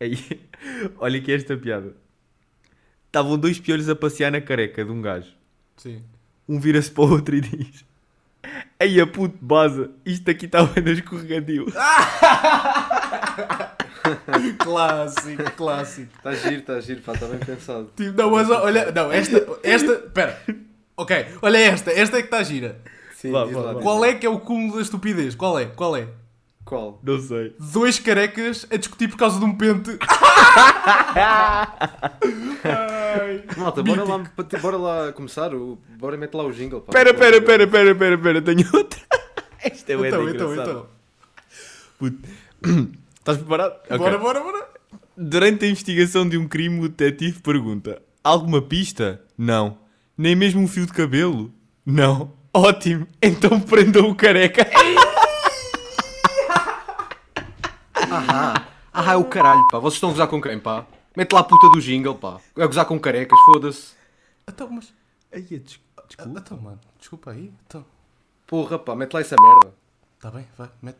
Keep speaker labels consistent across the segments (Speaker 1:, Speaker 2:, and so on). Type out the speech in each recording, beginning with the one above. Speaker 1: Aí, olha aqui esta piada. Estavam dois piolhos a passear na careca de um gajo.
Speaker 2: Sim.
Speaker 1: Um vira-se para o outro e diz: Ei, a puto, baza, isto aqui está bem escorregadio.
Speaker 2: clássico, clássico.
Speaker 3: Está Tá giro, está giro, pá, está bem pensado.
Speaker 2: Tipo, não, mas olha, não, esta, esta, pera. Ok, olha esta, esta é que está gira.
Speaker 3: Sim,
Speaker 1: Vá,
Speaker 3: diz
Speaker 1: vá,
Speaker 3: lá,
Speaker 1: vá.
Speaker 3: diz
Speaker 2: Qual
Speaker 3: lá.
Speaker 2: é que é o cúmulo da estupidez? Qual é? Qual é?
Speaker 3: Qual?
Speaker 1: Não sei.
Speaker 2: Dois carecas a discutir por causa de um pente. Ai.
Speaker 3: Malta, bora lá, bate- bora lá começar, o, bora meter lá o jingle. Pá.
Speaker 1: Pera, pera, pera, pera, pera, pera, tenho outra. Esta é bem
Speaker 2: Então,
Speaker 1: engraçada.
Speaker 2: então, então.
Speaker 1: Puto. Estás preparado? Ok.
Speaker 2: Bora, bora, bora.
Speaker 1: Durante a investigação de um crime, o detetive pergunta: Alguma pista? Não. Nem mesmo um fio de cabelo? Não. Ótimo, então prendam o careca.
Speaker 3: Ah, ah, é o caralho, pá. Vocês estão a gozar com quem, pá? Mete lá a puta do jingle, pá. A gozar com carecas, foda-se.
Speaker 2: Então, mas.
Speaker 1: Ai, des desculpa.
Speaker 2: Então, mano, desculpa aí. Então,
Speaker 3: Porra, pá, mete lá essa merda.
Speaker 2: tá bem, vai, mete.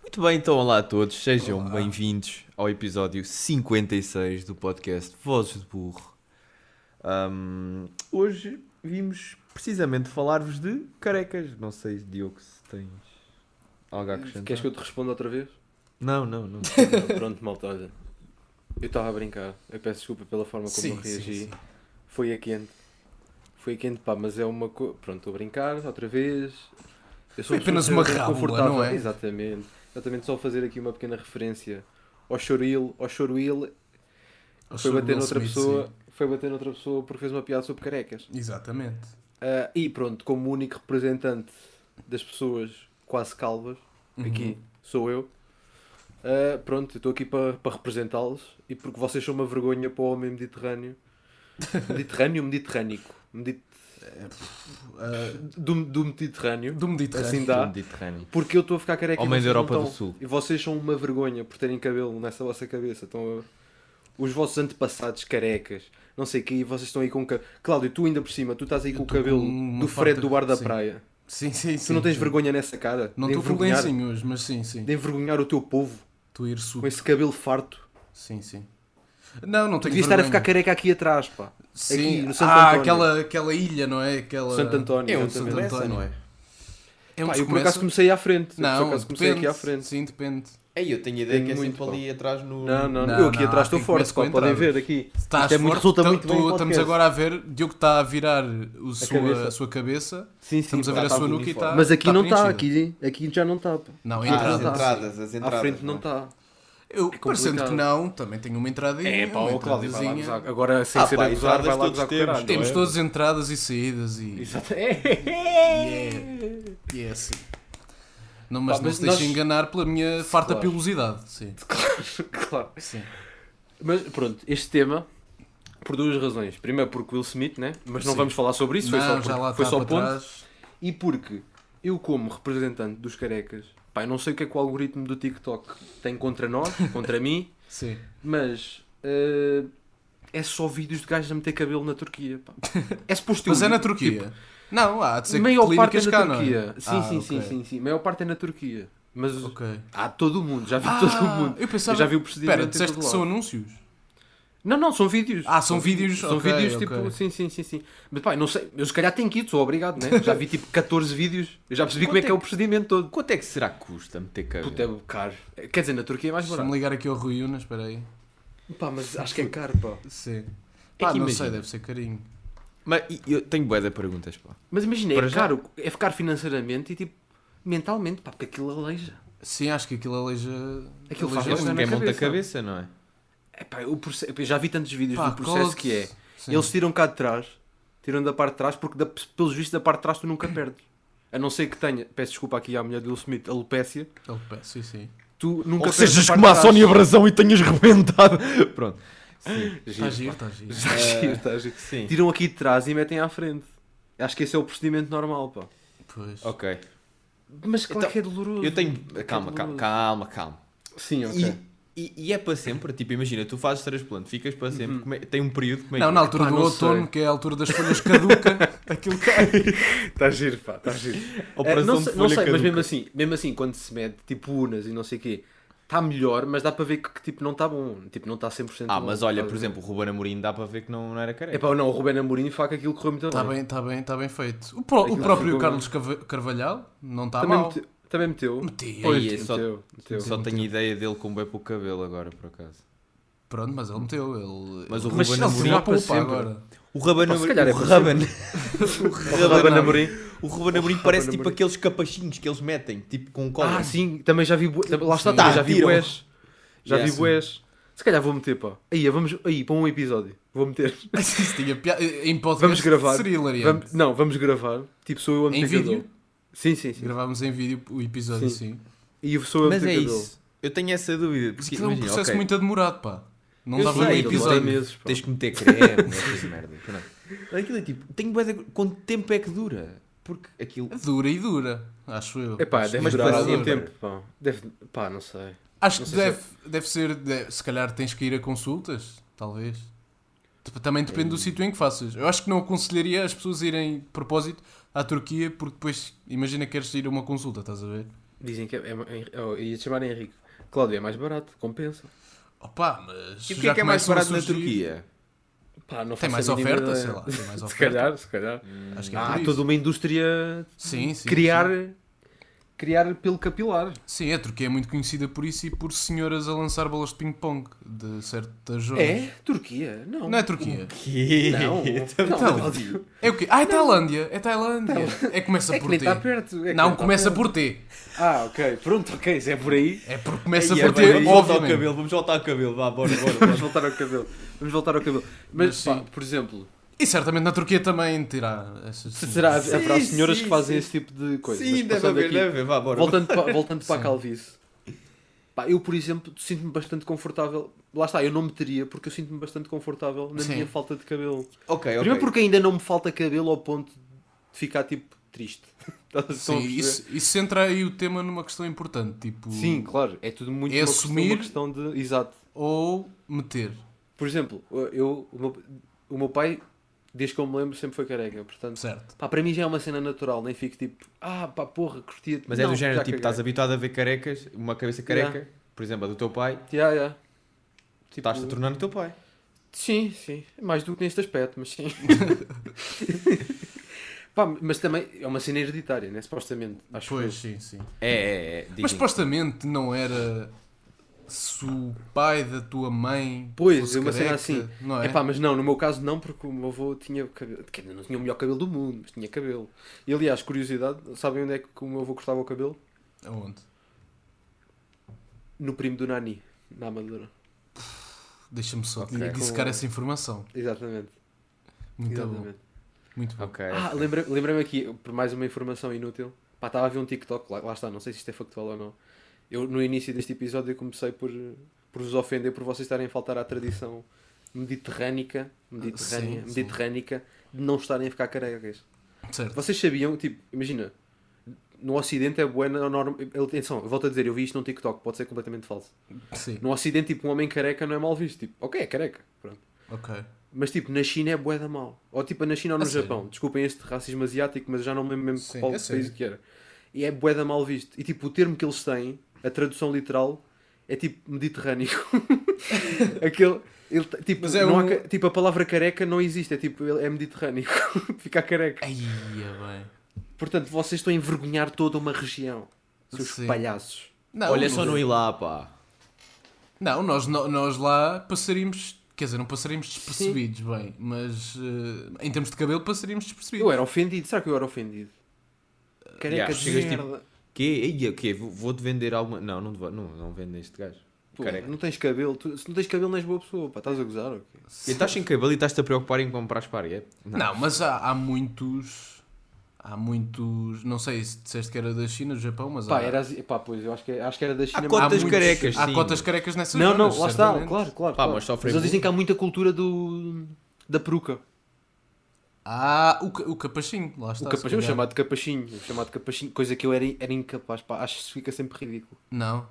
Speaker 1: Muito bem, então olá a todos, sejam bem-vindos ao episódio 56 do podcast Vozes de Burro. Ahm, hoje vimos precisamente falar-vos de carecas. Não sei, Diogo, se tens algo a acrescentar.
Speaker 3: Queres que eu te responda outra vez?
Speaker 1: Não, não, não.
Speaker 3: Tipo Pronto, malta, olha. Eu estava a brincar. Eu peço desculpa pela forma como
Speaker 2: Sim,
Speaker 3: eu reagi.
Speaker 2: sim, sim.
Speaker 3: Foi a quente. Foi a quente, pá, mas é uma coisa. Pronto, estou a brincar outra vez. Eu
Speaker 2: Foi apenas
Speaker 3: pessoa
Speaker 2: uma
Speaker 3: que é
Speaker 2: rábula,
Speaker 3: confortável.
Speaker 2: não é?
Speaker 3: Exatamente. Exatamente, só fazer aqui uma pequena referência ao Choril. Ao Choril foi bater noutra pessoa. Foi bater noutra pessoa porque fez uma piada sobre carecas.
Speaker 2: Exatamente.
Speaker 3: Ah, e pronto, como único representante das pessoas quase calvas,
Speaker 2: Uhum.
Speaker 3: aqui sou eu. Ah, pronto, eu estou aqui para para representá-los e porque vocês são uma vergonha para o homem mediterrâneo. Mediterrâneo, mediterrânico. Medit... Do, do Mediterrâneo.
Speaker 2: Ah, Do Mediterrâneo.
Speaker 3: Assim dá.
Speaker 1: Mediterrâneo.
Speaker 3: Porque eu estou a ficar careca. e
Speaker 1: Homens da
Speaker 3: vocês não
Speaker 1: Europa do
Speaker 3: estão.
Speaker 1: Sul.
Speaker 3: E vocês são uma vergonha por terem cabelo nessa vossa cabeça. Estão a- Os vossos antepassados carecas, não sei o que, e vocês estão aí com o cabelo. Cláudio, tu ainda por cima, tu estás aí com o
Speaker 2: tô com
Speaker 3: cabelo
Speaker 2: uma
Speaker 3: do Fred
Speaker 2: farta-
Speaker 3: do Bar da
Speaker 2: sim.
Speaker 3: Praia.
Speaker 2: Sim, sim, sim.
Speaker 3: Tu não tens
Speaker 2: sim.
Speaker 3: vergonha nessa cara?
Speaker 2: Não
Speaker 3: de
Speaker 2: estou com
Speaker 3: envergonhar,
Speaker 2: lencinho hoje, mas sim, sim.
Speaker 3: de envergonhar o teu povo
Speaker 2: Tu ir sul.
Speaker 3: com esse cabelo farto.
Speaker 2: Sim, sim. Não, não tenho
Speaker 3: Devias estar a ficar
Speaker 2: vergonha.
Speaker 3: careca aqui atrás, pá.
Speaker 2: Sim.
Speaker 3: aqui no Santo
Speaker 2: ah,
Speaker 3: António.
Speaker 2: aquela, aquela ilha, não é? Aquela...
Speaker 3: Santo António,
Speaker 2: É onde
Speaker 3: exatamente.
Speaker 2: Santo António.
Speaker 1: não é?
Speaker 2: É
Speaker 3: Pá,
Speaker 2: onde se
Speaker 3: eu por acaso
Speaker 2: começa-
Speaker 3: comecei à frente. Eu por
Speaker 2: Não,
Speaker 3: acaso comecei aqui
Speaker 2: depende.
Speaker 3: à frente.
Speaker 2: Sim, depende.
Speaker 1: Ei, eu tenho a ideia
Speaker 3: Tenho
Speaker 1: que é
Speaker 3: muito,
Speaker 1: sempre ali atrás no.
Speaker 3: Não, não,
Speaker 2: Não,
Speaker 3: não. Eu aqui
Speaker 2: não,
Speaker 3: atrás estou
Speaker 2: tem que
Speaker 3: forte,
Speaker 2: começar com a
Speaker 3: pá. Podem
Speaker 2: entrada.
Speaker 3: ver aqui.
Speaker 2: Estás
Speaker 3: Isto é muito,
Speaker 2: forte,
Speaker 3: resulta
Speaker 2: tu-
Speaker 3: muito
Speaker 2: tu-
Speaker 3: bem. o
Speaker 2: Estamos
Speaker 3: podcast.
Speaker 2: agora a ver, Diogo está a virar o sua,
Speaker 3: cabeça.
Speaker 2: a sua cabeça.
Speaker 3: Sim, sim,
Speaker 2: Estamos a
Speaker 3: pá,
Speaker 2: ver a
Speaker 3: tá
Speaker 2: sua
Speaker 3: com
Speaker 2: nuca e
Speaker 3: uniforme.
Speaker 2: está.
Speaker 3: Mas aqui
Speaker 2: está
Speaker 3: não está,
Speaker 2: preenchida.
Speaker 3: aqui, tá. aqui já não está.
Speaker 2: Não,
Speaker 1: Ah,
Speaker 2: entrada.
Speaker 1: as entradas, as entradas.
Speaker 3: À frente não é? tá. está.
Speaker 2: Eu, parecendo
Speaker 3: É complicado.
Speaker 2: que não, também tenho uma entradinha.
Speaker 3: É pá,
Speaker 2: uma
Speaker 3: o Cláudio vai lá
Speaker 2: entradazinha.
Speaker 3: gozar. Agora, sem
Speaker 1: Ah,
Speaker 3: ser
Speaker 1: pá,
Speaker 3: a gozar, vai
Speaker 1: entradas
Speaker 3: lá
Speaker 1: todos
Speaker 3: gozar com o
Speaker 1: temos,
Speaker 3: caralho.
Speaker 1: não
Speaker 2: Temos
Speaker 1: é?
Speaker 2: todas entradas e saídas e.
Speaker 3: Exato.
Speaker 2: É. Yeah. E é assim. Não, mas
Speaker 3: Pá,
Speaker 2: não
Speaker 3: mas
Speaker 2: se deixe
Speaker 3: nós-
Speaker 2: enganar pela minha farta
Speaker 3: Claro.
Speaker 2: pilosidade. Sim.
Speaker 3: Claro.
Speaker 2: Sim.
Speaker 3: Mas pronto, este tema por duas razões. Primeiro porque Will Smith, né? Mas não
Speaker 2: Sim.
Speaker 3: vamos falar sobre isso, foi só,
Speaker 2: não,
Speaker 3: porque-
Speaker 2: já lá
Speaker 3: foi
Speaker 2: está
Speaker 3: só
Speaker 2: para
Speaker 3: ponto.
Speaker 2: trás.
Speaker 3: E porque eu, como representante dos carecas, pá, eu não sei o que é que o algoritmo do TikTok tem contra nós, contra mim,
Speaker 2: Sim.
Speaker 3: mas eh, é só vídeos de gajos a meter cabelo na Turquia. Pá. É suposto
Speaker 2: Mas
Speaker 3: eu-
Speaker 2: é na Turquia. não, há de ser
Speaker 3: tipo, maior parte é
Speaker 2: clínicas
Speaker 3: na
Speaker 2: cá, não é?
Speaker 3: Turquia. Sim,
Speaker 2: Ah,
Speaker 3: sim, sim,
Speaker 2: ok.
Speaker 3: sim, sim. A maior parte é na Turquia. Mas
Speaker 2: Ok.
Speaker 3: há todo o mundo, já vi
Speaker 2: Ah,
Speaker 3: todo o mundo.
Speaker 2: Eu pensava.
Speaker 3: Eu já vi o procedimento
Speaker 2: Espera,
Speaker 3: em
Speaker 2: disseste
Speaker 3: todo
Speaker 2: que
Speaker 3: lado.
Speaker 2: são anúncios?
Speaker 3: Não, não, são vídeos.
Speaker 2: Ah, são vídeos,
Speaker 3: São
Speaker 2: ok,
Speaker 3: vídeos
Speaker 2: ok.
Speaker 3: tipo. Sim, sim, sim, sim. Mas pá, não sei. Eu se calhar tenho que ir, sou obrigado, né? Já vi tipo 14 vídeos. Eu já percebi como é que é o procedimento todo.
Speaker 1: Quanto é que será que custa meter cabelo?
Speaker 3: Puta, é caro. Quer dizer, na Turquia é mais
Speaker 2: Deixa-me
Speaker 3: barato.
Speaker 2: ligar aqui ao Rui Unas, espera aí.
Speaker 3: Pá, mas acho que é caro, pá.
Speaker 2: Sim.
Speaker 1: É
Speaker 2: Pá,
Speaker 1: que
Speaker 2: não
Speaker 1: imagina.
Speaker 2: sei, deve ser carinho.
Speaker 3: é-
Speaker 1: Mas e- eu tenho boas perguntas, pá.
Speaker 3: Mas imagina,
Speaker 1: Para
Speaker 3: é
Speaker 1: já.
Speaker 3: caro. É ficar financeiramente e tipo. Mentalmente, pá, porque aquilo aleija.
Speaker 2: Sim, acho que aquilo aleija.
Speaker 3: Aquilo
Speaker 2: aleija
Speaker 3: faz
Speaker 2: muito.
Speaker 3: bem na
Speaker 1: Quem monta a
Speaker 3: cabeça.
Speaker 1: cabeça, não é?
Speaker 3: É pá, eu, perce- eu já vi tantos vídeos
Speaker 2: Pá,
Speaker 3: do processo
Speaker 2: codes.
Speaker 3: que é.
Speaker 2: Sim.
Speaker 3: Eles tiram cá de trás, tiram da parte de trás, porque da, pelos vistos da parte de trás tu nunca perdes. A não ser que tenha, peço desculpa aqui à mulher do Will Smith, alopécia,
Speaker 2: Ele pe- Sim, sim.
Speaker 3: tu nunca
Speaker 1: Ou
Speaker 3: perdes
Speaker 1: sejas
Speaker 3: da parte
Speaker 1: como a
Speaker 3: de trás.
Speaker 1: Sónia Brasão e tenhas rebentado. Pronto. Sim.
Speaker 2: Está giro, está giro.
Speaker 3: Está
Speaker 4: É.
Speaker 3: giro, está giro.
Speaker 1: Sim.
Speaker 3: Eh, Tiram aqui de trás e metem à frente. Acho que esse é o procedimento normal, pá.
Speaker 2: Pois.
Speaker 1: Ok.
Speaker 3: Mas claro que é doloroso.
Speaker 1: Eu tenho. Calma, calma, calma, calma.
Speaker 3: Sim, ok.
Speaker 4: E, e- e é para sempre? Tipo, imagina, tu fazes transplante, ficas para sempre, como é- tem um período, como é que
Speaker 2: Não,
Speaker 4: é?
Speaker 2: na altura
Speaker 3: Pá,
Speaker 2: do
Speaker 3: não
Speaker 2: outono,
Speaker 3: sei.
Speaker 2: que é a altura das folhas caduca, aquilo cai.
Speaker 3: Está giro, pá, está giro.
Speaker 4: Operação
Speaker 3: Eh, não
Speaker 4: de
Speaker 3: sei,
Speaker 4: folha
Speaker 3: não sei, mas
Speaker 4: caduca.
Speaker 3: mesmo assim, mesmo assim, quando se mede, tipo unas e não sei o quê, está melhor, mas dá para ver que, que, tipo, não está bom. Tipo, não está 100%
Speaker 4: Ah,
Speaker 3: bom,
Speaker 4: mas olha, por
Speaker 3: estás a ver?
Speaker 4: exemplo, o Ruben Amorim dá para ver que não, não era careca.
Speaker 3: Epá, É não, o Ruben Amorim faz que aquilo correu muito
Speaker 2: Está Tá bem, está bem, está bem feito. O, pró- o
Speaker 3: Aquilo
Speaker 2: próprio
Speaker 3: ficou
Speaker 2: Carlos Cava- Carvalhal não está
Speaker 3: Também,
Speaker 2: tá mal. é
Speaker 3: mete- também meteu.
Speaker 2: Metia.
Speaker 4: Pois,
Speaker 3: Meteu,
Speaker 4: só-
Speaker 3: meteu, meteu.
Speaker 4: Só tenho ideia dele com bem pouco cabelo agora, por acaso.
Speaker 2: Pronto, mas ele meteu. Ele...
Speaker 4: Mas o
Speaker 2: mas
Speaker 4: Ruben
Speaker 2: ele
Speaker 4: Amorim
Speaker 2: tem uma
Speaker 4: é para
Speaker 2: poupa
Speaker 4: sempre.
Speaker 2: agora.
Speaker 4: O Ruben
Speaker 3: Pá, se
Speaker 4: Amorim...
Speaker 3: calhar é
Speaker 4: o
Speaker 3: para
Speaker 4: Ruben... o
Speaker 3: Ruben
Speaker 4: Ruben Amorim...
Speaker 3: Amorim.
Speaker 4: O Ruben Amorim parece tipo aqueles capachinhos que eles metem, tipo com cola.
Speaker 3: Ah, sim, também já vi. bu- tam- Lá está,
Speaker 2: é? Sim.
Speaker 3: também
Speaker 4: Tá,
Speaker 3: já vi
Speaker 4: tiram.
Speaker 3: bués. Já
Speaker 4: Yeah,
Speaker 3: vi bués. Se calhar vou meter, pá. Aí, vamos. Aí, para um episódio. Vou meter.
Speaker 2: Isso tinha piada. Em podcast
Speaker 3: Vamos gravar.
Speaker 2: seria hilariante.
Speaker 3: Vamos- não, vamos gravar. Tipo, sou eu a
Speaker 2: Em
Speaker 3: meter
Speaker 2: vídeo?
Speaker 3: cabelo. Sim, sim, sim.
Speaker 2: Gravámos em vídeo o episódio, sim.
Speaker 3: Sim. E sou eu a
Speaker 4: Mas
Speaker 3: meter um.
Speaker 4: é
Speaker 3: cabelo.
Speaker 4: isso. Eu tenho essa dúvida. Porque,
Speaker 2: Aquilo é um
Speaker 4: imagina,
Speaker 2: processo
Speaker 4: ok,
Speaker 2: muito demorado, pá. Não
Speaker 4: Eu
Speaker 2: dava um
Speaker 4: sei,
Speaker 3: Demora
Speaker 4: episódio.
Speaker 2: episódio.
Speaker 3: meses, pá.
Speaker 4: Tens que meter creme, essas merdas. Pronto. Aquilo é tipo, tenho bué de- quanto tempo é que dura? Porque aquilo.
Speaker 2: É Dura e dura, acho eu.
Speaker 3: Epá,
Speaker 2: Acho
Speaker 3: deve
Speaker 2: que
Speaker 3: durar
Speaker 4: para
Speaker 3: algum
Speaker 4: sempre.
Speaker 3: tempo, pá. Deve, pá, não sei.
Speaker 2: Acho
Speaker 3: Não
Speaker 2: que
Speaker 3: sei se
Speaker 2: deve, deve ser. de- se calhar tens que ir a consultas, talvez. Dep- Também depende do sítio em que faças. Eu acho que não aconselharia as pessoas a irem de propósito à Turquia, porque depois, imagina que queres ir a uma consulta, estás a ver?
Speaker 3: Dizem que é. é, é oh, ia te chamar Henrique. Cláudio, é mais barato, compensa.
Speaker 2: Opa, mas.
Speaker 4: E o que
Speaker 2: já
Speaker 4: é que é mais
Speaker 2: começam a
Speaker 4: barato na
Speaker 2: surgir-
Speaker 4: Turquia?
Speaker 3: Pá, não
Speaker 2: Tem
Speaker 3: faço
Speaker 2: mais
Speaker 3: a mínima
Speaker 2: oferta,
Speaker 3: ideia.
Speaker 2: sei lá. Tem mais
Speaker 3: Se
Speaker 2: oferta.
Speaker 3: calhar, se calhar.
Speaker 2: Acho que é
Speaker 3: Há
Speaker 2: por isso.
Speaker 3: toda uma indústria
Speaker 2: Sim, sim.
Speaker 3: Ah, criar,
Speaker 2: Sim.
Speaker 3: criar pelo capilar.
Speaker 2: Sim, a Turquia é muito conhecida por isso e por senhoras a lançar bolas de ping-pong de certas zonas.
Speaker 3: É? Turquia? Não.
Speaker 2: É? Não é Turquia.
Speaker 4: Hum. Que?
Speaker 3: Não.
Speaker 2: Então, É o quê? Ah, é Tailândia. É Tailândia. É começa
Speaker 3: É que
Speaker 2: por
Speaker 3: nem
Speaker 2: T.
Speaker 3: está perto. é que
Speaker 2: Não,
Speaker 3: nem tá
Speaker 2: começa
Speaker 3: perto.
Speaker 2: por T.
Speaker 3: Ah, ok. Pronto, ok. Se é por aí.
Speaker 2: É porque começa
Speaker 4: Ia,
Speaker 2: por
Speaker 4: vai,
Speaker 2: T,
Speaker 4: vamos voltar ao
Speaker 2: obviamente.
Speaker 4: cabelo, vamos voltar ao cabelo, vá, bora, bora. bora.
Speaker 3: Vamos voltar ao cabelo. Vamos voltar ao cabelo. Mas,
Speaker 2: Mas
Speaker 3: pá,
Speaker 2: sim.
Speaker 3: por exemplo,
Speaker 2: E certamente na Turquia também terá essas senhoras.
Speaker 3: será,
Speaker 4: Sim,
Speaker 3: haverá senhoras
Speaker 4: sim,
Speaker 3: que fazem
Speaker 4: sim.
Speaker 3: esse tipo de coisa.
Speaker 4: Sim,
Speaker 3: Mas
Speaker 4: deve
Speaker 3: passando
Speaker 4: haver,
Speaker 3: aqui,
Speaker 4: deve haver, vá, bora.
Speaker 3: Voltando para, voltando para a
Speaker 2: Sim.
Speaker 3: calvície. Pá, eu, por exemplo, sinto-me bastante confortável. Lá está, eu não me teria porque eu sinto-me bastante confortável na
Speaker 2: Sim.
Speaker 3: minha falta de cabelo.
Speaker 4: Ok, É ok.
Speaker 3: Primeiro porque ainda não me falta cabelo ao ponto de ficar, tipo, triste. Estão a
Speaker 2: Sim,
Speaker 3: perceber?
Speaker 2: isso, isso centra aí o tema numa questão importante, tipo,
Speaker 3: Sim, claro. É tudo muito
Speaker 2: É
Speaker 3: uma, questão- uma
Speaker 2: assumir-
Speaker 3: questão de... Exato.
Speaker 2: ou meter.
Speaker 3: Por exemplo, eu, o, meu, o meu pai, desde que eu me lembro, sempre foi careca. Portanto,
Speaker 2: Certo.
Speaker 3: pá, para mim já é uma cena natural. Nem fico tipo, ah, pá, porra, curtia.
Speaker 4: Mas é do género, tipo, estás habituado a ver carecas, uma cabeça careca, por exemplo, a do teu pai,
Speaker 3: Yeah, yeah. Tipo,
Speaker 4: estás-te a tornar no teu pai.
Speaker 3: Sim, sim. É Mais do que neste aspecto, mas sim. Pá, mas também é uma cena hereditária, né? Supostamente. Acho
Speaker 2: pois,
Speaker 3: que
Speaker 2: sim, sim.
Speaker 4: É, é, é.
Speaker 2: Mas
Speaker 4: dizem.
Speaker 2: supostamente não era se o pai da tua mãe
Speaker 3: Pois,
Speaker 2: fosse
Speaker 3: uma cena
Speaker 2: careca,
Speaker 3: assim.
Speaker 2: Não
Speaker 3: é.
Speaker 2: é?
Speaker 3: Epá, mas não, no meu caso não, porque o meu avô tinha cabelo. Quer dizer, não tinha o melhor cabelo do mundo, mas tinha cabelo. E aliás, curiosidade, sabem onde é que o meu avô cortava o cabelo?
Speaker 2: Aonde?
Speaker 3: No primo do Nani, na Amadora.
Speaker 2: Deixa-me só
Speaker 4: Ok.
Speaker 2: okay. dissecar
Speaker 3: Com-
Speaker 2: essa informação.
Speaker 3: Exatamente.
Speaker 2: Muito bom.
Speaker 3: exatamente.
Speaker 2: Muito bom.
Speaker 4: Ok.
Speaker 3: Ah, lembrei- lembrei-me aqui, por mais uma informação inútil. Pá, estava a ver um TikTok, lá, lá está, não sei se isto é factual ou não. Eu, no início deste episódio, eu comecei por, eh, por vos ofender por vocês estarem a faltar à tradição mediterrânica, mediterrânea,
Speaker 2: sim.
Speaker 3: mediterrânica, de não estarem a ficar carecas.
Speaker 2: Certo.
Speaker 3: Vocês sabiam, tipo, imagina, no Ocidente é buena a norma... ele- Atenção, eu volto a dizer, eu vi isto num TikTok, pode ser completamente falso.
Speaker 2: Sim.
Speaker 3: No Ocidente, tipo, um homem careca não é mal visto, tipo, ok, é careca, pronto.
Speaker 2: Ok.
Speaker 3: Mas tipo, na China é bué da mal. Ou tipo, na China ou no
Speaker 2: A sério?
Speaker 3: Japão. Desculpem este racismo asiático, mas já não me lembro mesmo
Speaker 2: Ah, Sim,
Speaker 3: qual
Speaker 2: a
Speaker 3: país
Speaker 2: sério.
Speaker 3: que era. E é bué da mal visto. E tipo, o termo que eles têm, a tradução literal, é tipo mediterrâneo. Aquele... Ele, tá- tipo,
Speaker 2: Mas é
Speaker 3: não há
Speaker 2: um-
Speaker 3: ca- tipo, a palavra careca não existe. É tipo, ele é mediterrâneo. Ficar careca.
Speaker 2: Aí, é bem.
Speaker 3: Portanto, vocês estão a envergonhar toda uma região. Seus
Speaker 2: Sim.
Speaker 3: palhaços.
Speaker 2: Não,
Speaker 4: Olha só
Speaker 2: não
Speaker 4: não ir lá, pá.
Speaker 2: Não, nós, no- nós lá passaríamos, quer dizer, não passaríamos despercebidos, bem, mas eh, em termos de cabelo passaríamos
Speaker 3: Eu
Speaker 2: despercebidos.
Speaker 3: era ofendido. Será que eu era ofendido? Careca
Speaker 4: yeah,
Speaker 3: de
Speaker 4: chegas, tipo,
Speaker 3: merda.
Speaker 4: Que? Ei, o quê? Vou- Vou-te vender alguma. Não, não, te vou- não, não vendo este gajo.
Speaker 3: Pô,
Speaker 4: Careca.
Speaker 3: não tens cabelo. Tu- se não tens cabelo, não és boa pessoa. Pá, estás a gozar ou quê?
Speaker 4: E estás sem cabelo e estás-te a preocupar em comprar esparguete?
Speaker 3: um
Speaker 2: Não, mas há, há muitos. Há muitos. Não sei se disseste que era da China, do Japão, mas
Speaker 3: Pá,
Speaker 2: há.
Speaker 3: era, asi- pá, pois, eu acho que, é, acho que era da China. mas-
Speaker 2: há
Speaker 4: cotas
Speaker 2: muitos-
Speaker 4: carecas,
Speaker 2: Há
Speaker 4: sim.
Speaker 2: cotas carecas nessas
Speaker 3: Não, não,
Speaker 2: zonas,
Speaker 3: lá está,
Speaker 2: certamente.
Speaker 3: claro, claro.
Speaker 4: Pá,
Speaker 3: claro.
Speaker 4: mas sofrem
Speaker 3: eles dizem
Speaker 4: bullying.
Speaker 3: que há muita cultura do da peruca.
Speaker 2: Ah, o, ca- o capachinho, lá
Speaker 3: O
Speaker 2: está. se
Speaker 3: capachinho, o
Speaker 2: calhar.
Speaker 3: é chamado de capachinho, o chamado de capachinho, coisa que eu era, era incapaz, pá, acho que isso fica sempre ridículo.
Speaker 2: Não.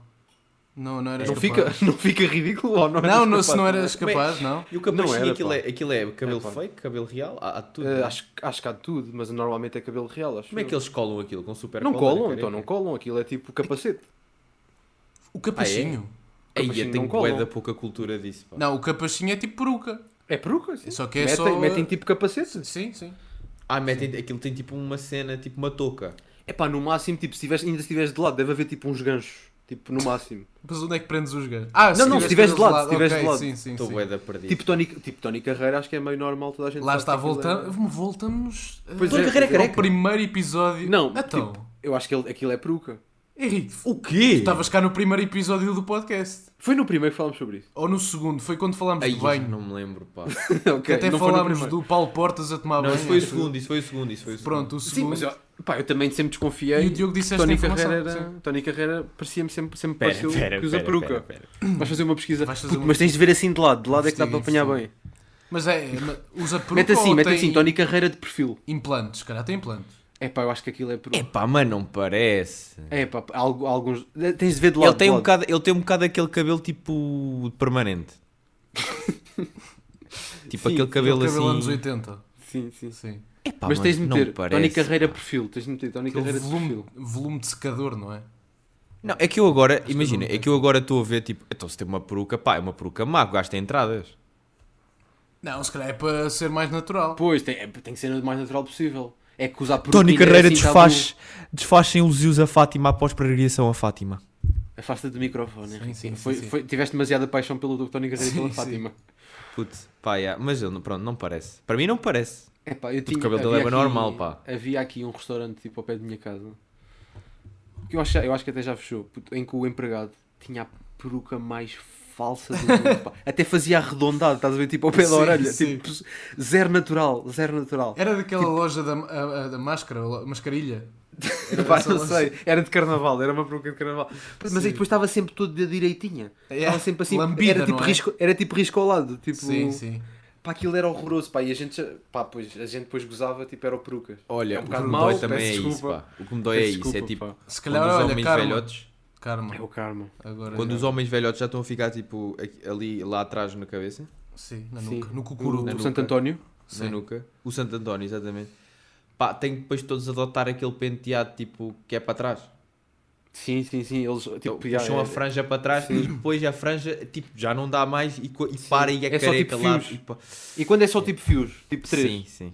Speaker 2: Não, não eras
Speaker 3: Não
Speaker 2: É capaz.
Speaker 3: fica, não fica ridículo ou não
Speaker 2: Não,
Speaker 3: eras
Speaker 2: não, se não
Speaker 3: capaz?
Speaker 2: eras
Speaker 4: Bem,
Speaker 2: capaz, não.
Speaker 4: E o cabelo,
Speaker 3: Não
Speaker 4: sim,
Speaker 3: era,
Speaker 4: aquilo,
Speaker 3: pá.
Speaker 4: é, aquilo é cabelo
Speaker 3: É, pá.
Speaker 4: fake, cabelo real, há, há tudo.
Speaker 3: Eh,
Speaker 4: né?
Speaker 3: acho, acho que há de tudo, mas normalmente é cabelo real, acho
Speaker 4: Como é
Speaker 3: eu.
Speaker 4: que eles colam aquilo? Com super
Speaker 3: Não
Speaker 4: cola,
Speaker 3: colam,
Speaker 4: careca?
Speaker 3: então não colam, aquilo é tipo capacete. Ah, é?
Speaker 2: O capachinho.
Speaker 4: Aí
Speaker 3: Capachinho
Speaker 4: eu tenho
Speaker 3: não colam.
Speaker 4: bué da pouca cultura disso, pá.
Speaker 2: Não, o capachinho é tipo peruca.
Speaker 3: É peruca, sim.
Speaker 2: Só que é
Speaker 3: metem,
Speaker 2: só-
Speaker 3: metem tipo capacete.
Speaker 2: Sim, sim.
Speaker 4: Ah, metem, aquilo tem tipo uma cena, tipo uma touca.
Speaker 3: É pá, no máximo, tipo, se tiveres, ainda se estiveres de lado, deve haver tipo uns ganchos. Tipo, no máximo.
Speaker 2: Mas onde é que prendes os gajos? Ah,
Speaker 3: Não, não, se
Speaker 2: tiveres
Speaker 3: tiveres de lado, se tiveres
Speaker 2: ok,
Speaker 3: de lado.
Speaker 2: Sim, sim,
Speaker 4: Estou
Speaker 2: sim.
Speaker 4: bué da perdida.
Speaker 3: tipo, Tony, tipo Tony Carreira, acho que é meio normal toda a gente.
Speaker 2: Lá
Speaker 3: sabe
Speaker 2: está,
Speaker 3: que aquilo
Speaker 2: voltamos,
Speaker 3: é-
Speaker 2: voltamos uh,
Speaker 3: Pois
Speaker 4: Tony
Speaker 3: é,
Speaker 4: Carreira
Speaker 3: pois é.
Speaker 2: ao primeiro episódio.
Speaker 3: Não,
Speaker 2: então,
Speaker 3: tipo, eu acho que ele- aquilo é peruca.
Speaker 2: Henrique,
Speaker 4: O quê?
Speaker 2: estavas cá no primeiro episódio do podcast.
Speaker 3: Foi no primeiro que falámos sobre isso.
Speaker 2: Ou no segundo, foi quando falámos
Speaker 4: Ai,
Speaker 2: de
Speaker 4: eu
Speaker 2: banho.
Speaker 4: não me lembro, pá.
Speaker 3: Ok,
Speaker 2: Até
Speaker 3: não foi no
Speaker 2: falámos
Speaker 3: primeiro.
Speaker 2: do Paulo Portas a tomar
Speaker 4: Não,
Speaker 2: banho.
Speaker 4: isso foi o segundo, isso foi o segundo, isso foi o segundo.
Speaker 2: Pronto, o
Speaker 3: Sim,
Speaker 2: segundo.
Speaker 3: mas eu, pá, eu também sempre desconfiei.
Speaker 2: E o Diogo disse esta
Speaker 3: Tony
Speaker 2: informação,
Speaker 3: Carreira,
Speaker 2: sim.
Speaker 3: era, Tony Carreira parecia-me sempre, sempre
Speaker 4: Pera,
Speaker 3: pareceu
Speaker 4: pera,
Speaker 3: que usa
Speaker 4: pera,
Speaker 3: peruca.
Speaker 4: pera, pera.
Speaker 3: Vais fazer uma pesquisa.
Speaker 2: Vais fazer
Speaker 3: Puto,
Speaker 2: uma
Speaker 3: Mas tens de ver assim de lado, de lado é que dá para
Speaker 2: Investiga
Speaker 3: apanhar
Speaker 2: isso,
Speaker 3: bem.
Speaker 2: Mas é, é, ma- usa peruca
Speaker 3: Mete assim,
Speaker 2: ou
Speaker 3: mete
Speaker 2: tem
Speaker 3: assim, Tony Carreira de perfil.
Speaker 2: implantes, cara, tem implantes.
Speaker 3: É pá, eu acho que aquilo é peruca.
Speaker 4: Epá, mas não parece.
Speaker 3: É pá, algo- alguns. Tens de ver de lado.
Speaker 4: Ele tem,
Speaker 3: de
Speaker 4: um
Speaker 3: lado.
Speaker 4: bocado, ele tem um bocado aquele cabelo tipo permanente. tipo
Speaker 3: Sim,
Speaker 4: aquele cabelo,
Speaker 2: Cabelo, cabelo anos
Speaker 4: assim.
Speaker 2: 80.
Speaker 3: Sim, sim.
Speaker 2: Sim.
Speaker 4: Epá,
Speaker 3: Mas tens de
Speaker 4: não
Speaker 3: meter
Speaker 4: parece,
Speaker 3: Tony Carreira
Speaker 4: pá.
Speaker 3: perfil. Tens de meter Tony
Speaker 2: Aquele
Speaker 3: Carreira de
Speaker 2: volume,
Speaker 3: perfil.
Speaker 2: volume de secador, não é?
Speaker 4: Não, é que eu agora,
Speaker 2: que
Speaker 4: imagina,
Speaker 2: não
Speaker 4: é que eu agora estou a ver tipo, então se tem uma peruca, pá, é uma peruca má, gasta entradas.
Speaker 2: Não, se calhar é para ser mais natural.
Speaker 3: Pois, tem, é- tem que ser o mais natural possível. É que usar peruca.
Speaker 4: Tony
Speaker 3: ainda é
Speaker 4: Carreira
Speaker 3: assim
Speaker 4: desfaz, desfaz sem elogios a Fátima após pregação a Fátima.
Speaker 3: tabu. Afasta-te do microfone.
Speaker 2: Sim,
Speaker 3: Henrique.
Speaker 2: sim, sim,
Speaker 3: foi,
Speaker 2: sim.
Speaker 3: foi- tiveste demasiada paixão pelo Dr. Tony Carreira e
Speaker 2: Sim,
Speaker 3: pela
Speaker 2: sim.
Speaker 3: Fátima.
Speaker 4: Putz, pá, yeah, mas ele, não- pronto, não parece. Para mim não parece.
Speaker 3: É pá, eu
Speaker 4: Puto,
Speaker 3: tinha.
Speaker 4: o cabelo dele
Speaker 3: havia
Speaker 4: é bem
Speaker 3: aqui- um
Speaker 4: normal, pá.
Speaker 3: Havia aqui um restaurante tipo ao pé da minha casa. Que eu acho, eu acho que até já fechou. puto, Em que o empregado tinha a peruca mais falsa do mundo, pá. Até fazia arredondado, estás a ver? Tipo ao pé
Speaker 2: Sim,
Speaker 3: da orelha.
Speaker 2: sim.
Speaker 3: Tipo, zero natural, zero natural.
Speaker 2: Era daquela
Speaker 3: Tipo-
Speaker 2: loja da, a- a- da máscara, a mascarilha.
Speaker 3: Pá,
Speaker 2: dessa
Speaker 3: não
Speaker 2: loja.
Speaker 3: sei, era de carnaval, era uma peruca de carnaval. Mas aí
Speaker 2: Sim.
Speaker 3: depois estava sempre todo de direitinha.
Speaker 2: É,
Speaker 3: Estava sempre assim,
Speaker 2: lambida,
Speaker 3: era, tipo
Speaker 2: não é?
Speaker 3: risco, era tipo risco ao lado. Tipo,
Speaker 2: Sim, sim.
Speaker 3: Pá, aquilo era horroroso, pá. E a gente, já- pá, pois, a gente depois gozava, tipo, era o perucas.
Speaker 4: Olha,
Speaker 3: É um
Speaker 4: o que
Speaker 3: bocado
Speaker 4: me
Speaker 3: mau,
Speaker 4: dói também é
Speaker 3: peço
Speaker 4: isso,
Speaker 3: desculpa.
Speaker 4: pá. O que me dói é
Speaker 3: Peço
Speaker 4: isso, é
Speaker 3: desculpa,
Speaker 4: tipo,
Speaker 3: pá.
Speaker 2: Se calhar,
Speaker 4: quando os
Speaker 2: olha,
Speaker 4: homens
Speaker 2: Carmo.
Speaker 4: velhotes...
Speaker 2: Carmo.
Speaker 3: É o karma.
Speaker 2: Agora
Speaker 4: Quando
Speaker 2: já.
Speaker 4: os homens velhotes já estão a ficar tipo aqui- ali lá atrás na cabeça,
Speaker 2: Sim, na
Speaker 3: Sim.
Speaker 2: nuca. No cucuru.
Speaker 4: Na
Speaker 3: É O
Speaker 4: nuca.
Speaker 3: Santo António.
Speaker 4: na
Speaker 2: Sim.
Speaker 4: nuca, o Santo António, exatamente. Pá, tem que depois todos adotar aquele penteado tipo que é para trás.
Speaker 3: Sim, sim, sim. Eles,
Speaker 4: Então,
Speaker 3: tipo, já,
Speaker 2: eh,
Speaker 4: puxam
Speaker 3: é-
Speaker 4: a franja para trás e depois a franja tipo, já não dá mais e, co- e para e é,
Speaker 3: É só
Speaker 4: careca
Speaker 3: tipo
Speaker 4: lá.
Speaker 3: fios.
Speaker 4: e pá-
Speaker 3: E quando é só tipo fios, tipo 3,
Speaker 4: Sim, sim.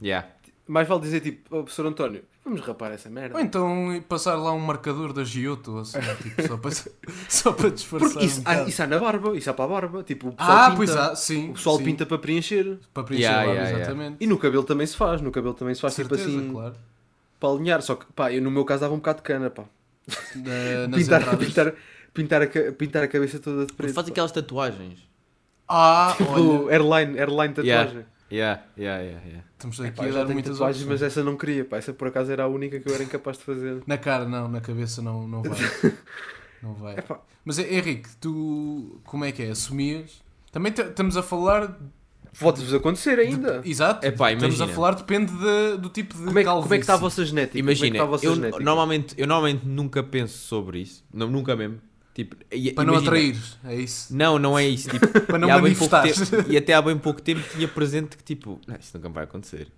Speaker 4: Yeah.
Speaker 3: mais vale dizer tipo, oh, professor António, vamos rapar essa merda.
Speaker 2: Ou então ir passar lá um marcador da Giotto, assim, tipo, só para, só para disfarçar.
Speaker 3: Porque isso,
Speaker 2: um
Speaker 3: há,
Speaker 2: bocado.
Speaker 3: isso há na barba, isso há para a barba. Tipo, o pessoal
Speaker 2: ah,
Speaker 3: pinta,
Speaker 2: pois há, sim.
Speaker 3: O pessoal
Speaker 2: sim.
Speaker 3: pinta para preencher.
Speaker 2: para preencher
Speaker 4: Yeah,
Speaker 2: a barba,
Speaker 4: yeah, yeah.
Speaker 2: exatamente.
Speaker 3: E no cabelo também se faz, no cabelo também se faz
Speaker 2: Certeza,
Speaker 3: tipo assim,
Speaker 2: claro.
Speaker 3: para alinhar. Só que, pá, eu no meu caso dava um bocado de cana, pá.
Speaker 2: Na- nas
Speaker 3: Pintar,
Speaker 2: entradas.
Speaker 3: pintar, pintar, a, ca- pintar a cabeça toda de preto.
Speaker 4: Faz
Speaker 3: pá.
Speaker 4: aquelas tatuagens.
Speaker 2: Ah, olha,
Speaker 3: Tipo, airline, airline tatuagem.
Speaker 4: Yeah. Yeah, yeah, yeah, yeah.
Speaker 2: estamos aqui
Speaker 3: Pá,
Speaker 2: a
Speaker 3: eu já
Speaker 2: dar
Speaker 3: tenho
Speaker 2: muitas
Speaker 3: tatuagens,
Speaker 2: opções.
Speaker 3: mas essa não queria, pá. Essa por acaso era a única que eu era incapaz de fazer.
Speaker 2: Na cara não, na cabeça não, não vai. não vai.
Speaker 3: Epá.
Speaker 2: Mas eh, Henrique, tu como é que é? Assumias? Também t- estamos a falar.
Speaker 3: Pode-vos acontecer ainda.
Speaker 2: Exato.
Speaker 4: Epá,
Speaker 2: estamos a
Speaker 4: imagina.
Speaker 2: falar, depende de- do tipo de
Speaker 3: Como é, que-
Speaker 2: calvície.
Speaker 3: como é que está a vossa genética? como é que
Speaker 4: Imagina,
Speaker 3: está a vossa
Speaker 4: eu,
Speaker 3: genética?
Speaker 4: normalmente, eu normalmente nunca penso sobre isso. Não, nunca mesmo. Tipo, e-
Speaker 2: Para não
Speaker 4: imagina,
Speaker 2: atrair, é isso.
Speaker 4: Não, não é isso. Tipo,
Speaker 2: Para não
Speaker 4: e, há bem pouco
Speaker 2: manifestares.
Speaker 4: tempo- e até há bem pouco tempo tinha presente que tipo, não, isso nunca me vai acontecer.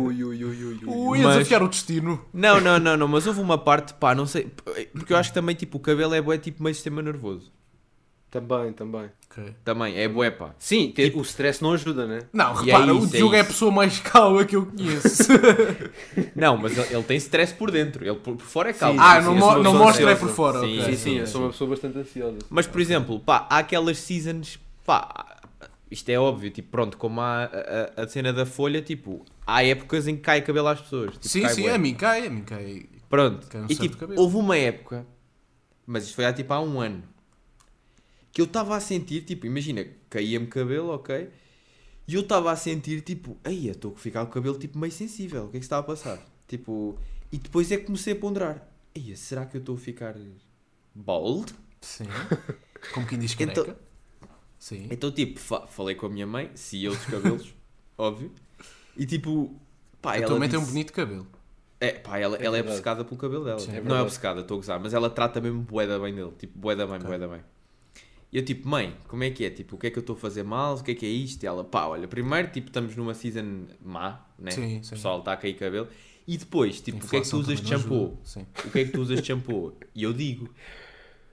Speaker 3: Ui, ui, ui, ui, ui.
Speaker 2: Ui, a
Speaker 4: Mas-
Speaker 2: desafiar o destino.
Speaker 4: Não, não, não, não, mas houve uma parte, pá, não sei, porque eu acho que também tipo o cabelo é bué tipo meio sistema nervoso.
Speaker 3: Também, também.
Speaker 4: Também, é bué, pá.
Speaker 3: Sim, ter- o stress não ajuda, né?
Speaker 2: Não,
Speaker 4: E é
Speaker 2: repara, o
Speaker 4: isso, é
Speaker 2: Diogo é, a
Speaker 4: isso.
Speaker 2: pessoa mais calma que eu conheço.
Speaker 4: Não, mas ele, ele tem stress por dentro, ele por, por fora é
Speaker 3: Sim,
Speaker 4: calmo.
Speaker 3: sim,
Speaker 2: ah,
Speaker 3: sim,
Speaker 2: não,
Speaker 3: eu
Speaker 2: mo-
Speaker 3: sou-
Speaker 2: não
Speaker 3: sou
Speaker 2: mostra é
Speaker 3: ansioso.
Speaker 2: por fora.
Speaker 4: Sim, é assim.
Speaker 2: ok.
Speaker 3: Sim, sim,
Speaker 4: sim,
Speaker 3: eu sou
Speaker 4: sim.
Speaker 3: uma pessoa bastante ansiosa.
Speaker 4: Mas por exemplo, pá, há aquelas seasons, pá, isto é óbvio, tipo, pronto, como há a, a- a cena da folha, tipo, há épocas em que cai cabelo às pessoas. Tipo,
Speaker 2: Sim,
Speaker 4: cai
Speaker 2: sim,
Speaker 4: bué.
Speaker 2: a mim cai, a mim cai.
Speaker 4: Pronto.
Speaker 2: Cai um
Speaker 4: E
Speaker 2: certo
Speaker 4: tipo,
Speaker 2: cabelo.
Speaker 4: houve uma época, mas isto foi há tipo há um ano, que eu estava a sentir, tipo, imagina, caía-me cabelo, ok? E eu estava a sentir, tipo, aí eu estou a ficar com o cabelo tipo meio sensível, o que é que se está a passar? Tipo, e depois é que comecei a ponderar, aí será que eu estou a ficar bald?
Speaker 2: Sim. Como quem diz careca.
Speaker 4: Então-
Speaker 2: Sim.
Speaker 4: Então, tipo, fa- falei com a minha mãe, se eu dos cabelos, óbvio, e tipo, pá,
Speaker 2: A
Speaker 4: ela
Speaker 2: tua mãe tem um
Speaker 4: disse-
Speaker 2: bonito cabelo.
Speaker 4: É, pá, ela, ela é
Speaker 3: verdade.
Speaker 4: obcecada pelo cabelo dela.
Speaker 2: Sim, é
Speaker 4: não é
Speaker 3: verdade.
Speaker 4: obcecada, estou a gozar, mas ela trata mesmo boeda bem dele. Tipo, boeda bem,
Speaker 2: Ok.
Speaker 4: boeda bem. E eu, tipo, mãe, como é que é? Tipo, o que é que eu estou a fazer mal? O que é que é isto? E ela, pá, olha, primeiro, tipo, estamos numa season má, né?
Speaker 2: Sim,
Speaker 4: o
Speaker 2: sim.
Speaker 4: pessoal está a cair cabelo. E depois, tipo, o que é que tu
Speaker 2: Inflação
Speaker 4: usas de
Speaker 2: também não
Speaker 4: shampoo?
Speaker 2: ajuda. Sim.
Speaker 4: O que é que tu usas de shampoo? E eu digo.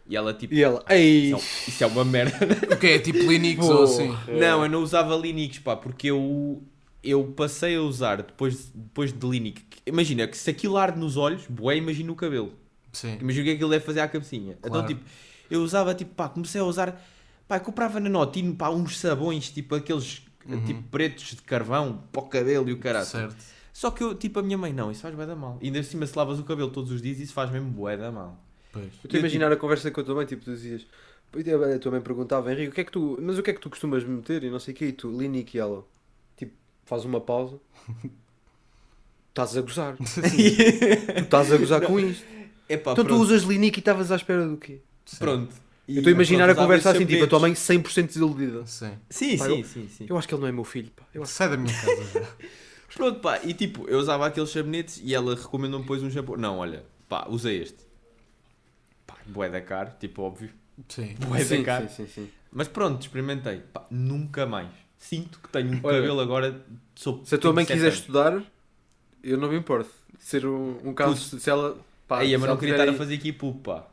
Speaker 4: E ela, tipo,
Speaker 3: E ela, ei!
Speaker 4: isso é, isso é uma merda.
Speaker 2: O que é tipo Linux ou assim?
Speaker 4: Não, eu não usava Linux, pá, porque eu, eu passei a usar depois, depois de Linux. Imagina que se aquilo arde nos olhos, boé, imagina o cabelo.
Speaker 2: Sim.
Speaker 4: Imagina o que é que ele deve fazer à cabecinha. Então,
Speaker 2: Claro.
Speaker 4: tipo, eu usava, tipo, pá, comecei a usar, pá, comprava na Notino, pá, uns sabões, tipo, aqueles,
Speaker 3: Uhum.
Speaker 4: tipo, pretos de carvão, para o cabelo e o caralho.
Speaker 2: Certo.
Speaker 4: Só que eu, tipo, a minha mãe, não, isso faz bué da mal. E ainda por cima, se lavas o cabelo todos os dias, isso faz mesmo bué da mal.
Speaker 2: Pois.
Speaker 3: Eu estou a imaginar a conversa com a tua mãe, tipo, tu dizias. "Pois é, A tua mãe perguntava, Henrique, o que é que tu, mas o que é que tu costumas meter? E não sei o quê, e tu, Linic e ela, tipo, faz uma pausa. Estás a gozar. tu estás a gozar com isto.
Speaker 4: É pá,
Speaker 3: então tu
Speaker 4: pronto.
Speaker 3: usas Linic e estavas à espera do quê?
Speaker 4: pronto.
Speaker 3: eu estou a imaginar a
Speaker 4: Pronto, usava
Speaker 3: conversa assim,
Speaker 4: esses
Speaker 3: tipo, a tua
Speaker 4: saberes.
Speaker 3: mãe 100% desiludida.
Speaker 2: Sim.
Speaker 4: Sim,
Speaker 3: Pá,
Speaker 4: sim,
Speaker 3: eu-
Speaker 4: sim, sim.
Speaker 3: Eu acho que ele não é meu filho, pá. Eu acho
Speaker 2: Sai da minha casa já.
Speaker 4: Pronto, pá, e tipo, eu usava aqueles sabonetes e ela recomendou-me depois um shampoo. Não, olha, pá, usa este. Pá, bué da caro, tipo, óbvio.
Speaker 2: Sim.
Speaker 4: Bué da
Speaker 3: sim,
Speaker 4: caro.
Speaker 3: sim, sim, sim.
Speaker 4: Mas pronto, experimentei. Pá, nunca mais. Sinto que tenho um
Speaker 3: Olha,
Speaker 4: cabelo agora tipo sob
Speaker 3: Se a tua mãe
Speaker 4: 37
Speaker 3: quiser
Speaker 4: anos.
Speaker 3: estudar, eu não me importo. Ser um, um caso, se ela. Pá,
Speaker 4: Aí,
Speaker 3: se
Speaker 4: mas
Speaker 3: ela
Speaker 4: não queria
Speaker 3: tiver
Speaker 4: estar a
Speaker 3: aí-
Speaker 4: fazer aqui pup, pá.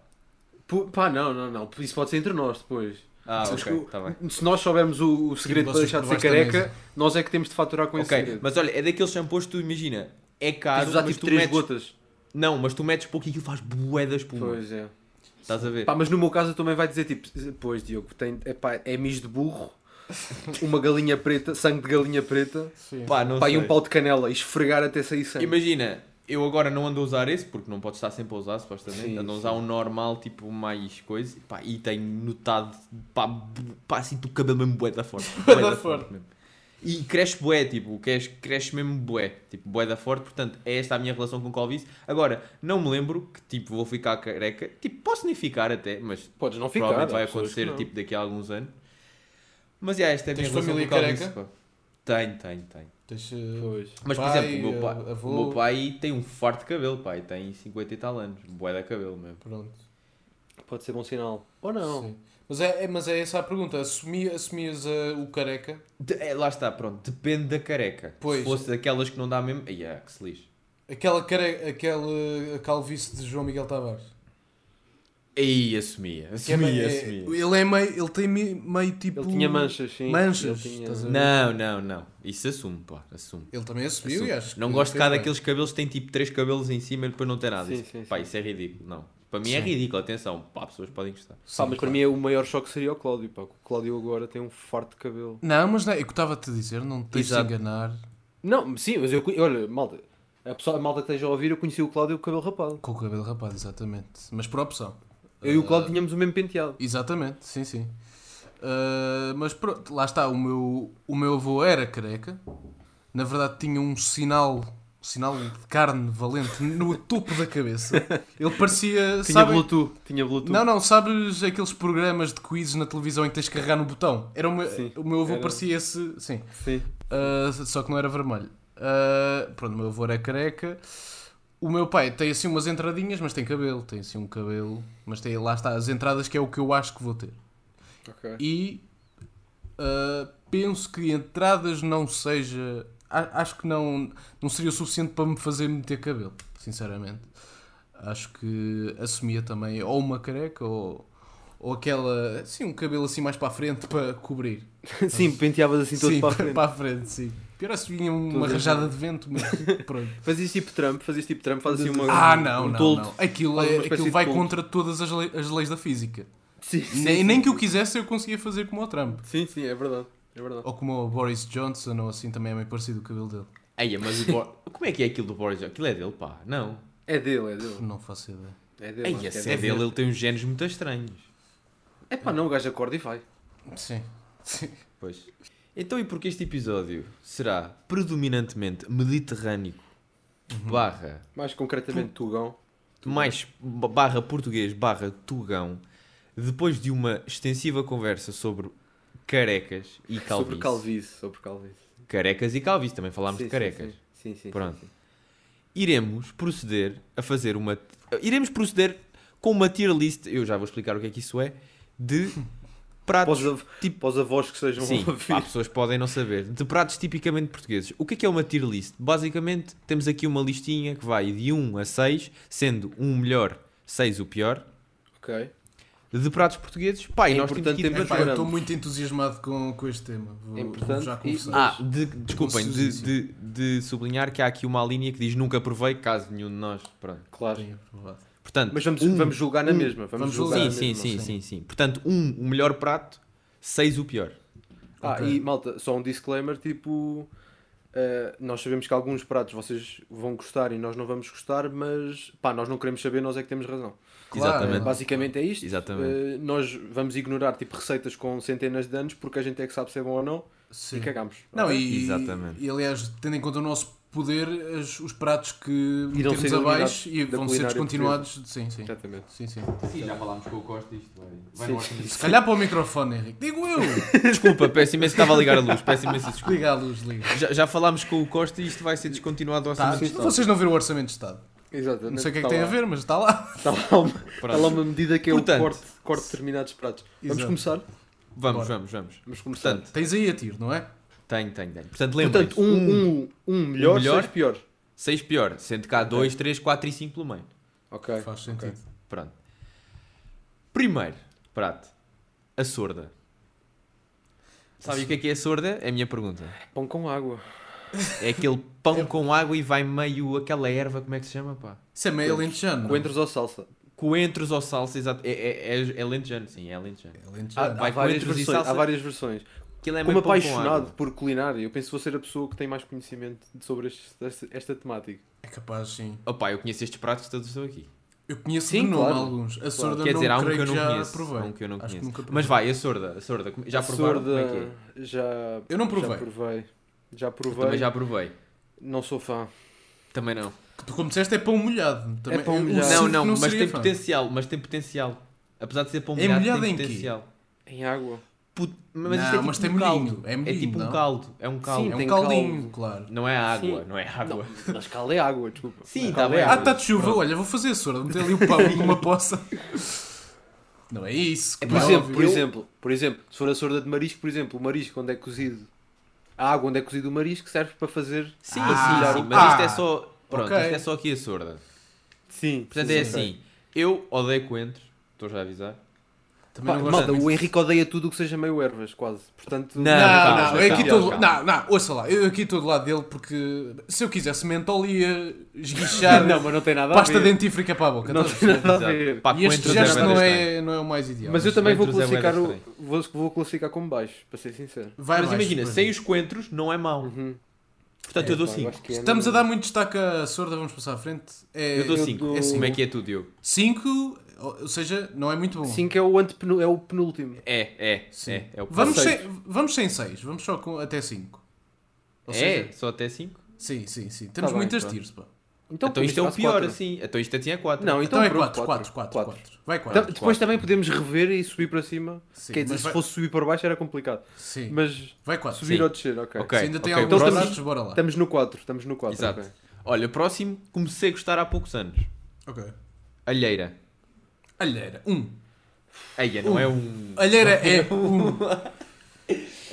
Speaker 3: Pu- Pá, não, não, não. Isso pode ser entre nós depois.
Speaker 4: Ah,
Speaker 3: Sabes que
Speaker 4: ok,
Speaker 3: o-
Speaker 4: está bem.
Speaker 3: Se nós soubermos o, o segredo
Speaker 2: Sim,
Speaker 3: para
Speaker 2: vocês
Speaker 3: deixar de ser
Speaker 2: por baixo da
Speaker 3: careca, nós é que temos de faturar com esse
Speaker 4: Ok,
Speaker 3: segredo.
Speaker 4: mas olha, é daqueles shampoos que tu imagina, é
Speaker 3: Tens de
Speaker 4: caro,
Speaker 3: usar
Speaker 4: mas
Speaker 3: tipo
Speaker 4: tu
Speaker 3: 3
Speaker 4: metes...
Speaker 3: gotas.
Speaker 4: Não, mas tu metes pouco e aquilo faz bué da espuma.
Speaker 3: Pois é.
Speaker 4: Estás a ver?
Speaker 3: Pá, mas no meu caso eu também vai dizer tipo, pois Diogo, tem, epá, é mis de burro, uma galinha preta, sangue de galinha preta,
Speaker 2: Sim.
Speaker 4: Pá, não
Speaker 3: pá,
Speaker 4: sei.
Speaker 3: e um pau de canela, e esfregar até sair sangue.
Speaker 4: Imagina, eu agora não ando a usar esse, porque não pode estar sempre a usar, supostamente.
Speaker 3: Sim,
Speaker 4: ando a
Speaker 3: sim.
Speaker 4: usar um normal, tipo, mais coisa. Pá, e tenho notado, pá, bu- pá sinto o cabelo mesmo bué da forte. bué
Speaker 2: da
Speaker 4: da
Speaker 2: forte.
Speaker 4: mesmo. E cresce bué, tipo, cresce, cresce mesmo bué. Tipo, bué da forte. Portanto, é esta a minha relação com calvície. Agora, não me lembro que, tipo, vou ficar careca. Tipo, posso nem ficar até, mas
Speaker 3: Podes não
Speaker 4: provavelmente
Speaker 3: há
Speaker 4: vai
Speaker 3: pessoas que
Speaker 4: acontecer,
Speaker 3: não.
Speaker 4: tipo, daqui a alguns anos. Mas, é, esta é a
Speaker 2: Tens
Speaker 4: minha relação
Speaker 2: família
Speaker 4: com calvície,
Speaker 2: careca?
Speaker 4: pá. Tenho, tenho, tenho.
Speaker 2: Tens, uh,
Speaker 3: Pois.
Speaker 4: Mas, por
Speaker 2: Pai,
Speaker 4: exemplo, o meu pai,
Speaker 2: eh, avô.
Speaker 4: o meu pai tem um farto de cabelo, pai, tem 50 e tal anos, bué da cabelo mesmo.
Speaker 2: Pronto.
Speaker 3: Pode ser bom sinal. Ou não.
Speaker 2: Sim. Mas é, é- mas é essa a pergunta. Assumi, assumias uh, o careca?
Speaker 4: De- é, lá está, pronto, depende da careca.
Speaker 2: Pois.
Speaker 4: Se fosse daquelas que não dá mesmo, aí é que se lixe.
Speaker 2: Aquela, care... Aquela calvície de João Miguel Tavares.
Speaker 4: Aí assumia,
Speaker 2: Que é
Speaker 4: assumia,
Speaker 2: meio- é-
Speaker 4: assumia.
Speaker 2: Ele é meio. Ele tem me- meio tipo.
Speaker 3: Ele tinha manchas, sim.
Speaker 2: Manchas,
Speaker 3: Ele tinha-
Speaker 2: estás a ver?
Speaker 4: Não, não, não, isso assume, pá, assume.
Speaker 2: Ele também assumiu
Speaker 4: assume.
Speaker 2: e acho
Speaker 4: não
Speaker 2: que
Speaker 4: gosto de
Speaker 2: fez
Speaker 4: cá
Speaker 2: bem.
Speaker 4: daqueles cabelos que têm tipo três cabelos em cima e depois não tem nada.
Speaker 3: Sim,
Speaker 4: isso,
Speaker 3: sim,
Speaker 4: pá, isso é ridículo, não. Para mim é ridículo, atenção, pá, pessoas podem gostar.
Speaker 2: Sim,
Speaker 3: Pá, mas para
Speaker 2: claro.
Speaker 3: mim é o maior choque seria o Cláudio, pá. O Cláudio agora tem um farto de cabelo.
Speaker 2: Não, mas não, é eu estava-te a dizer, não te tens de
Speaker 4: Exato.
Speaker 2: enganar.
Speaker 3: Não, sim, mas eu conhe- olha, malta, a, pessoa, a malta que esteja a ouvir, eu conheci o Cláudio com o cabelo rapado.
Speaker 2: Com o cabelo rapado, exatamente. Mas por opção.
Speaker 3: Eu
Speaker 4: Ah.
Speaker 3: e o Cláudio tínhamos o mesmo penteado.
Speaker 2: Exatamente, sim, sim. Ah, mas pronto, lá está, o meu, o meu avô era careca. Na verdade tinha um sinal, sinal de carne valente no topo da cabeça. Ele parecia,
Speaker 3: Tinha
Speaker 2: sabe-
Speaker 3: Bluetooth, tinha Bluetooth.
Speaker 2: Não, não, sabes aqueles programas de quizzes na televisão em que tens de carregar no botão? Era o meu,
Speaker 3: Sim,
Speaker 2: o meu avô
Speaker 3: era-
Speaker 2: parecia esse, sim.
Speaker 3: Sim.
Speaker 2: Uh, só que não era vermelho. Uh, pronto, o meu avô era careca. O meu pai tem assim umas entradinhas, mas tem cabelo. Tem assim um cabelo, mas tem lá está as entradas que é o que eu acho que vou ter.
Speaker 3: Ok.
Speaker 2: E uh, penso que entradas não seja. a- Acho que não, não seria o suficiente para me fazer meter cabelo, sinceramente. Acho que assumia também ou uma careca ou, ou aquela. Assim, um cabelo assim mais para a frente para cobrir
Speaker 3: Sim, penteavas assim todo
Speaker 2: sim,
Speaker 3: para a frente.
Speaker 2: para a frente, sim. Pior é se vinha uma
Speaker 3: Tudo
Speaker 2: rajada de vento, mas pronto.
Speaker 3: Fazias tipo Trump, fazias tipo Trump, fazes assim uma.
Speaker 2: Ah, não,
Speaker 3: um
Speaker 2: não,
Speaker 3: toldo.
Speaker 2: não. Aquilo,
Speaker 3: Faz
Speaker 2: é,
Speaker 3: uma espécie
Speaker 2: aquilo
Speaker 3: de
Speaker 2: vai
Speaker 3: toldo.
Speaker 2: contra todas as, le- as leis da física.
Speaker 3: Sim, sim,
Speaker 2: nem,
Speaker 3: sim.
Speaker 2: nem que eu quisesse eu conseguia fazer como o Trump.
Speaker 3: Sim, sim, é verdade. É verdade.
Speaker 2: Ou como o Boris Johnson, ou assim também é meio parecido o cabelo dele.
Speaker 4: Aí, mas o Bor... como é que é aquilo do Boris? Johnson? Aquilo é dele, pá, não.
Speaker 3: É dele, é dele.
Speaker 2: Não faço ideia.
Speaker 3: É dele.
Speaker 4: Aí,
Speaker 3: acho que
Speaker 4: se é dele, ele tem uns genes muito estranhos.
Speaker 3: É pá, não, o gajo acorda e vai.
Speaker 2: Sim. Sim.
Speaker 4: Pois. Então, e porque este episódio será predominantemente mediterrâneo,
Speaker 3: Uhum.
Speaker 4: barra,
Speaker 3: Mais concretamente, Tugão.
Speaker 4: mais ba- barra português, barra tugão, depois de uma extensiva conversa sobre carecas e calvície.
Speaker 3: Sobre calvície. Sobre calvície.
Speaker 4: Carecas e calvície, também falámos
Speaker 3: Sim,
Speaker 4: de
Speaker 3: sim,
Speaker 4: carecas.
Speaker 3: Sim, sim. sim,
Speaker 4: Pronto.
Speaker 3: sim.
Speaker 4: iremos proceder a fazer uma. Iremos proceder com uma tier list. Eu já vou explicar o que é que isso é. De pratos.
Speaker 3: Para os, av-
Speaker 4: tipo-
Speaker 3: para os avós que sejam
Speaker 4: Sim,
Speaker 3: a ouvir.
Speaker 4: há pessoas que podem não saber. De pratos tipicamente portugueses. O que é que é uma tier list? Basicamente, temos aqui uma listinha que vai de 1 a 6, sendo 1 o melhor, 6 o pior.
Speaker 3: Ok.
Speaker 4: De pratos portugueses, pá, e
Speaker 3: É
Speaker 4: nós temos
Speaker 3: importante
Speaker 4: que
Speaker 3: termos
Speaker 4: ir
Speaker 2: Epá, eu estou
Speaker 3: Esperamos.
Speaker 2: muito entusiasmado com, com este tema. Vou,
Speaker 3: É importante
Speaker 2: vou já
Speaker 3: e-
Speaker 2: confessar.
Speaker 4: Ah, de- desculpem, de, de- de sublinhar que há aqui uma linha que diz nunca provei, caso nenhum de nós. Pronto.
Speaker 3: Claro.
Speaker 2: Tenho aprovado.
Speaker 4: Portanto,
Speaker 3: Mas vamos,
Speaker 4: um-
Speaker 3: vamos julgar na
Speaker 4: um-
Speaker 3: mesma.
Speaker 2: vamos
Speaker 3: Vamos, julgar
Speaker 4: Sim,
Speaker 3: na
Speaker 4: sim,
Speaker 3: mesma.
Speaker 4: sim,
Speaker 2: sim.
Speaker 4: sim, sim. Portanto, um, o melhor prato, seis o pior.
Speaker 3: Ah,
Speaker 2: Ok.
Speaker 3: e malta, só um disclaimer, tipo, eh, nós sabemos que alguns pratos vocês vão gostar e nós não vamos gostar, mas pá, nós não queremos saber, nós é que temos razão.
Speaker 2: Claro,
Speaker 4: Exatamente.
Speaker 3: Basicamente é isto.
Speaker 4: Exatamente.
Speaker 3: Eh, nós vamos ignorar tipo receitas com centenas de anos porque a gente é que sabe se é bom ou não
Speaker 2: Sim.
Speaker 3: e cagamos.
Speaker 2: Não,
Speaker 3: ok?
Speaker 2: e,
Speaker 4: Exatamente.
Speaker 2: e aliás, tendo em conta o nosso poder, as- os pratos que
Speaker 3: Irão
Speaker 2: metemos
Speaker 3: ser
Speaker 2: abaixo e
Speaker 3: eliminados da
Speaker 2: vão ser
Speaker 3: culinária
Speaker 2: descontinuados. Sim, sim.
Speaker 3: Exatamente.
Speaker 2: Sim, sim.
Speaker 4: Sim, já falámos com o Costa isto vai,
Speaker 3: vai no Sim.
Speaker 2: Se calhar para o microfone, Henrique. Digo eu!
Speaker 4: Desculpa, peço imenso que estava a ligar a luz. Peço imenso desculpa.
Speaker 2: Liga a luz, liga.
Speaker 4: Já, já falámos com o Costa e isto vai ser descontinuado ao
Speaker 2: Tá,
Speaker 4: orçamento de Estado.
Speaker 2: vocês não viram o Orçamento de Estado.
Speaker 3: Exatamente.
Speaker 2: Não sei o que é que
Speaker 3: Tá
Speaker 2: tem a
Speaker 3: lá.
Speaker 2: ver, mas está lá.
Speaker 3: Está lá uma, está lá
Speaker 4: Pronto.
Speaker 3: uma medida que é
Speaker 4: Portanto.
Speaker 3: o corte, corte de determinados pratos. Vamos
Speaker 2: Exato.
Speaker 3: começar?
Speaker 4: Vamos,
Speaker 2: Bora.
Speaker 4: vamos, vamos.
Speaker 3: Vamos começar.
Speaker 4: Portanto,
Speaker 2: Tens aí a tiro, não é?
Speaker 4: tenho, tenho, tenho. Portanto, lembrem
Speaker 3: Portanto, um, um, um melhor,
Speaker 4: melhor.
Speaker 3: seis pior.
Speaker 4: seis pior, sendo que há dois, três, quatro e cinco pelo meio.
Speaker 3: Ok.
Speaker 2: Faz sentido.
Speaker 4: Pronto. Primeiro prato, a sorda. Sabe o que é que é a sorda? É a minha pergunta.
Speaker 3: Pão com água.
Speaker 4: É aquele pão com água e vai meio aquela erva, como é que se chama, pá?
Speaker 2: Isso é meio lentejano.
Speaker 3: Coentros ou salsa?
Speaker 4: Coentros ou salsa, exato. É, é, é, é lentejano, sim, é lentejano.
Speaker 2: É
Speaker 3: Há,
Speaker 2: lentejano.
Speaker 4: vai
Speaker 3: há várias
Speaker 4: coentros e
Speaker 3: versões,
Speaker 4: salsa.
Speaker 3: há várias versões.
Speaker 4: Aquilo é
Speaker 3: Como
Speaker 4: meio pão com
Speaker 3: apaixonado
Speaker 4: água.
Speaker 3: por culinária, eu penso que vou ser a pessoa que tem mais conhecimento sobre este- esta, esta temática.
Speaker 2: É capaz, sim.
Speaker 4: Opá, eu conheço estes pratos todos estão aqui.
Speaker 2: Eu conheço
Speaker 3: Sim,
Speaker 2: de nome
Speaker 3: claro.
Speaker 2: alguns. A sorda
Speaker 4: Quer
Speaker 2: não
Speaker 4: dizer, há um que
Speaker 2: creio
Speaker 4: eu não
Speaker 2: já
Speaker 4: conheço.
Speaker 2: provei.
Speaker 4: Há um que eu não
Speaker 2: Acho que
Speaker 4: conheço.
Speaker 2: nunca provei.
Speaker 4: Mas vai, a sorda, a sorda. como- Já
Speaker 3: A
Speaker 4: provaram? Como é
Speaker 3: sorda,
Speaker 4: que é?
Speaker 3: já,
Speaker 2: Eu não provei.
Speaker 3: já provei. Já provei.
Speaker 4: Também já provei.
Speaker 3: Não sou fã.
Speaker 4: Também não.
Speaker 2: Tu, como disseste, é pão molhado. Também,
Speaker 3: pão
Speaker 2: eu- eu
Speaker 3: molhado.
Speaker 2: sinto
Speaker 4: Não,
Speaker 2: que
Speaker 4: não, mas
Speaker 2: seria
Speaker 4: tem
Speaker 2: fã. É
Speaker 4: potencial, mas tem potencial. Apesar de ser pão molhado,
Speaker 2: molhado
Speaker 4: tem
Speaker 2: em quê?
Speaker 4: potencial.
Speaker 3: Em água.
Speaker 4: Put-
Speaker 2: Não,
Speaker 4: Mas isto é tipo
Speaker 2: mas tem
Speaker 4: um caldo.
Speaker 2: molhinho, é molhinho,
Speaker 4: tipo um
Speaker 2: não?
Speaker 4: caldo. É um caldo.
Speaker 2: É
Speaker 3: Tem
Speaker 2: um caldinho,
Speaker 3: caldo.
Speaker 2: claro.
Speaker 4: Não é água,
Speaker 3: Sim.
Speaker 4: não é água.
Speaker 3: Na escala é água, desculpa.
Speaker 4: Sim,
Speaker 3: Na
Speaker 4: tá
Speaker 3: escala
Speaker 4: bem.
Speaker 3: é
Speaker 2: Ah,
Speaker 3: água.
Speaker 2: está de chuva. Olha, vou fazer a sorda. Meter ali o pau numa poça. Não é isso.
Speaker 3: Por,
Speaker 2: como é
Speaker 3: exemplo,
Speaker 2: óbvio.
Speaker 3: por, exemplo, por exemplo, se for a sorda de marisco, por exemplo, o marisco onde é cozido, a água onde é cozido o marisco serve para fazer.
Speaker 4: Sim,
Speaker 2: Ah,
Speaker 4: sim, sim.
Speaker 2: ah,
Speaker 4: Mas isto é só. Pronto,
Speaker 2: ok.
Speaker 4: isto é só aqui a sorda.
Speaker 3: Sim.
Speaker 4: Portanto, é assim. Eu odeio coentros. Estou já a avisar.
Speaker 2: Também
Speaker 3: Pá,
Speaker 2: não gosto
Speaker 3: malta,
Speaker 2: muito.
Speaker 3: o Henrique odeia tudo o que seja meio ervas, quase. Portanto,
Speaker 4: Não,
Speaker 2: Não,
Speaker 4: calma,
Speaker 2: não, eu
Speaker 4: calma,
Speaker 2: aqui todo,
Speaker 4: calma.
Speaker 2: não, não, ouça lá, eu aqui estou do lado dele porque se eu quisesse mentol ia esguichar
Speaker 3: não, mas não tem nada
Speaker 2: pasta
Speaker 3: a ver.
Speaker 2: dentífrica para a boca.
Speaker 3: Não
Speaker 2: estás
Speaker 3: tem
Speaker 2: a perceber?
Speaker 3: nada a
Speaker 4: Exato.
Speaker 3: ver.
Speaker 4: Pá,
Speaker 2: e este
Speaker 4: coentros
Speaker 2: gesto
Speaker 4: bué
Speaker 2: não
Speaker 4: estranho.
Speaker 2: é, não é o mais ideal.
Speaker 3: Mas eu também vou
Speaker 4: Coentros é bué
Speaker 3: classificar, o,
Speaker 4: estranho.
Speaker 3: vou, vou classificar como baixo, para ser sincero.
Speaker 2: Vai
Speaker 4: Mas
Speaker 2: abaixo,
Speaker 4: imagina,
Speaker 2: por
Speaker 4: sem
Speaker 2: exemplo.
Speaker 4: os coentros não é mau.
Speaker 3: Uhum.
Speaker 4: Portanto,
Speaker 2: É,
Speaker 4: eu dou
Speaker 3: Pá, eu
Speaker 4: 5.
Speaker 3: acho que é
Speaker 2: Estamos a
Speaker 3: mesmo.
Speaker 2: dar muito destaque à sorda, vamos passar à frente. É,
Speaker 4: Eu dou
Speaker 3: eu
Speaker 4: 5.
Speaker 3: dou-
Speaker 4: Como é que é tu, Diogo?
Speaker 2: 5, ou seja, não é muito bom.
Speaker 3: 5 é o, antepenu, é o penúltimo.
Speaker 4: É, é,
Speaker 2: Sim.
Speaker 4: é. É o
Speaker 2: vamos,
Speaker 4: passo.
Speaker 3: seis.
Speaker 2: sem, vamos sem 6, vamos só com, até 5.
Speaker 4: É, só até 5.
Speaker 2: Sim, sim, sim. Temos
Speaker 3: Tá bem,
Speaker 2: muitas
Speaker 3: pá.
Speaker 2: tiros, pá.
Speaker 4: Então, isto é o
Speaker 3: faz
Speaker 4: pior,
Speaker 3: quatro.
Speaker 4: assim. Então isto até é 4.
Speaker 3: Não,
Speaker 2: Então,
Speaker 3: então,
Speaker 2: é 4,
Speaker 3: pronto,
Speaker 2: 4,
Speaker 3: quatro,
Speaker 2: 4,
Speaker 3: quatro.
Speaker 2: 4. Vai
Speaker 3: Então,
Speaker 2: 4.
Speaker 3: depois também podemos rever e subir para cima.
Speaker 2: Sim,
Speaker 3: Quer dizer,
Speaker 2: mas
Speaker 3: se
Speaker 2: vai-
Speaker 3: fosse subir para baixo era complicado.
Speaker 2: Sim,
Speaker 3: Mas
Speaker 2: vai 4.
Speaker 3: subir
Speaker 4: Sim.
Speaker 3: ou descer, ok.
Speaker 4: Ok.
Speaker 2: Se ainda tem
Speaker 4: ok.
Speaker 2: alguns
Speaker 3: Então,
Speaker 2: pratos, bora lá.
Speaker 3: Estamos no 4, estamos no 4.
Speaker 4: Exato. Olha, próximo, comecei a gostar há poucos anos.
Speaker 2: Ok.
Speaker 4: Alheira.
Speaker 2: Alheira, 1. Um.
Speaker 4: Eia, não
Speaker 2: Uh.
Speaker 4: é um.
Speaker 2: Alheira é 1. Um.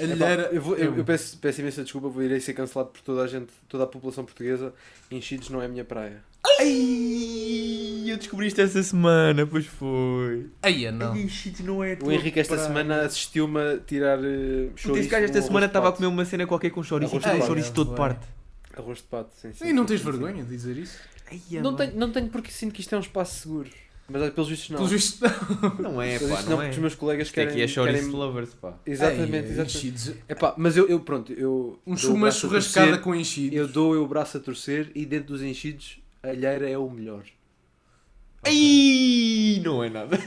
Speaker 2: Alheira
Speaker 3: eu, vou-
Speaker 2: é
Speaker 3: eu-
Speaker 2: um.
Speaker 3: eu peço, peço imensa desculpa, vou irei ser cancelado por toda a gente, toda a população portuguesa. Enchidos não é a minha praia.
Speaker 4: Ai, eu descobri isto essa semana, pois foi.
Speaker 2: Aia, não.
Speaker 4: Ai, shit, não é a
Speaker 3: O
Speaker 4: tua
Speaker 3: Henrique esta
Speaker 4: praia.
Speaker 3: semana assistiu-me a tirar uh,
Speaker 4: Puta, Esse gajo esta semana estava a comer uma cena qualquer com chouriço e
Speaker 3: Arroz de
Speaker 4: tirou o
Speaker 3: pato.
Speaker 4: chouriço todo de parte.
Speaker 3: Arroz de pato, sim, sim.
Speaker 2: E não
Speaker 3: sim,
Speaker 2: tens
Speaker 3: sim,
Speaker 2: vergonha de dizer isso?
Speaker 3: sim.
Speaker 4: Eia,
Speaker 3: Não
Speaker 4: mano.
Speaker 3: tenho, não tenho porque sinto que isto é um espaço seguro. Mas ah, pelos vistos não.
Speaker 2: Pelos vistos, não.
Speaker 4: Não é,
Speaker 3: Pelos
Speaker 4: pá,
Speaker 3: vistos não,
Speaker 4: não é.
Speaker 3: porque os meus colegas
Speaker 4: Isto
Speaker 3: querem...
Speaker 4: aqui é chouriço
Speaker 3: querem-
Speaker 4: lovers, pá.
Speaker 3: Exatamente,
Speaker 2: Aia,
Speaker 3: exatamente.
Speaker 2: enchidos.
Speaker 3: Epá, mas eu, eu pronto, eu...
Speaker 2: é Um
Speaker 3: dou o
Speaker 2: chuma
Speaker 3: braço a
Speaker 2: churrascada
Speaker 3: torcer,
Speaker 2: com enchidos.
Speaker 3: Eu dou eu o braço a torcer e dentro dos enchidos, a alheira é o melhor.
Speaker 4: Ai, não é nada.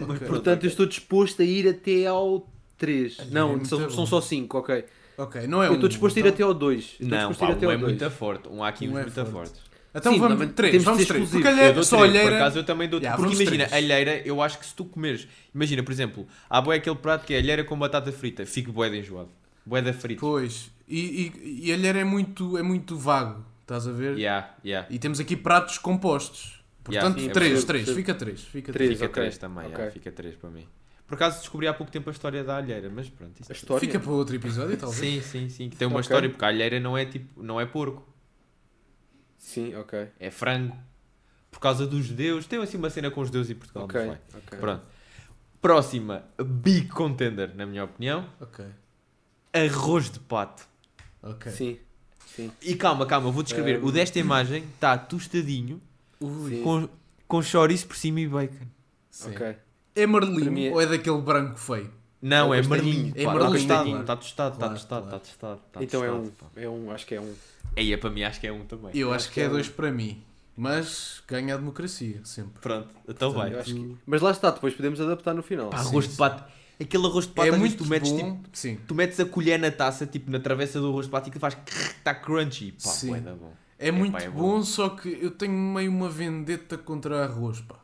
Speaker 2: Ok,
Speaker 3: Portanto, eu estou disposto a ir até ao 3.
Speaker 2: Alheira é
Speaker 3: Não,
Speaker 2: muito
Speaker 3: são,
Speaker 2: bom.
Speaker 3: são só 5, ok.
Speaker 2: Ok, não é
Speaker 3: Eu
Speaker 2: um.
Speaker 3: estou disposto a ir
Speaker 2: então.
Speaker 3: até ao 2.
Speaker 4: Não, pá, um é muito forte. Um há aqui
Speaker 2: Um
Speaker 4: uns
Speaker 2: é
Speaker 4: muito
Speaker 2: forte.
Speaker 4: fortes.
Speaker 2: Então
Speaker 3: Sim,
Speaker 2: vamos
Speaker 3: também
Speaker 2: 3,
Speaker 3: temos de
Speaker 2: vamos
Speaker 3: ser
Speaker 2: 3.
Speaker 3: exclusivos.
Speaker 2: Porque
Speaker 4: Eu dou
Speaker 2: alheira, só
Speaker 4: três, por
Speaker 2: alheira.
Speaker 4: acaso eu também dou
Speaker 2: Já,
Speaker 4: Porque
Speaker 2: vamos
Speaker 4: imagina,
Speaker 2: três.
Speaker 4: alheira, eu acho que se tu comeres, imagina, por exemplo, há boé aquele prato que é alheira com batata frita, fico bué de enjoado. Bué da frita.
Speaker 2: Pois. E, e, e alheira é muito, é muito vago. Estás a ver?
Speaker 4: Yeah, yeah.
Speaker 2: E temos aqui pratos compostos.
Speaker 4: Yeah,
Speaker 2: Portanto,
Speaker 4: sim, é
Speaker 2: três,
Speaker 3: verdade.
Speaker 2: três,
Speaker 3: Sim.
Speaker 2: fica três, fica
Speaker 3: Três.
Speaker 2: três.
Speaker 4: Fica
Speaker 3: ok,
Speaker 4: 3 também,
Speaker 3: ok.
Speaker 4: yeah, fica 3 para mim. Por acaso descobri há pouco tempo a história da alheira, mas pronto. Isso
Speaker 3: A história.
Speaker 2: Fica para outro episódio, talvez.
Speaker 4: Sim, sim, sim. Que tem uma
Speaker 3: Ok.
Speaker 4: história, porque a alheira não é tipo, não é porco,
Speaker 3: Sim, ok.
Speaker 4: é frango. Por causa dos judeus, tem assim uma cena com os judeus e Portugal,
Speaker 3: Ok.
Speaker 4: mas vai.
Speaker 3: ok.
Speaker 4: Pronto. Próxima, big contender, na minha opinião,
Speaker 2: Ok,
Speaker 4: arroz de pato.
Speaker 2: ok.
Speaker 3: Sim.
Speaker 4: E calma, calma, vou descrever.
Speaker 3: Um,
Speaker 4: O desta imagem está tostadinho,
Speaker 2: Ui,
Speaker 3: Sim.
Speaker 4: com, com chouriço por cima e bacon.
Speaker 2: sim.
Speaker 3: Ok.
Speaker 2: É
Speaker 3: Para
Speaker 2: marlinho
Speaker 3: mim é-
Speaker 2: ou é daquele branco feio?
Speaker 4: Não,
Speaker 3: É
Speaker 4: é
Speaker 3: um
Speaker 4: marlinho.
Speaker 2: castanhinho. É
Speaker 4: pá,
Speaker 2: marlinho,
Speaker 4: castanhinho,
Speaker 2: claro.
Speaker 4: Está tostado, está
Speaker 2: Claro,
Speaker 4: tostado, está
Speaker 2: claro.
Speaker 4: tostado. está
Speaker 3: Então é
Speaker 4: tostado,
Speaker 3: um.
Speaker 4: Tá pá.
Speaker 3: É um, acho que é um.
Speaker 4: Aí é para mim, acho que é um também.
Speaker 2: Eu acho que é
Speaker 3: um-
Speaker 2: dois para mim. Mas ganha a democracia, sempre.
Speaker 4: Pronto, então vai.
Speaker 3: Eu acho que- Mas lá está, depois podemos adaptar no final.
Speaker 4: Pá,
Speaker 2: Sim,
Speaker 4: arroz de
Speaker 2: sim.
Speaker 4: pato. Aquele arroz de pato
Speaker 2: é
Speaker 4: às vezes
Speaker 2: muito
Speaker 4: tu metes, tipo,
Speaker 2: bom. Sim.
Speaker 4: tu metes a colher na taça, tipo na travessa do arroz de pato e que faz crrr, tá crunchy. Pá,
Speaker 2: Sim.
Speaker 4: bué da bom.
Speaker 2: É
Speaker 4: Epá,
Speaker 2: muito
Speaker 4: é bom.
Speaker 2: bom, só que eu tenho meio uma vendetta contra arroz, pá.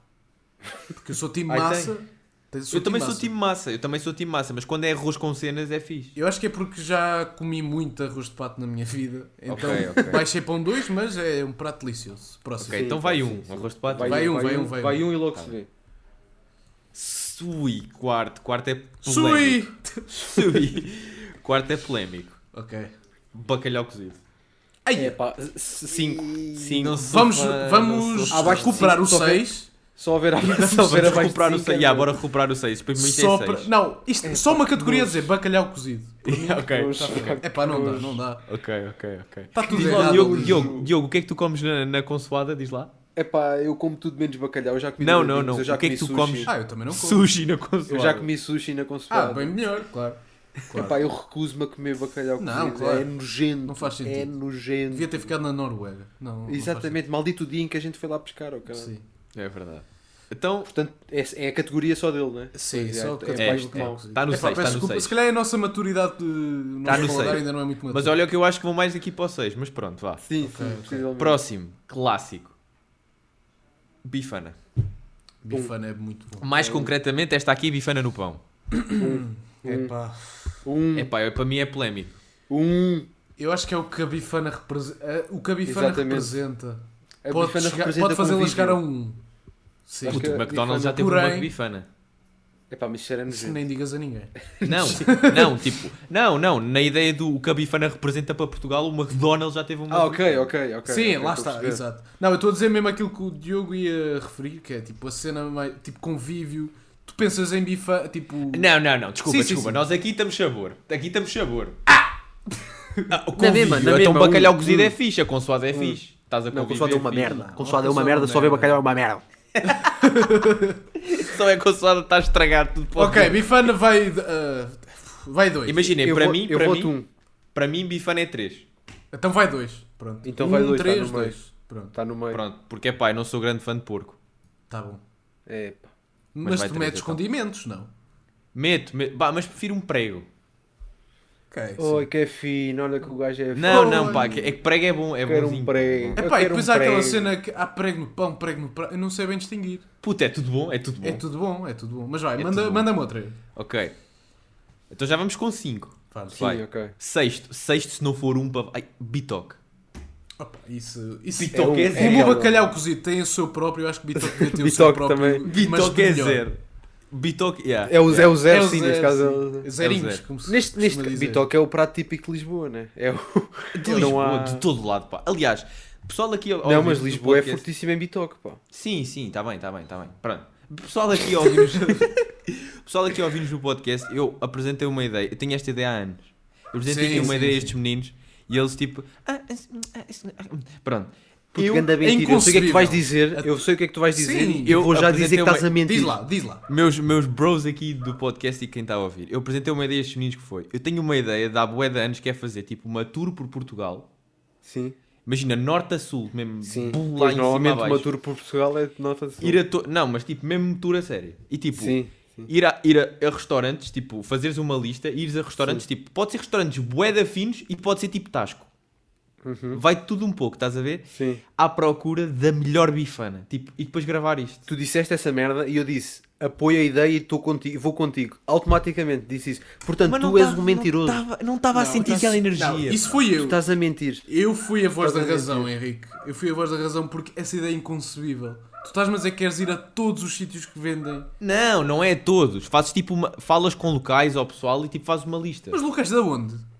Speaker 2: Porque eu sou time
Speaker 4: Ai,
Speaker 2: massa. Eu,
Speaker 4: eu também sou time massa, eu também sou time massa, mas quando é arroz com cenas é fixe.
Speaker 2: Eu acho que é porque já comi muito arroz de pato na minha vida. Então
Speaker 4: Ok, ok.
Speaker 2: baixei para um dois, mas é um prato delicioso. Próximo.
Speaker 4: Ok,
Speaker 3: Sim,
Speaker 4: então vai
Speaker 3: sim,
Speaker 4: um,
Speaker 3: sim.
Speaker 4: arroz de pato.
Speaker 3: Vai,
Speaker 2: Vai
Speaker 3: um,
Speaker 2: um, vai um, vai
Speaker 3: vai,
Speaker 2: um.
Speaker 3: um e logo se vê.
Speaker 4: Sui, quarto, quarto é polémico.
Speaker 2: Sui!
Speaker 4: Sui. quarto é polémico.
Speaker 2: Ok.
Speaker 4: Bacalhau cozido.
Speaker 2: Ai,
Speaker 3: É pá, s- s- cinco. Cinco.
Speaker 4: Não sou
Speaker 2: vamos
Speaker 4: fã, não
Speaker 2: vamos Ah,
Speaker 4: sou fã.
Speaker 3: Abaixo de
Speaker 2: recuperar
Speaker 3: cinco,
Speaker 2: o
Speaker 3: só ver-
Speaker 2: 6.
Speaker 3: Só haver abaixo só
Speaker 4: Vamos
Speaker 3: haver abaixo de
Speaker 4: recuperar o
Speaker 3: cinco,
Speaker 4: 6.
Speaker 3: é
Speaker 4: Yeah,
Speaker 3: bom.
Speaker 4: bora recuperar o 6. Para mim isto
Speaker 2: Só
Speaker 4: é
Speaker 2: para...
Speaker 4: 6.
Speaker 2: Não, isto é só uma categoria a dizer bacalhau cozido.
Speaker 4: Ok,
Speaker 3: Vamos-
Speaker 2: É pá, não dá, não dá.
Speaker 4: ok, ok, ok.
Speaker 2: Está tudo
Speaker 4: Diz lá,
Speaker 2: errado.
Speaker 4: Diogo,
Speaker 2: ali.
Speaker 4: Diogo, Diogo, o que é que tu comes na, na consoada? Diz lá.
Speaker 3: É pá, eu como tudo menos bacalhau. Eu já comi
Speaker 4: Não,
Speaker 3: bolinhos,
Speaker 4: não, não.
Speaker 3: Eu já
Speaker 4: O que é que
Speaker 3: comi
Speaker 4: tu
Speaker 3: sushi.
Speaker 4: comes?
Speaker 2: Ah, eu também não como.
Speaker 4: Sushi na consoada.
Speaker 3: Eu já comi sushi na
Speaker 2: Ah,
Speaker 3: consoada.
Speaker 2: bem melhor, claro. claro.
Speaker 3: Epá, eu recuso-me a comer bacalhau cozido.
Speaker 2: Não, claro.
Speaker 3: É nojento.
Speaker 2: Não faz sentido.
Speaker 3: É nojento.
Speaker 2: Devia ter ficado na Noruega. Não,
Speaker 3: Exatamente. Maldito dia em que a gente foi lá pescar, ok?
Speaker 2: Não faz sentido.
Speaker 4: É verdade. Então,
Speaker 3: Portanto, é, é a categoria só dele, não é?
Speaker 2: Sim,
Speaker 3: Pois é,
Speaker 2: só
Speaker 3: é,
Speaker 2: que
Speaker 3: é,
Speaker 4: é,
Speaker 3: mais do
Speaker 4: é.
Speaker 3: que mal.
Speaker 4: Tá no
Speaker 2: Epá,
Speaker 4: seis,
Speaker 2: peço
Speaker 4: tá no
Speaker 2: desculpa,
Speaker 4: seis.
Speaker 2: Se calhar é a nossa maturidade de não
Speaker 4: Tá no
Speaker 2: falar
Speaker 4: seis.
Speaker 2: ainda não é muito matura.
Speaker 4: mas olha o que eu acho que vão mais aqui para o 6, mas pronto, vá.
Speaker 3: Sim,
Speaker 2: Ok,
Speaker 3: sim,
Speaker 2: ok.
Speaker 3: possivelmente.
Speaker 4: Próximo, clássico. Bifana.
Speaker 2: Bifana é muito bom.
Speaker 4: Mais concretamente, esta aqui, bifana no pão.
Speaker 2: Hum. Epá.
Speaker 3: Um,
Speaker 4: Epá, eu- para mim é polémico.
Speaker 3: um.
Speaker 2: Eu acho que é o que a Bifana representa. O que a Bifana
Speaker 3: Exatamente.
Speaker 2: representa.
Speaker 3: A
Speaker 2: Pode,
Speaker 3: bifana
Speaker 2: chegar-
Speaker 3: representa
Speaker 2: pode fazê-la
Speaker 3: convívio.
Speaker 2: chegar a um. Sim.
Speaker 3: Acho
Speaker 4: Puto,
Speaker 3: que
Speaker 4: o
Speaker 3: a
Speaker 4: McDonald's já
Speaker 3: bifana-
Speaker 4: teve um uma
Speaker 2: Porém-
Speaker 4: bifana.
Speaker 3: Epá, mas isso era
Speaker 2: Se
Speaker 3: nojento.
Speaker 2: nem digas a ninguém.
Speaker 4: Não, não, tipo, não, não, na ideia do o que a bifana representa para Portugal, o McDonald's já teve uma.
Speaker 3: Ah, ok, ok, ok.
Speaker 2: Sim, lá
Speaker 3: ok, estou a
Speaker 2: está,
Speaker 3: perceber.
Speaker 2: exato. Não, eu estou a dizer mesmo aquilo que o Diogo ia referir, que é tipo a cena mais. tipo convívio. Tu pensas em bifa, tipo.
Speaker 4: Não, não, não, desculpa,
Speaker 2: Sim, sim,
Speaker 4: desculpa.
Speaker 2: sim.
Speaker 4: Nós aqui estamos sabor. Aqui estamos sabor. Ah! ah o convívio.
Speaker 3: mesma, na
Speaker 4: então
Speaker 3: mesma,
Speaker 4: bacalhau
Speaker 3: um,
Speaker 4: cozido
Speaker 3: um.
Speaker 4: é fixe, a consoada é fixe. Estás a
Speaker 3: Não,
Speaker 4: conviver,
Speaker 3: consoada é uma
Speaker 4: fixe.
Speaker 3: merda.
Speaker 2: Consoada é uma merda, só ver bacalhau
Speaker 5: é uma merda.
Speaker 4: Só é consoada, está a estragar tudo. para o
Speaker 2: Ok,
Speaker 4: povo.
Speaker 2: bifana vai. ah, vai dois.
Speaker 4: Imaginem,
Speaker 3: Eu
Speaker 4: para
Speaker 3: vou-
Speaker 4: mim,
Speaker 3: eu
Speaker 4: para
Speaker 3: voto
Speaker 4: mim,
Speaker 3: um.
Speaker 4: para mim, bifana é 3.
Speaker 2: Então vai dois. Pronto. Um,
Speaker 3: Então vai dois, tá
Speaker 2: três,
Speaker 3: no meio.
Speaker 2: dois. Pronto,
Speaker 3: Está tá no meio.
Speaker 4: Pronto, porque é pá, eu não sou grande fã de porco.
Speaker 2: tá bom.
Speaker 3: É, pá.
Speaker 2: Mas,
Speaker 4: vai
Speaker 2: tu
Speaker 4: três,
Speaker 2: metes
Speaker 4: então.
Speaker 2: condimentos, não?
Speaker 4: Meto, meto pá, mas prefiro um prego.
Speaker 2: Ok.
Speaker 3: Oi, que é fino, olha que o gajo é
Speaker 4: Não,
Speaker 2: Oh,
Speaker 4: não, pá, que- é que prego é bom, é
Speaker 3: Quero um
Speaker 4: bonzinho.
Speaker 3: prego.
Speaker 4: É bom.
Speaker 2: Epá, e
Speaker 3: quero
Speaker 2: depois
Speaker 3: um
Speaker 2: há aquela
Speaker 3: prego.
Speaker 2: cena que há prego no pão, prego no prato. Eu não sei bem distinguir.
Speaker 4: Puta, é tudo bom, é tudo bom.
Speaker 2: É tudo bom, é tudo bom. Mas vai,
Speaker 4: É tudo
Speaker 2: manda-
Speaker 4: bom.
Speaker 2: manda-me outra.
Speaker 4: Ok. Então já vamos com 5.
Speaker 2: Faz.
Speaker 4: Vai.
Speaker 3: Sim, ok.
Speaker 4: Sexto, sexto se não for um para... Ai, bitoque.
Speaker 2: Opa, isso, isso
Speaker 4: Bitoque
Speaker 3: um-
Speaker 4: é
Speaker 3: é
Speaker 4: zero.
Speaker 2: Como
Speaker 3: aquela-
Speaker 2: o bacalhau cozido tem o seu próprio, eu acho que Bitoque devia ter o seu
Speaker 3: Bitoque
Speaker 2: próprio.
Speaker 3: também.
Speaker 2: mas
Speaker 4: Bitoque é
Speaker 2: melhor.
Speaker 4: zero. Bitoque, yeah.
Speaker 3: É o, é o
Speaker 2: É
Speaker 3: zero,
Speaker 2: o
Speaker 3: sim, neste caso. é o-
Speaker 2: sim. Zerinhos,
Speaker 4: zero.
Speaker 2: como se
Speaker 3: Neste,
Speaker 2: costuma
Speaker 3: neste
Speaker 2: dizer.
Speaker 3: Bitoque é o prato típico de Lisboa, né? É o...
Speaker 4: De
Speaker 3: Não
Speaker 4: Lisboa,
Speaker 3: há-
Speaker 4: de todo lado, pá. Aliás, pessoal aqui... ao- ao
Speaker 3: Não,
Speaker 4: ouvir
Speaker 3: mas
Speaker 4: do
Speaker 3: Lisboa é
Speaker 4: podcast-
Speaker 3: fortíssimo em Bitoque, pá.
Speaker 4: Sim, sim, está bem, está bem, está bem. Pronto. Pessoal aqui a ouvir-nos. pessoal aqui a ouvir-nos no podcast, eu apresentei uma ideia. Eu tenho esta ideia há anos. Eu apresentei
Speaker 2: Sim,
Speaker 4: aqui uma
Speaker 2: sim,
Speaker 4: ideia a
Speaker 2: sim.
Speaker 4: estes meninos e eles tipo. "Ah, isso- ah, isso- ah", Pronto.
Speaker 3: Puto,
Speaker 4: Eu-
Speaker 3: ganda mentira. Eu sei o que é que tu vais dizer. Eu sei o que é que tu vais
Speaker 2: Sim,
Speaker 3: dizer. e
Speaker 4: eu
Speaker 3: vou já dizer
Speaker 4: apresentei
Speaker 3: que estás
Speaker 4: uma-
Speaker 3: a mentir.
Speaker 2: Diz lá, diz lá.
Speaker 4: Meus, meus bros aqui do podcast e quem está a ouvir, eu apresentei uma ideia a estes meninos que foi: eu tenho uma ideia de há bué de anos que é fazer tipo uma tour por Portugal.
Speaker 3: Sim,
Speaker 4: Imagina, norte a sul, mesmo
Speaker 3: sim.
Speaker 4: bum, lá
Speaker 3: Pois,
Speaker 4: em cima
Speaker 3: normalmente uma
Speaker 4: abaixo.
Speaker 3: tour por Portugal é de nota-se.
Speaker 4: Ir a to- Não, mas tipo, mesmo tour a sério. E tipo,
Speaker 3: Sim, sim.
Speaker 4: ir, a, ir a, a restaurantes, tipo, fazeres uma lista, ires a restaurantes, tipo, pode ser restaurantes bué da finos e pode ser tipo Tasco.
Speaker 3: Uhum.
Speaker 4: Vai tudo um pouco, estás a ver?
Speaker 3: Sim.
Speaker 4: À procura da melhor bifana, tipo, e depois gravar isto.
Speaker 3: Tu disseste essa merda e eu disse, apoio a ideia e estou contigo, vou contigo. Automaticamente disse isso. Portanto,
Speaker 4: Mas não tá-
Speaker 3: tu és
Speaker 4: tava-
Speaker 3: um mentiroso.
Speaker 4: Não tava- Não estava a
Speaker 2: Não,
Speaker 4: sentir
Speaker 2: isso-
Speaker 4: aquela
Speaker 2: não,
Speaker 4: energia.
Speaker 2: isso fui
Speaker 3: Tu
Speaker 2: eu.
Speaker 3: estás a mentir.
Speaker 2: Eu fui a voz da
Speaker 3: Estás a
Speaker 2: razão, Henrique. Eu fui a voz da razão porque essa ideia é inconcebível. Tu estás-me a dizer que queres ir a todos os sítios que vendem.
Speaker 4: Não, não é todos. Fazes tipo uma- falas com locais ao pessoal e tipo fazes uma lista.
Speaker 2: Mas Lucas, de onde?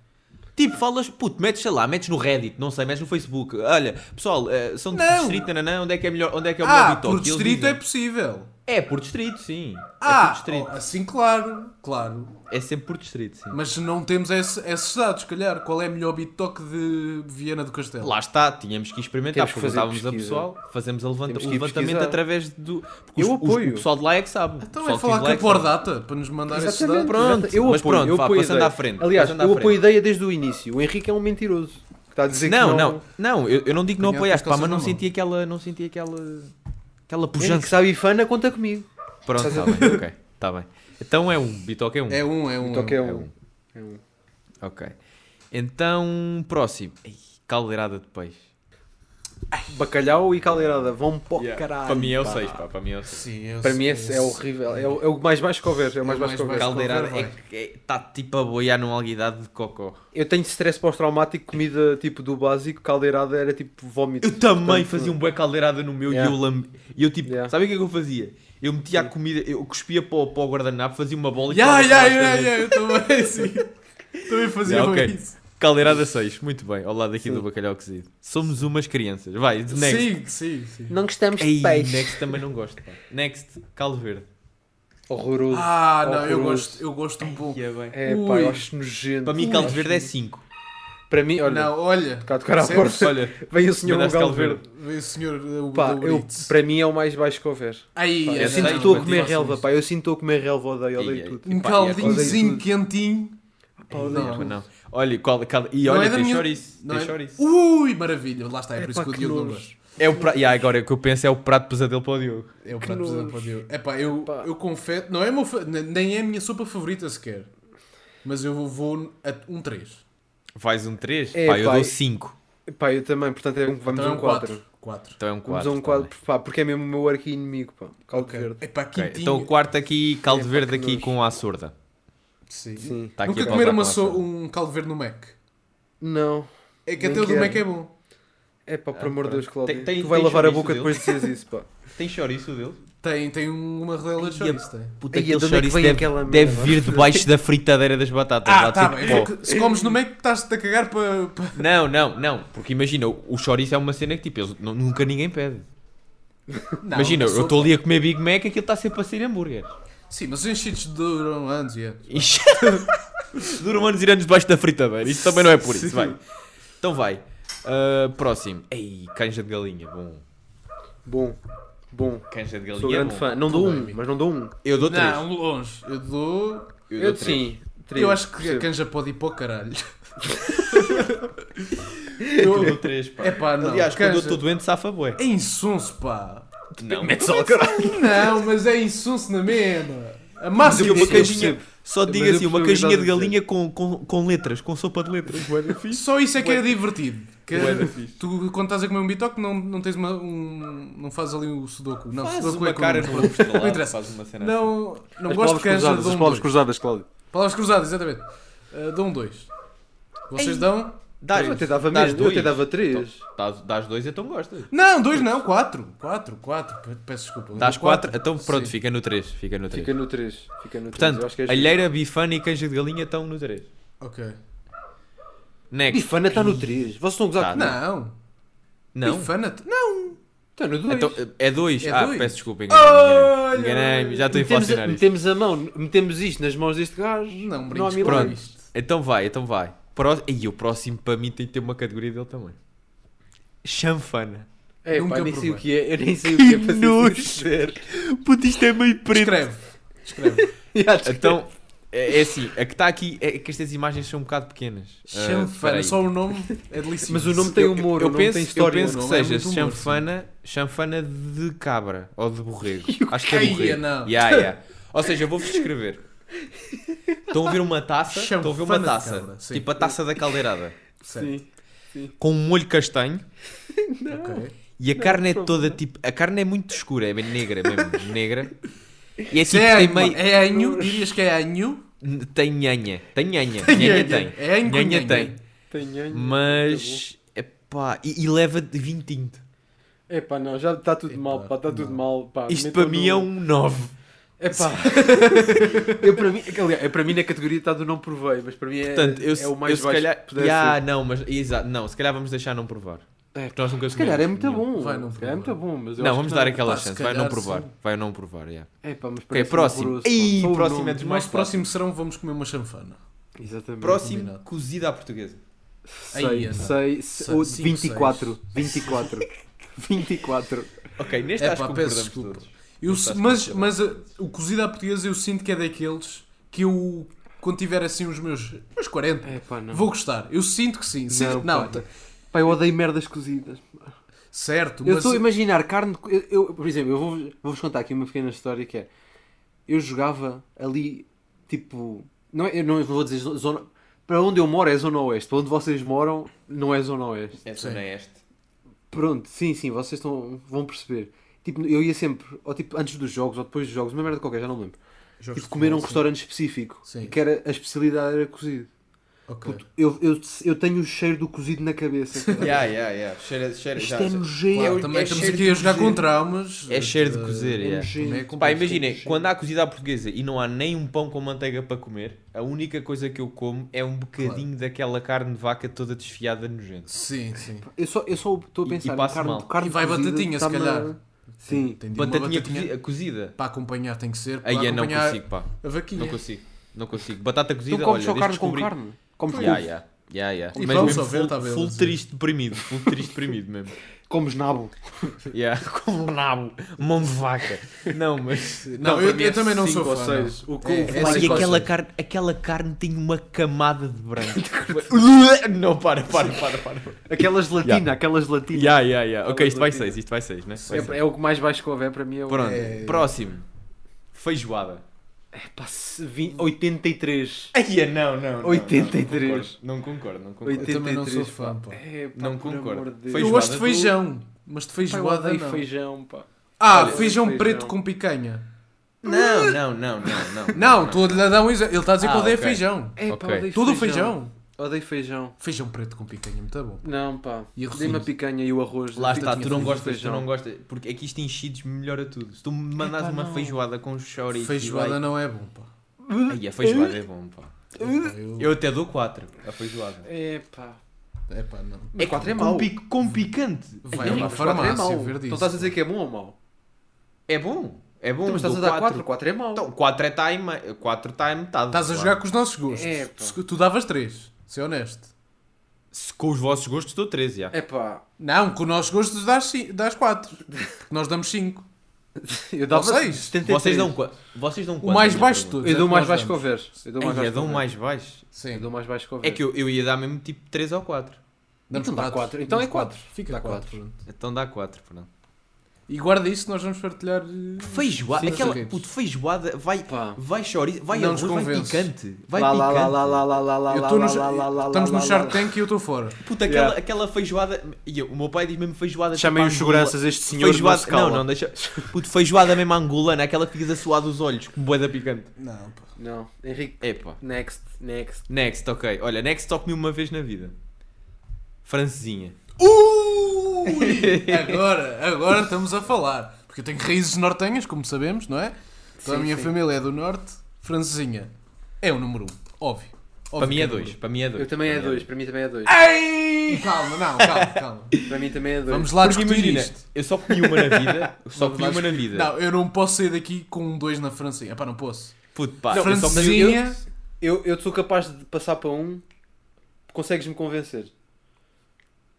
Speaker 4: Tipo, falas, puto, metes, sei lá, metes no Reddit, não sei, metes no Facebook. Olha, pessoal, eh, são de
Speaker 2: Não.
Speaker 4: distrito, nananã, onde é que é melhor, onde é que é o melhor
Speaker 2: Ah, por
Speaker 4: bitoque? E eles
Speaker 2: distrito é
Speaker 4: dizem.
Speaker 2: possível.
Speaker 4: é por distrito, sim. é por
Speaker 2: Ah,
Speaker 4: distrito.
Speaker 2: oh, assim claro, claro.
Speaker 4: É sempre por distrito, sim.
Speaker 2: Mas não temos esse, esses dados, se calhar. Qual é a melhor bitoque de Viena do Castelo?
Speaker 4: Lá está, tínhamos que experimentar,
Speaker 3: Temos que fazer
Speaker 4: perguntávamos a
Speaker 3: pesquisa.
Speaker 4: pessoal, fazemos a levanta-
Speaker 3: Temos
Speaker 4: o
Speaker 3: que ir
Speaker 4: levantamento
Speaker 3: pesquisar.
Speaker 4: através do. porque
Speaker 3: Eu
Speaker 4: os- os-
Speaker 3: apoio.
Speaker 4: O pessoal de lá é que sabe.
Speaker 2: Então
Speaker 4: o
Speaker 2: é
Speaker 4: pessoal que
Speaker 2: falar
Speaker 4: vive
Speaker 2: com a
Speaker 4: lá é que sabe.
Speaker 2: Pordata para nos mandar esses
Speaker 3: Exatamente.
Speaker 2: dados.
Speaker 4: Pronto,
Speaker 3: Exata- eu
Speaker 4: mas
Speaker 3: apoio,
Speaker 4: pronto,
Speaker 3: eu
Speaker 4: vá,
Speaker 3: apoio a
Speaker 4: passando
Speaker 3: ideia.
Speaker 4: à frente,
Speaker 3: Aliás,
Speaker 4: passando à
Speaker 3: eu
Speaker 4: frente.
Speaker 3: apoio a ideia desde o início. O Henrique é um mentiroso. que Está a dizer que não.
Speaker 4: Não, não, não, eu, eu não digo que não
Speaker 2: Apanhar
Speaker 4: apoiaste,
Speaker 2: com
Speaker 4: pá,
Speaker 2: as
Speaker 4: mas não
Speaker 2: calças na
Speaker 4: senti aquela. Não senti aquela.
Speaker 2: É
Speaker 4: Aquela
Speaker 3: Henrique
Speaker 4: pujança.
Speaker 3: sabe e fana, conta comigo.
Speaker 4: Pronto, está bem, ok. Está bem. Então é um, Bitoque é um.
Speaker 2: É um, é um.
Speaker 3: Então que
Speaker 2: é
Speaker 3: é
Speaker 2: um.
Speaker 3: um. é um.
Speaker 4: Ok. Então, próximo. Ei, caldeirada de peixe.
Speaker 3: Bacalhau e caldeirada vão para o caralho.
Speaker 4: Para mim é o 6,
Speaker 3: pá.
Speaker 4: pá. Para mim é o 6.
Speaker 2: Sim, eu
Speaker 3: Para mim
Speaker 2: sei,
Speaker 3: esse é
Speaker 2: eu
Speaker 3: horrível. É o, é o mais baixo que houver. É o mais
Speaker 2: É o
Speaker 3: baixo que
Speaker 2: mais
Speaker 3: houver.
Speaker 2: baixo.
Speaker 4: Caldeirada
Speaker 2: Couve,
Speaker 4: é que está tipo a boiar numa alguidade de cocó.
Speaker 3: Eu tenho stress pós-traumático, comida tipo do básico, caldeirada era tipo vómito.
Speaker 4: Eu também
Speaker 3: Portanto,
Speaker 4: fazia um bué caldeirada no meu
Speaker 3: Yeah.
Speaker 4: e eu lambe... E eu tipo,
Speaker 3: Yeah.
Speaker 4: sabe o que é que eu fazia? Eu metia a comida, eu cuspia para o, para o guardanapo, fazia uma bola e...
Speaker 2: Ya,
Speaker 4: ficava
Speaker 2: ya,
Speaker 4: debaixo da
Speaker 2: ya,
Speaker 4: mesa.
Speaker 2: ya, eu também, sim. Também fazia
Speaker 4: Ya, ok.
Speaker 2: isso.
Speaker 4: Caldeirada 6, muito bem, ao lado aqui
Speaker 3: Sim.
Speaker 4: do bacalhau cozido. Somos umas crianças, vai, next.
Speaker 2: Sim, sim, sim.
Speaker 3: Não gostamos
Speaker 4: Ei,
Speaker 3: de peixe.
Speaker 4: next também não gosto, pá. Next, caldo verde.
Speaker 3: Horroroso.
Speaker 2: Ah, não, eu
Speaker 3: Horroroso.
Speaker 2: gosto, eu gosto um pouco.
Speaker 3: É pá,
Speaker 2: Ui.
Speaker 3: eu acho nojento.
Speaker 4: Para mim caldo verde é 5.
Speaker 3: Para mim, olha,
Speaker 2: Não, olha.
Speaker 3: cá de cara à
Speaker 2: percebes?
Speaker 3: porta.
Speaker 4: Olha,
Speaker 3: Vem o senhor
Speaker 4: Mandaste
Speaker 3: Mugal
Speaker 4: um caldo
Speaker 3: Verde.
Speaker 2: Vê o senhor o
Speaker 3: Pá,
Speaker 2: do
Speaker 3: eu-
Speaker 2: Brits.
Speaker 3: para mim é o mais baixo que houver.
Speaker 2: Aí,
Speaker 3: Pá,
Speaker 2: é
Speaker 3: eu sinto que
Speaker 4: sei,
Speaker 3: estou a
Speaker 4: mas
Speaker 3: comer
Speaker 4: faço
Speaker 3: relva, pá. Eu sinto que estou a comer relva, odeio,
Speaker 4: Ei,
Speaker 3: odeio
Speaker 4: ei,
Speaker 3: tudo.
Speaker 4: e
Speaker 2: Um
Speaker 4: pá, e é
Speaker 2: caldinhozinho
Speaker 3: tudo.
Speaker 2: quentinho.
Speaker 3: Pá,
Speaker 2: Ei,
Speaker 3: odeio
Speaker 2: não,
Speaker 4: Mas
Speaker 3: tudo.
Speaker 4: não. Olha, qual, cal- e
Speaker 2: Não
Speaker 4: olha,
Speaker 2: é da
Speaker 4: tem
Speaker 2: minha-
Speaker 4: chouriço.
Speaker 2: não
Speaker 4: Tem
Speaker 2: é?
Speaker 4: chouriço.
Speaker 2: Ui, maravilha. Lá está, é, por isso
Speaker 3: Epá,
Speaker 2: que o
Speaker 3: que
Speaker 2: Diogo não
Speaker 3: nojo.
Speaker 2: gosta.
Speaker 4: É o pra... e agora o que eu penso é o prato pesadelo para o Diogo.
Speaker 2: É o
Speaker 3: Que
Speaker 2: prato
Speaker 3: nojo.
Speaker 2: pesadelo para o Diogo. É pá, eu,
Speaker 3: Pá.
Speaker 2: eu confesso, não é o meu fa- nem- nem é a minha sopa favorita sequer. Mas eu vou- vou a um 3.
Speaker 4: Faz um 3?
Speaker 3: É,
Speaker 4: pá, eu
Speaker 3: pá,
Speaker 4: dou
Speaker 3: e-
Speaker 4: 5.
Speaker 3: Pá, eu também, portanto é um, vamos
Speaker 2: Então é
Speaker 3: a um
Speaker 2: um 4.
Speaker 3: 4.
Speaker 2: 4.
Speaker 4: Então é um
Speaker 3: Vamos
Speaker 4: 4.
Speaker 3: a um 4, pá, porque é mesmo o meu arqui-inimigo, pá. Caldo Verde.
Speaker 2: É pá, quentinho.
Speaker 4: Então o quarto aqui, caldo
Speaker 3: É, pá,
Speaker 4: verde
Speaker 3: que
Speaker 4: aqui
Speaker 3: nojo.
Speaker 4: com a surda.
Speaker 2: Sim.
Speaker 3: Sim.
Speaker 4: Tá aqui
Speaker 2: Nunca
Speaker 4: a
Speaker 2: comer uma
Speaker 4: pausar com a
Speaker 2: so-
Speaker 4: açúcar.
Speaker 2: um caldo verde no Mac.
Speaker 3: Não.
Speaker 2: É que
Speaker 3: Nem
Speaker 2: até o do
Speaker 3: quero.
Speaker 2: Mac é bom.
Speaker 3: É pá, por
Speaker 4: Ah,
Speaker 3: amor de Deus,
Speaker 4: pronto.
Speaker 3: Cláudio.
Speaker 4: Tem- tem-
Speaker 3: tu vai
Speaker 4: tem
Speaker 3: lavar a
Speaker 4: chouriço
Speaker 3: boca
Speaker 4: dele?
Speaker 3: depois de dizeres isso, pá.
Speaker 4: Tem chouriço dele?
Speaker 2: Tem, tem um- uma rodela de
Speaker 4: Ai,
Speaker 2: chouriço, tem.
Speaker 4: Puta,
Speaker 3: Ei,
Speaker 4: aquele
Speaker 3: de onde é que
Speaker 4: chouriço
Speaker 3: vem
Speaker 4: deve,
Speaker 3: aquela
Speaker 4: deve
Speaker 3: merda?
Speaker 4: vir debaixo da fritadeira das batatas.
Speaker 2: Ah,
Speaker 4: lá
Speaker 2: tá
Speaker 4: de
Speaker 2: bem.
Speaker 4: sempre pó.
Speaker 2: é que Se comes no Mac, estás-te a cagar para... para-
Speaker 4: Não, não, não. Porque imagina, o o chouriço é uma cena que tipo, eles, nu- nunca ninguém pede.
Speaker 2: Não,
Speaker 4: imagina, eu
Speaker 2: sou-
Speaker 4: estou ali a comer Big Mac e aquilo está sempre a sair hambúrguer.
Speaker 2: Sim, mas os enchidos duram anos e anos.
Speaker 4: Ixi. Duram anos e anos debaixo da fritadeira. Isso também não é por isso. Vai. Então vai. Ah, próximo. Ei, canja de galinha. Bom.
Speaker 3: Bom, bom.
Speaker 4: Canja de galinha.
Speaker 3: Sou
Speaker 4: é
Speaker 3: grande
Speaker 4: bom.
Speaker 3: fã. Não dou um,
Speaker 2: Polémico.
Speaker 3: mas não dou um.
Speaker 4: Eu dou três.
Speaker 2: Não, longe. Eu dou...
Speaker 4: Eu dou
Speaker 3: Eu
Speaker 4: três.
Speaker 3: sim.
Speaker 2: eu acho que a canja pode ir para o caralho. eu...
Speaker 4: Eu dou três, pá.
Speaker 2: É pá, não.
Speaker 4: Aliás, quando eu
Speaker 2: Canja-
Speaker 4: estou doente, safa bué.
Speaker 2: É insunso, pá.
Speaker 4: Não, mete só o caralho.
Speaker 2: Não, mas é insunso na mesma. A é massa
Speaker 4: Diga uma
Speaker 3: percebo,
Speaker 4: canjinha. Só diga
Speaker 3: Mas eu
Speaker 4: assim,
Speaker 3: percebo o
Speaker 4: uma
Speaker 3: que
Speaker 4: canjinha de
Speaker 3: estás a
Speaker 4: galinha com, com, com letras, com sopa de letras.
Speaker 2: Só isso é que é divertido. Que
Speaker 4: Bué da fixe.
Speaker 2: tu, quando estás a comer um bitoque, não, não tens uma, um. Não fazes ali o sudoku. Não,
Speaker 4: Faz
Speaker 2: sudoku
Speaker 4: uma
Speaker 2: é com-
Speaker 4: cara no rosto
Speaker 2: Não
Speaker 4: lá,
Speaker 2: interessa.
Speaker 4: faz uma cena assim.
Speaker 2: Não, não gosto
Speaker 3: As palavras
Speaker 2: de canja.
Speaker 3: cruzadas,
Speaker 2: Dou
Speaker 3: as
Speaker 2: um
Speaker 3: palavras
Speaker 2: dois.
Speaker 3: cruzadas, Cláudio.
Speaker 2: Palavras cruzadas, exatamente. Uh, dou um 2. Vocês
Speaker 4: Ei.
Speaker 2: dão.
Speaker 4: Dás,
Speaker 3: Eu até dava
Speaker 4: dás
Speaker 3: mesmo, eu até
Speaker 4: dois.
Speaker 3: dava três.
Speaker 4: Então, Dás, dás dois, então gostas.
Speaker 2: Não, 2 não, 4. 4, 4. Peço desculpa.
Speaker 4: Dás
Speaker 2: Dou quatro.
Speaker 4: quatro, então pronto,
Speaker 2: Sim.
Speaker 4: fica no três. Fica no três.
Speaker 3: Fica no 3. Fica no 3.
Speaker 4: Portanto,
Speaker 3: eu acho que é justo.
Speaker 4: alheira, bifana e canja de galinha estão no 3.
Speaker 2: Ok.
Speaker 4: Next.
Speaker 3: Bifana está no 3. Vocês estão a gozar
Speaker 4: Tá,
Speaker 3: com
Speaker 2: Não.
Speaker 4: Não?
Speaker 2: Bifana. Não.
Speaker 3: Está no 2.
Speaker 4: Então, é 2?
Speaker 2: É
Speaker 4: ah,
Speaker 2: dois.
Speaker 4: peço desculpa,
Speaker 2: Olha,
Speaker 4: enganei-me. Enganei-me, já estou a
Speaker 3: metemos, a,
Speaker 4: inflacionar isto.
Speaker 3: metemos a mão, metemos isto nas mãos deste gajo.
Speaker 2: Não,
Speaker 3: não há
Speaker 2: brinques.
Speaker 3: milagre.
Speaker 2: Pronto.
Speaker 4: Então vai, então vai. Pró- E o próximo para mim tem que ter uma categoria dele também. Chanfana.
Speaker 3: É, pá,
Speaker 2: Nunca
Speaker 3: nem
Speaker 2: provei.
Speaker 3: sei o que é. Eu nem sei o que é para
Speaker 4: nojo.
Speaker 3: ser sincero.
Speaker 4: Puta, isto é meio
Speaker 2: Escreve. Escreve.
Speaker 3: Já te-
Speaker 4: Então, é, é assim, a que está aqui é que estas imagens são um bocado pequenas. Ah, espera
Speaker 2: Chanfana.
Speaker 4: aí.
Speaker 2: Só o nome é delicioso.
Speaker 3: Mas o nome tem humor,
Speaker 4: eu
Speaker 3: o nome
Speaker 4: penso,
Speaker 3: tem história.
Speaker 4: eu penso
Speaker 2: não
Speaker 4: que
Speaker 2: é? É
Speaker 4: seja
Speaker 2: muito humor,
Speaker 4: chanfana, chanfana de cabra ou de borrego. Acho que é
Speaker 2: Caia,
Speaker 4: borrego.
Speaker 2: não.
Speaker 4: Yeah, yeah. Ou seja, eu vou-vos descrever. Estão a ver uma taça? Estão a ver uma
Speaker 2: Chanfana de
Speaker 4: taça.
Speaker 2: cabra, sim.
Speaker 4: tipo a taça da caldeirada.
Speaker 2: Sim.
Speaker 4: Com um molho castanho
Speaker 2: Ok.
Speaker 4: e a carne é toda tipo. A carne é muito escura, é bem negra mesmo. negra. E é
Speaker 2: Se
Speaker 4: tipo,
Speaker 2: é,
Speaker 4: tem
Speaker 2: anho,
Speaker 4: meio.
Speaker 2: é anho, dirias que é anho?
Speaker 4: Tem nhanha. Tem nhanha. Nhanha tem.
Speaker 2: É anho com
Speaker 4: Nhanha
Speaker 2: nhanha.
Speaker 4: tem.
Speaker 3: Tenho,
Speaker 4: Mas. Epá, e, e leva de vinho tinto.
Speaker 3: Epá, não, já está tudo
Speaker 2: Epá,
Speaker 3: mal, pá, está tudo
Speaker 2: não.
Speaker 3: mal. Pá,
Speaker 4: Isto
Speaker 3: metam
Speaker 4: para mim é
Speaker 3: no-
Speaker 4: um 9.
Speaker 3: Epá. eu para mim, aliás, é para mim na categoria está do não provei, mas para mim é,
Speaker 4: Portanto, eu,
Speaker 3: é o mais
Speaker 4: eu se
Speaker 3: baixo
Speaker 4: calhar.
Speaker 3: que pudesse
Speaker 4: Ah,
Speaker 3: ser.
Speaker 4: não, mas. Exato, não, se calhar vamos deixar não provar.
Speaker 3: É,
Speaker 4: Porque nós nunca
Speaker 3: Se calhar é
Speaker 4: comemos
Speaker 3: muito
Speaker 4: nenhum.
Speaker 3: bom.
Speaker 2: Vai não
Speaker 3: se calhar é muito
Speaker 2: provar.
Speaker 3: bom, mas eu
Speaker 4: Não,
Speaker 3: acho
Speaker 4: vamos
Speaker 3: que
Speaker 4: dar aquela
Speaker 2: Pá, se
Speaker 4: chance. Vai
Speaker 2: calhar
Speaker 4: não provar.
Speaker 2: sim.
Speaker 4: Vai não provar, yeah.
Speaker 3: Epá, mas
Speaker 4: Ok,
Speaker 3: parece um
Speaker 4: próximo.
Speaker 3: horroroso, pá.
Speaker 4: Ih,
Speaker 3: Só o
Speaker 4: próximo
Speaker 3: nome.
Speaker 4: é dos
Speaker 2: O
Speaker 4: mais
Speaker 2: mais
Speaker 4: fáceis.
Speaker 2: próximo serão vamos comer uma chanfana.
Speaker 3: Exatamente.
Speaker 4: Próximo,
Speaker 2: combinado.
Speaker 4: cozida à portuguesa.
Speaker 2: Aí,
Speaker 3: Sei,
Speaker 2: Ana.
Speaker 3: sei,
Speaker 2: Sei,
Speaker 3: ou
Speaker 2: cinco,
Speaker 3: 24, 24, 24.
Speaker 4: Ok, neste
Speaker 2: Epá,
Speaker 4: acho que
Speaker 2: É peço
Speaker 4: concordamos
Speaker 2: desculpa.
Speaker 4: todos.
Speaker 2: Eu,
Speaker 4: Não estás
Speaker 2: se- mas
Speaker 4: com
Speaker 2: mas uh, o cozido à portuguesa eu sinto que é daqueles que eu, quando tiver assim os meus, meus 40,
Speaker 3: Epá, não.
Speaker 2: vou gostar. Eu sinto que sim. Sinto,
Speaker 3: Não,
Speaker 2: não,
Speaker 3: pá.
Speaker 2: tá-
Speaker 3: Pá, eu odeio merdas cozidas.
Speaker 2: certo,
Speaker 3: Eu
Speaker 2: mas
Speaker 3: estou a imaginar carne. co- Eu, eu- por exemplo, eu vou- vou-vos contar aqui uma pequena história que é. Eu jogava ali, tipo. Não, é- eu não vou dizer zo- zona. Para onde eu moro é zona oeste. Para onde vocês moram não é zona oeste.
Speaker 4: É zona este.
Speaker 3: Pronto, sim, sim, vocês estão, vão perceber. Tipo, eu ia sempre, ou tipo, antes dos jogos ou depois dos jogos, uma merda qualquer, já não me lembro.
Speaker 2: Jogos
Speaker 3: Tipo,
Speaker 2: de
Speaker 3: comer a um
Speaker 2: futebol,
Speaker 3: restaurante específico.
Speaker 2: Sim. É.
Speaker 3: Que era, a especialidade era cozido.
Speaker 2: sim. Ok.
Speaker 3: Puto, eu, eu, eu tenho o cheiro do cozido na cabeça. cara.
Speaker 4: Yeah, yeah, yeah. Cheira, cheira,
Speaker 3: Isto
Speaker 4: já-
Speaker 3: é
Speaker 4: já-
Speaker 3: nojento.
Speaker 2: Claro,
Speaker 4: é-
Speaker 2: também
Speaker 4: é
Speaker 2: estamos
Speaker 4: cheiro
Speaker 2: aqui
Speaker 4: de
Speaker 2: a jogar
Speaker 4: cozer.
Speaker 2: com traumas.
Speaker 4: É cheiro de
Speaker 2: uh,
Speaker 3: é
Speaker 4: cozer, yeah.
Speaker 3: nojento.
Speaker 2: também é
Speaker 4: Pá,
Speaker 2: complexo.
Speaker 4: imaginem,
Speaker 3: cheiro.
Speaker 4: quando há cozida à portuguesa e não há nem um pão com manteiga para comer, a única coisa que eu como é um bocadinho daquela carne de vaca toda desfiada nojenta.
Speaker 2: Sim, sim.
Speaker 3: Eu só eu só estou a
Speaker 4: E-
Speaker 3: pensar
Speaker 4: e
Speaker 3: em
Speaker 4: passa
Speaker 3: carne,
Speaker 4: mal.
Speaker 2: E
Speaker 3: carne
Speaker 2: vai
Speaker 3: cozida,
Speaker 2: batatinha, se
Speaker 3: tá-me a-
Speaker 2: calhar.
Speaker 3: Sim.
Speaker 2: Tem de ir uma
Speaker 4: Batatinha,
Speaker 2: batatinha
Speaker 4: cozi- cozida.
Speaker 2: Para acompanhar tem que ser. Para
Speaker 4: Aí eu não
Speaker 2: acompanhar
Speaker 4: consigo, pá.
Speaker 2: A vaquinha.
Speaker 4: Não consigo. Não consigo. Batata
Speaker 3: Tu
Speaker 4: cozida,
Speaker 3: comes
Speaker 4: olha,
Speaker 3: só
Speaker 4: desde
Speaker 3: carne com
Speaker 4: descobri-
Speaker 3: carne? Comes
Speaker 4: Yeah,
Speaker 3: couve?
Speaker 4: yeah. Yeah, yeah.
Speaker 2: E
Speaker 4: Mas
Speaker 2: pão,
Speaker 4: mesmo
Speaker 2: só verde, tá
Speaker 4: full,
Speaker 2: verde,
Speaker 4: full
Speaker 2: sim.
Speaker 4: triste deprimido, full triste deprimido mesmo.
Speaker 3: Comes nabo?
Speaker 4: Yeah, como um nabo, mão de vaca. Não, mas.
Speaker 2: Não,
Speaker 4: para
Speaker 2: eu,
Speaker 4: mim
Speaker 2: eu
Speaker 4: é
Speaker 2: também não
Speaker 4: cinco
Speaker 2: sou
Speaker 4: ou
Speaker 2: fã.
Speaker 4: seis.
Speaker 2: não.
Speaker 3: O couve
Speaker 2: É- é
Speaker 4: Pá,
Speaker 2: cinco
Speaker 4: e
Speaker 2: ou
Speaker 4: aquela
Speaker 2: seis.
Speaker 4: carne, aquela carne tem uma camada de branco. não, para, para, para, para.
Speaker 3: Aquela gelatina,
Speaker 4: Yeah.
Speaker 3: aquela gelatina.
Speaker 4: Ya, ya, ya. Ok,
Speaker 3: Uma
Speaker 4: isto vai
Speaker 3: gelatina.
Speaker 4: 6, isto vai 6, né? Vai
Speaker 3: É,
Speaker 4: seis.
Speaker 3: é o que mais baixo que houver para mim. É o...
Speaker 4: Pronto,
Speaker 2: É.
Speaker 4: próximo. Feijoada.
Speaker 3: É, pá, se vin- 83.
Speaker 4: Ai, não, não.
Speaker 3: não, 83.
Speaker 4: Não concordo, não concordo.
Speaker 2: Eu também não sou
Speaker 3: 83,
Speaker 2: fã, pá.
Speaker 3: É, pá,
Speaker 4: Não
Speaker 3: por
Speaker 4: concordo.
Speaker 3: amor de Deus.
Speaker 4: Feijoada,
Speaker 2: Eu gosto de
Speaker 4: tu-
Speaker 2: feijão, mas de
Speaker 3: Pá, eu
Speaker 2: feijoada
Speaker 3: odeio
Speaker 2: não.
Speaker 3: feijão, pá.
Speaker 2: Ah,
Speaker 3: Olha,
Speaker 2: feijão
Speaker 3: feijão.
Speaker 2: preto com picanha.
Speaker 4: Não, não, não, não, não.
Speaker 2: Não, estou a lhe dar um exemplo. Ele está a dizer que
Speaker 4: Ah,
Speaker 2: odeia
Speaker 4: ok.
Speaker 2: feijão.
Speaker 3: É,
Speaker 4: Ok.
Speaker 3: pá, odeio
Speaker 2: Todo o feijão.
Speaker 3: Odeio feijão.
Speaker 2: Feijão preto com picanha, muito bom.
Speaker 3: Não, pá.
Speaker 2: E arrozinho.
Speaker 3: Dei-me a picanha e o arroz.
Speaker 4: Lá
Speaker 3: Eu
Speaker 4: está,
Speaker 3: fico
Speaker 4: tu não
Speaker 3: feliz
Speaker 4: gostas, tu
Speaker 3: feijão.
Speaker 4: não gostas. Porque é que isto enchidos melhora tudo. Se tu me mandas
Speaker 3: Epá,
Speaker 4: uma
Speaker 3: não.
Speaker 4: feijoada com chorizo.
Speaker 2: Feijoada não é bom, pá.
Speaker 4: Ai, a feijoada é bom, pá.
Speaker 2: Epá, eu-
Speaker 4: Eu até dou 4 a feijoada.
Speaker 3: É, pá.
Speaker 2: Epá, não.
Speaker 3: Mas
Speaker 4: que
Speaker 3: quatro é
Speaker 4: com
Speaker 3: mau.
Speaker 4: pic- com picante.
Speaker 2: Vai
Speaker 4: Ai,
Speaker 2: uma
Speaker 3: Então, Mas quatro é
Speaker 2: farmácia
Speaker 3: mau.
Speaker 2: ver disso,
Speaker 3: Então estás a dizer
Speaker 2: pá.
Speaker 3: que é bom ou mau?
Speaker 4: É bom, é bom.
Speaker 3: Então, mas estás a
Speaker 4: dou
Speaker 3: dar
Speaker 4: Um quatro.
Speaker 3: 4. 4 é mau.
Speaker 4: Então, 4 é time, 4 time, tá, metade.
Speaker 2: Estás a
Speaker 4: claro.
Speaker 2: jogar com os nossos gostos.
Speaker 3: É, pá.
Speaker 2: Se- tu davas 3, se é honesto.
Speaker 4: Se com os vossos gostos dou 13, já.
Speaker 3: É pá.
Speaker 2: Não, com os nossos gostos dás, ci- dás 4. Porque nós damos 5.
Speaker 3: Eu
Speaker 4: Então,
Speaker 3: dava
Speaker 2: Vocês?
Speaker 3: 73.
Speaker 4: Vocês dão, qua- vocês dão
Speaker 2: O
Speaker 4: quanto,
Speaker 2: mais
Speaker 4: minha
Speaker 2: baixo de
Speaker 4: pergunta?
Speaker 2: todos.
Speaker 3: Eu dou mais
Speaker 2: Nós
Speaker 3: baixo que
Speaker 2: damos.
Speaker 3: houver. Eu dou mais
Speaker 4: Ai,
Speaker 3: baixo.
Speaker 4: é, dão
Speaker 3: que
Speaker 4: mais baixo.
Speaker 3: houver. Eu
Speaker 2: Sim.
Speaker 3: dou mais baixo que houver.
Speaker 4: É que eu, eu ia dar mesmo tipo 3 ou 4.
Speaker 2: Damos
Speaker 3: Então dá
Speaker 2: quatro.
Speaker 3: quatro. Então
Speaker 2: Damos
Speaker 3: é quatro.
Speaker 2: quatro. Fica
Speaker 3: Dá
Speaker 2: 4.
Speaker 3: quatro.
Speaker 4: Então dá 4, pronto.
Speaker 2: E guarda isso, nós vamos partilhar. eh,
Speaker 4: Feijoada,
Speaker 2: Sim,
Speaker 4: aquela
Speaker 2: sim.
Speaker 4: puto, feijoada, vai,
Speaker 3: Pá.
Speaker 4: vai chorizo, vai
Speaker 2: Não
Speaker 4: arroz,
Speaker 2: nos
Speaker 4: vai
Speaker 2: convence.
Speaker 4: picante. Vai
Speaker 3: Lá, lá,
Speaker 4: picante.
Speaker 3: lá, lá, lá, lá, lá, lá,
Speaker 2: Eu tô no,
Speaker 3: lá, lá, lá, lá,
Speaker 2: estamos no
Speaker 3: lá, lá, lá.
Speaker 2: Shark Tank e eu estou fora.
Speaker 4: Puta, aquela,
Speaker 3: Yeah.
Speaker 4: aquela feijoada. E o meu pai diz mesmo feijoada.
Speaker 3: Chamei
Speaker 4: tipo
Speaker 3: os
Speaker 4: angolana.
Speaker 3: seguranças, este senhor não se cala.
Speaker 4: Não, não, deixa. Puto, feijoada mesmo angolana, aquela que ficas a suar dos olhos, com boeda picante.
Speaker 2: Não, pá.
Speaker 3: Não, Henrique.
Speaker 4: Epá.
Speaker 3: Next, next.
Speaker 4: Next, ok. Olha, next só comi uma vez na vida. Francesinha.
Speaker 2: Ui! Agora, agora estamos a falar. Porque eu tenho raízes nortenhas, como sabemos, não é? Toda a
Speaker 3: Sim,
Speaker 2: minha
Speaker 3: sim.
Speaker 2: família é do norte. Francesinha é o número 1. Um. Óbvio. Óbvio
Speaker 4: para mim
Speaker 2: que
Speaker 4: é
Speaker 2: o
Speaker 4: dois.
Speaker 2: número
Speaker 4: Para mim é dois.
Speaker 3: Eu também
Speaker 4: Para
Speaker 3: é
Speaker 4: mim
Speaker 3: dois para mim também é dois
Speaker 2: um. Calma, não, calma, calma.
Speaker 3: Para mim também é dois
Speaker 2: Vamos lá
Speaker 4: Porque
Speaker 2: discutir
Speaker 4: imagina,
Speaker 2: isto.
Speaker 4: eu só comi uma na vida. eu Só
Speaker 2: Vamos
Speaker 4: comi
Speaker 2: lá
Speaker 4: uma na vida.
Speaker 2: Não, eu não posso sair daqui com um 2 na Francinha. Epá, não posso.
Speaker 4: Puto, pá. eu só comi-
Speaker 2: Francesinha.
Speaker 3: Eu, eu sou capaz de passar para um. Consegues-me convencer?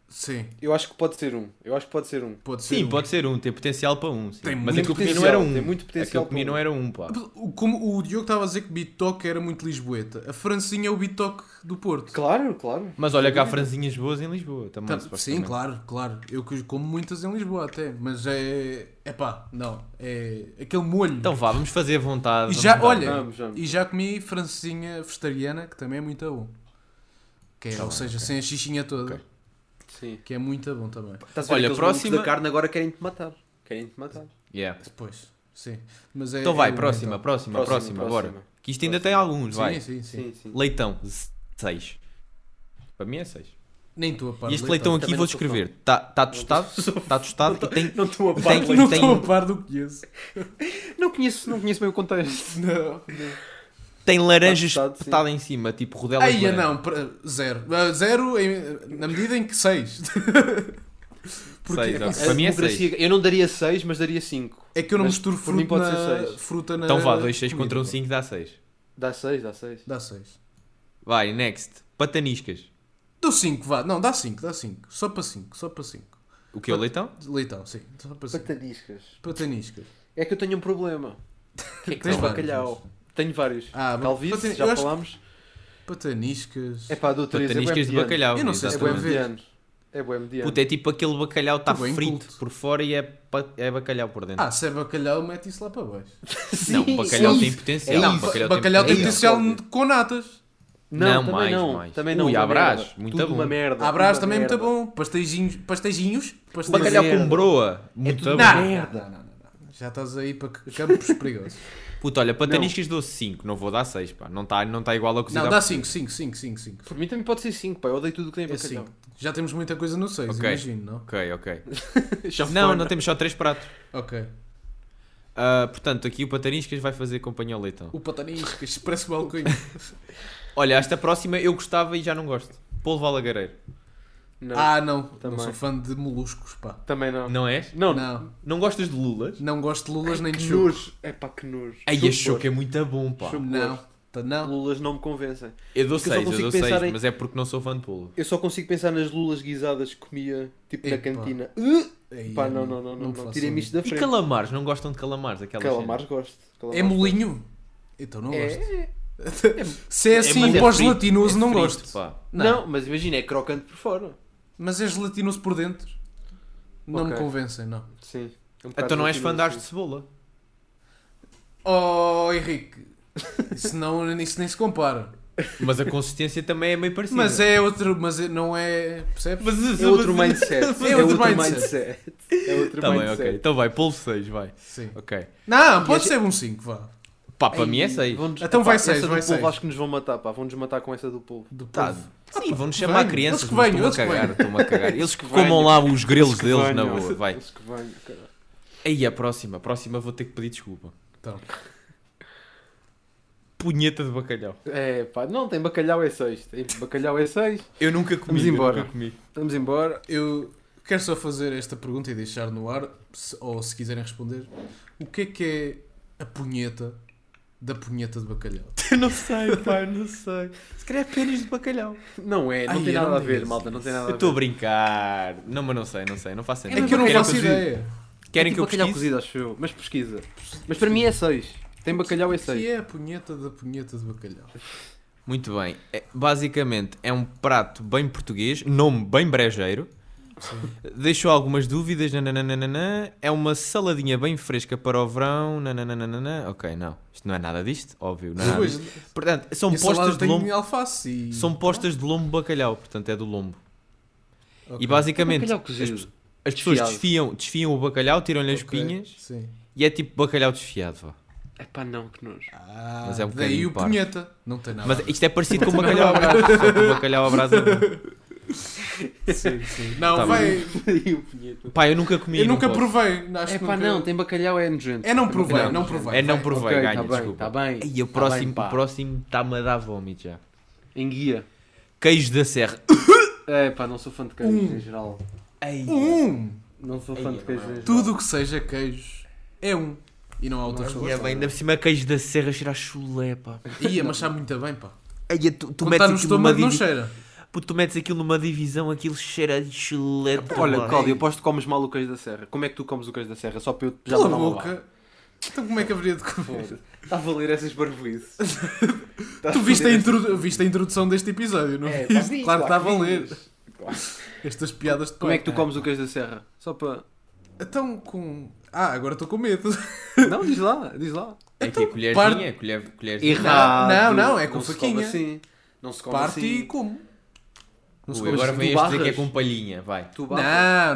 Speaker 2: Sim,
Speaker 3: Eu acho que pode ser um. Eu acho que pode ser um.
Speaker 2: pode ser.
Speaker 4: Sim,
Speaker 2: um.
Speaker 4: pode ser um. Tem potencial para um. sim.
Speaker 2: Tem
Speaker 4: Mas
Speaker 2: muito
Speaker 4: aquilo que eu comi não
Speaker 3: potencial,
Speaker 4: era um.
Speaker 3: tem muito
Speaker 4: Aquilo que
Speaker 3: potencial
Speaker 4: eu comi
Speaker 3: para um.
Speaker 4: não era um, pá.
Speaker 2: O- Como o Diogo estava a dizer que Bitoque era muito Lisboeta, a Francinha é o Bitoque do Porto.
Speaker 3: Claro, claro.
Speaker 4: Mas olha que há franzinhas boas em Lisboa também.
Speaker 2: Tam- sim,
Speaker 4: supostamente.
Speaker 2: claro, claro. Eu que como muitas em Lisboa até, mas é. É pá, não. É aquele molho.
Speaker 4: Então vá, vamos fazer à vontade.
Speaker 2: e
Speaker 4: vamos
Speaker 2: já,
Speaker 4: dar.
Speaker 2: olha,
Speaker 3: Vamos, vamos.
Speaker 2: e já comi francesinha vegetariana, que também é muito bom. Que é, ou seja, sem a xixinha toda,
Speaker 4: Ok.
Speaker 3: Sim.
Speaker 2: que é muito bom também.
Speaker 3: Estás a ver
Speaker 4: Olha,
Speaker 3: aqueles malucos
Speaker 4: próxima-
Speaker 3: da carne agora querem-te matar. Querem-te matar.
Speaker 4: Yeah.
Speaker 2: Depois. Sim. Mas é,
Speaker 4: Então vai,
Speaker 2: é-
Speaker 4: próxima,
Speaker 2: então.
Speaker 4: próxima,
Speaker 3: Próxima,
Speaker 4: próxima, bora.
Speaker 3: próxima.
Speaker 4: Que isto ainda
Speaker 3: Próxima.
Speaker 4: tem alguns, vai.
Speaker 2: Sim, sim, sim.
Speaker 3: Sim, sim.
Speaker 4: Leitão, 6. Para mim é 6.
Speaker 2: Nem tu a par.
Speaker 4: E este leitão aqui
Speaker 3: Também
Speaker 4: vou
Speaker 3: não sou fã.
Speaker 4: descrever. Está tá tostado, está tostado e tem.
Speaker 3: Não estou a
Speaker 4: e
Speaker 3: par.
Speaker 4: tem-
Speaker 2: Não
Speaker 4: tem-
Speaker 2: estou a par do que conheço.
Speaker 3: Não conheço, não conheço bem o contexto.
Speaker 2: Não.
Speaker 4: Tem laranjas
Speaker 3: Tá tostado, sim.
Speaker 4: espetadas em cima, tipo rodelas de
Speaker 2: Aí,
Speaker 4: laranja.
Speaker 2: não, pra- zero. Ah, Zero em- na medida em que seis. Porque
Speaker 4: Seis,
Speaker 2: é,
Speaker 4: ok.
Speaker 2: que-
Speaker 4: Para mim é
Speaker 3: democracia- Eu não daria 6, mas daria 5.
Speaker 2: é que eu não
Speaker 3: Mas
Speaker 2: misturo
Speaker 3: por mim
Speaker 2: fruta
Speaker 3: pode
Speaker 2: na,
Speaker 3: ser seis.
Speaker 2: fruta na.
Speaker 4: Então vá, 2, 6 contra um
Speaker 2: comida.
Speaker 4: 5 dá 6.
Speaker 3: Dá 6, dá 6.
Speaker 2: Dá seis.
Speaker 4: Vai, next. Pataniscas.
Speaker 2: Dou cinco, vá. Não, dá cinco, dá cinco. Só para cinco, só para cinco.
Speaker 4: O que é o leitão?
Speaker 2: Leitão, sim. Só para cinco.
Speaker 3: Pataniscas.
Speaker 2: Pataniscas.
Speaker 3: É que eu tenho um problema.
Speaker 2: Que é
Speaker 3: Tens bacalhau. Tenho vários.
Speaker 2: Ah, mas
Speaker 3: Talvez,
Speaker 2: patan- eu
Speaker 3: já
Speaker 2: acho-
Speaker 3: falámos.
Speaker 2: Pataniscas.
Speaker 3: É pá, dou 3. É bué
Speaker 4: Pataniscas de
Speaker 3: mediano.
Speaker 4: bacalhau.
Speaker 2: Eu não sei
Speaker 3: É
Speaker 2: se
Speaker 3: bué
Speaker 2: Exatamente.
Speaker 3: mediano. É bué mediano.
Speaker 4: Puta, é tipo aquele bacalhau está
Speaker 2: Tá bem
Speaker 4: frito
Speaker 2: culto.
Speaker 4: por fora e é, pa- é bacalhau por dentro.
Speaker 2: Ah, se é bacalhau, mete isso lá para baixo.
Speaker 4: não,
Speaker 3: Sim,
Speaker 4: bacalhau
Speaker 3: sim.
Speaker 4: tem É potencial.
Speaker 3: Não,
Speaker 4: Não,
Speaker 2: Bacalhau,
Speaker 4: bacalhau,
Speaker 2: tem
Speaker 3: isso.
Speaker 2: potencial com natas.
Speaker 4: Não,
Speaker 3: Não, também
Speaker 4: mais,
Speaker 3: não.
Speaker 4: mais.
Speaker 3: Também não.
Speaker 4: Ui,
Speaker 3: uma
Speaker 4: Abrás,
Speaker 3: merda.
Speaker 4: muito
Speaker 3: Tudo
Speaker 4: bom.
Speaker 3: uma merda.
Speaker 2: Abrás
Speaker 3: uma
Speaker 2: também é muito
Speaker 3: merda.
Speaker 2: bom. Pasteizinhos. Pasteizinhos. pasteizinhos.
Speaker 4: Bacalhau
Speaker 3: merda.
Speaker 4: com broa.
Speaker 2: É
Speaker 4: Muito
Speaker 2: tudo
Speaker 4: Tá bom.
Speaker 2: não,
Speaker 3: merda.
Speaker 2: Não, não, não, não. Já estás aí para c- campos perigosos.
Speaker 4: Puta, olha, pataniscas dou 5, não vou dar 6, pá. Não está não tá igual a cozida.
Speaker 2: Não, dá 5, 5, 5, 5, 5.
Speaker 3: Por mim também pode ser 5, pá. Eu odeio tudo o que tem
Speaker 2: É
Speaker 3: bacalhau.
Speaker 2: 5. Já temos muita coisa no 6,
Speaker 4: Ok.
Speaker 2: imagino, não?
Speaker 4: Ok, ok.
Speaker 3: Já
Speaker 4: Não,
Speaker 3: foi,
Speaker 4: não temos só 3 pratos.
Speaker 2: Ok.
Speaker 4: Ah, portanto, aqui o pataniscas vai fazer companhia ao leitão.
Speaker 2: O pataniscas, parece mal com
Speaker 4: então? Olha, esta próxima eu gostava e já não gosto. Polvo alagareiro.
Speaker 3: Não.
Speaker 2: Ah, não.
Speaker 3: Também.
Speaker 2: Não sou fã de moluscos, pá.
Speaker 3: Também não.
Speaker 4: Não és?
Speaker 3: Não,
Speaker 2: Não.
Speaker 4: Não gostas de lulas?
Speaker 2: Não gosto de lulas nem de
Speaker 3: Que
Speaker 2: chuco.
Speaker 3: nojo. É pá, que nojo.
Speaker 4: Aí achou que é muito bom, pá.
Speaker 3: Chupa.
Speaker 2: Não. Tá- Não.
Speaker 3: Lulas não me convencem.
Speaker 4: Eu dou
Speaker 3: Porque eu só
Speaker 4: 6, eu
Speaker 3: consigo
Speaker 4: dou 6,
Speaker 3: pensar em-
Speaker 4: mas é porque não sou fã de polvo.
Speaker 3: Eu só consigo pensar nas lulas guisadas que comia, tipo, na
Speaker 2: Epá.
Speaker 3: cantina. Uh!
Speaker 2: Aí,
Speaker 3: Pá,
Speaker 2: eu
Speaker 3: não, não, não, não.
Speaker 2: faço assim.
Speaker 3: não. Tirem-me isto da
Speaker 4: E
Speaker 3: frente.
Speaker 4: calamares? Não gostam de calamares? Aquelas
Speaker 3: Calamares gosto.
Speaker 2: isso.
Speaker 3: Calamares
Speaker 2: É molinho? Então não
Speaker 3: É.
Speaker 2: gosto. Se é assim,
Speaker 4: mas
Speaker 2: pós
Speaker 4: frito,
Speaker 2: gelatinoso,
Speaker 4: é
Speaker 2: não
Speaker 4: frito,
Speaker 2: gosto.
Speaker 4: pá.
Speaker 3: Não. mas imagina, é crocante por fora.
Speaker 2: Mas é gelatinoso por dentro. Não me
Speaker 3: Ok.
Speaker 2: convencem, não.
Speaker 3: Sim. É um bocado
Speaker 4: Então não és fã de
Speaker 3: gelatinoso,
Speaker 4: ars de cebola?
Speaker 2: Oh, Henrique. Isso, não, isso nem se compara.
Speaker 4: Mas a consistência também é meio parecida.
Speaker 2: Mas é outro, mas é- não é. Percebes?
Speaker 3: sim. É outro mindset.
Speaker 2: É
Speaker 3: É
Speaker 2: outro
Speaker 3: outro
Speaker 2: mindset.
Speaker 3: mindset. É outro
Speaker 4: Tá bem, ok.
Speaker 3: mindset.
Speaker 4: Então vai, polvo 6, vai.
Speaker 2: Sim.
Speaker 4: Ok.
Speaker 2: Não,
Speaker 3: E a
Speaker 2: pode
Speaker 3: gente-
Speaker 2: ser um 5, vá.
Speaker 4: Pá, para mim é
Speaker 3: Ei,
Speaker 4: 6.
Speaker 3: vão-nos-
Speaker 2: Então
Speaker 3: Epá,
Speaker 2: vai seis,
Speaker 3: essa do
Speaker 2: vai
Speaker 3: povo
Speaker 2: seis.
Speaker 3: Acho que nos vão matar, pá. Vão-nos matar com essa do povo.
Speaker 2: Do
Speaker 4: Tá.
Speaker 2: povo.
Speaker 4: Sim, vão-nos
Speaker 2: que
Speaker 4: chamar
Speaker 2: venham,
Speaker 4: crianças.
Speaker 2: eles que
Speaker 4: mas
Speaker 2: venham,
Speaker 4: Estou-me
Speaker 2: eles
Speaker 4: a
Speaker 2: que
Speaker 4: cagar,
Speaker 2: venham.
Speaker 4: estou-me a cagar. Eles que
Speaker 3: que
Speaker 4: comam
Speaker 3: venham.
Speaker 4: lá os grelos
Speaker 3: Que
Speaker 4: deles, na
Speaker 3: venham.
Speaker 4: boa, vai.
Speaker 3: Eles que venham, caralho.
Speaker 4: Aí a próxima, a próxima vou ter que pedir desculpa.
Speaker 2: Então.
Speaker 4: Punheta de bacalhau.
Speaker 3: É pá, não, tem bacalhau é 6. Tem bacalhau é 6.
Speaker 4: Eu nunca comi.
Speaker 3: Vamos
Speaker 4: eu
Speaker 3: embora.
Speaker 4: nunca comi.
Speaker 3: Vamos embora.
Speaker 2: Eu quero só fazer esta pergunta e deixar no ar, se- ou se quiserem responder, o que é que é a punheta da punheta de bacalhau?
Speaker 4: Eu não sei, pai, não sei. Se calhar é pênis de bacalhau.
Speaker 3: Não é, não
Speaker 2: Ai,
Speaker 3: tem
Speaker 2: eu
Speaker 3: nada
Speaker 2: não
Speaker 3: a ver,
Speaker 2: disse
Speaker 3: malta. Não tem nada a ver.
Speaker 4: Eu estou a brincar. Não, mas não sei, não sei. Não faço
Speaker 2: É
Speaker 4: ideia.
Speaker 2: que eu não
Speaker 4: Querem
Speaker 2: faço
Speaker 4: pesquise?
Speaker 2: ideia.
Speaker 4: Querem
Speaker 3: É
Speaker 4: que eu
Speaker 3: tipo bacalhau
Speaker 4: pesquise?
Speaker 3: cozido, acho eu. Mas pesquisa. Mas para mim é 6. Tem bacalhau é
Speaker 2: O que
Speaker 3: 6.
Speaker 2: é a punheta da punheta de bacalhau?
Speaker 4: Muito bem. É- basicamente é um prato bem português, nome bem brejeiro. Deixou algumas dúvidas. nananana. É uma saladinha bem fresca para o verão. nananana. Ok, não. Isto não é nada disto, óbvio. Não é nada
Speaker 2: Pois,
Speaker 4: disto. Portanto, são
Speaker 2: e a salada
Speaker 4: postas de
Speaker 2: tem
Speaker 4: lombo.
Speaker 2: alface e...
Speaker 4: São postas de lombo bacalhau, portanto é do lombo.
Speaker 2: Ok.
Speaker 4: E basicamente
Speaker 3: Bacalhau
Speaker 4: as,
Speaker 3: cozido.
Speaker 4: pe- as pessoas
Speaker 3: Desfiado.
Speaker 4: desfiam, desfiam o bacalhau, tiram-lhe as
Speaker 2: Ok,
Speaker 4: espinhas
Speaker 2: Sim.
Speaker 4: e é tipo bacalhau desfiado. vá.
Speaker 3: É pá, não, que nojo.
Speaker 2: Ah,
Speaker 4: Mas é um
Speaker 2: daí
Speaker 4: bocadinho
Speaker 2: o
Speaker 4: parvo.
Speaker 2: punheta. Não tem nada.
Speaker 4: Mas isto é parecido com o bacalhau à brasa. só que o bacalhau à brasa é bom.
Speaker 2: Sim, sim. Não,
Speaker 4: Tá
Speaker 2: vai...
Speaker 3: E o punheta.
Speaker 4: Pá, eu nunca comi.
Speaker 2: Eu nunca
Speaker 4: posso.
Speaker 2: provei. Acho
Speaker 3: É
Speaker 2: que
Speaker 3: pá,
Speaker 2: nunca-
Speaker 3: não, tem bacalhau é nojento.
Speaker 2: É não
Speaker 3: Tem
Speaker 2: provei,
Speaker 3: bacalhau
Speaker 2: não
Speaker 3: nojento.
Speaker 2: provei.
Speaker 4: É não
Speaker 2: Vai,
Speaker 4: provei,
Speaker 3: ok,
Speaker 4: ganha,
Speaker 3: tá bem,
Speaker 4: desculpa.
Speaker 3: tá bem.
Speaker 4: Ai, o
Speaker 3: Tá
Speaker 4: próximo,
Speaker 3: bem, pá.
Speaker 4: o próximo está-me a dar vómito já.
Speaker 3: Enguia.
Speaker 4: Queijo da serra.
Speaker 3: É pá, não sou fã de queijos em geral.
Speaker 4: Ai,
Speaker 2: Um!
Speaker 3: Não sou fã
Speaker 4: Ei,
Speaker 3: de queijos em geral.
Speaker 2: Tudo o que seja queijo é um. E não há outra
Speaker 4: e
Speaker 2: coisa.
Speaker 4: é bem, ainda por cima queijo da serra cheira a chulé, pá.
Speaker 2: Ia, é, mas sabe muito bem, pá.
Speaker 4: Ai, é, tu, tu,
Speaker 2: Quando está
Speaker 4: metes
Speaker 2: no
Speaker 4: aquilo numa
Speaker 2: estômago não
Speaker 4: divi-
Speaker 2: cheira.
Speaker 4: Puto, tu metes aquilo numa divisão, aquilo cheira de chulé. tá
Speaker 3: Olha,
Speaker 4: bom.
Speaker 3: Cláudio, aposto que comes mal o queijo da serra. Como é que tu comes o queijo da serra? Só para eu já
Speaker 2: Pela
Speaker 3: tomar uma
Speaker 2: boca. Então como é que haveria de comer?
Speaker 3: bala. Está Tá a valer essas barbuízes.
Speaker 2: Tu viste a, introdu- viste a introdução deste episódio, não
Speaker 3: tá É, pá,
Speaker 2: viste?
Speaker 3: vi,
Speaker 2: Claro que está a
Speaker 3: claro que
Speaker 2: valer.
Speaker 3: viste.
Speaker 2: Estas piadas de
Speaker 3: Como é que tu
Speaker 2: pai.
Speaker 3: comes o queijo da serra? Só para...
Speaker 2: Então com... Ah, agora estou com medo.
Speaker 3: Não, diz lá, diz lá.
Speaker 4: É que é
Speaker 2: parte-
Speaker 4: colherzinha, colher, colherzinha.
Speaker 2: Errado. Não, não, é com
Speaker 3: se
Speaker 2: faquinha.
Speaker 3: come assim. Não se come
Speaker 2: Parte
Speaker 3: assim.
Speaker 2: e como. Não se
Speaker 4: Ui,
Speaker 2: come
Speaker 4: agora
Speaker 3: tu
Speaker 4: vem este dizer que é
Speaker 3: barras?
Speaker 4: com palhinha, vai.
Speaker 3: Tu barras.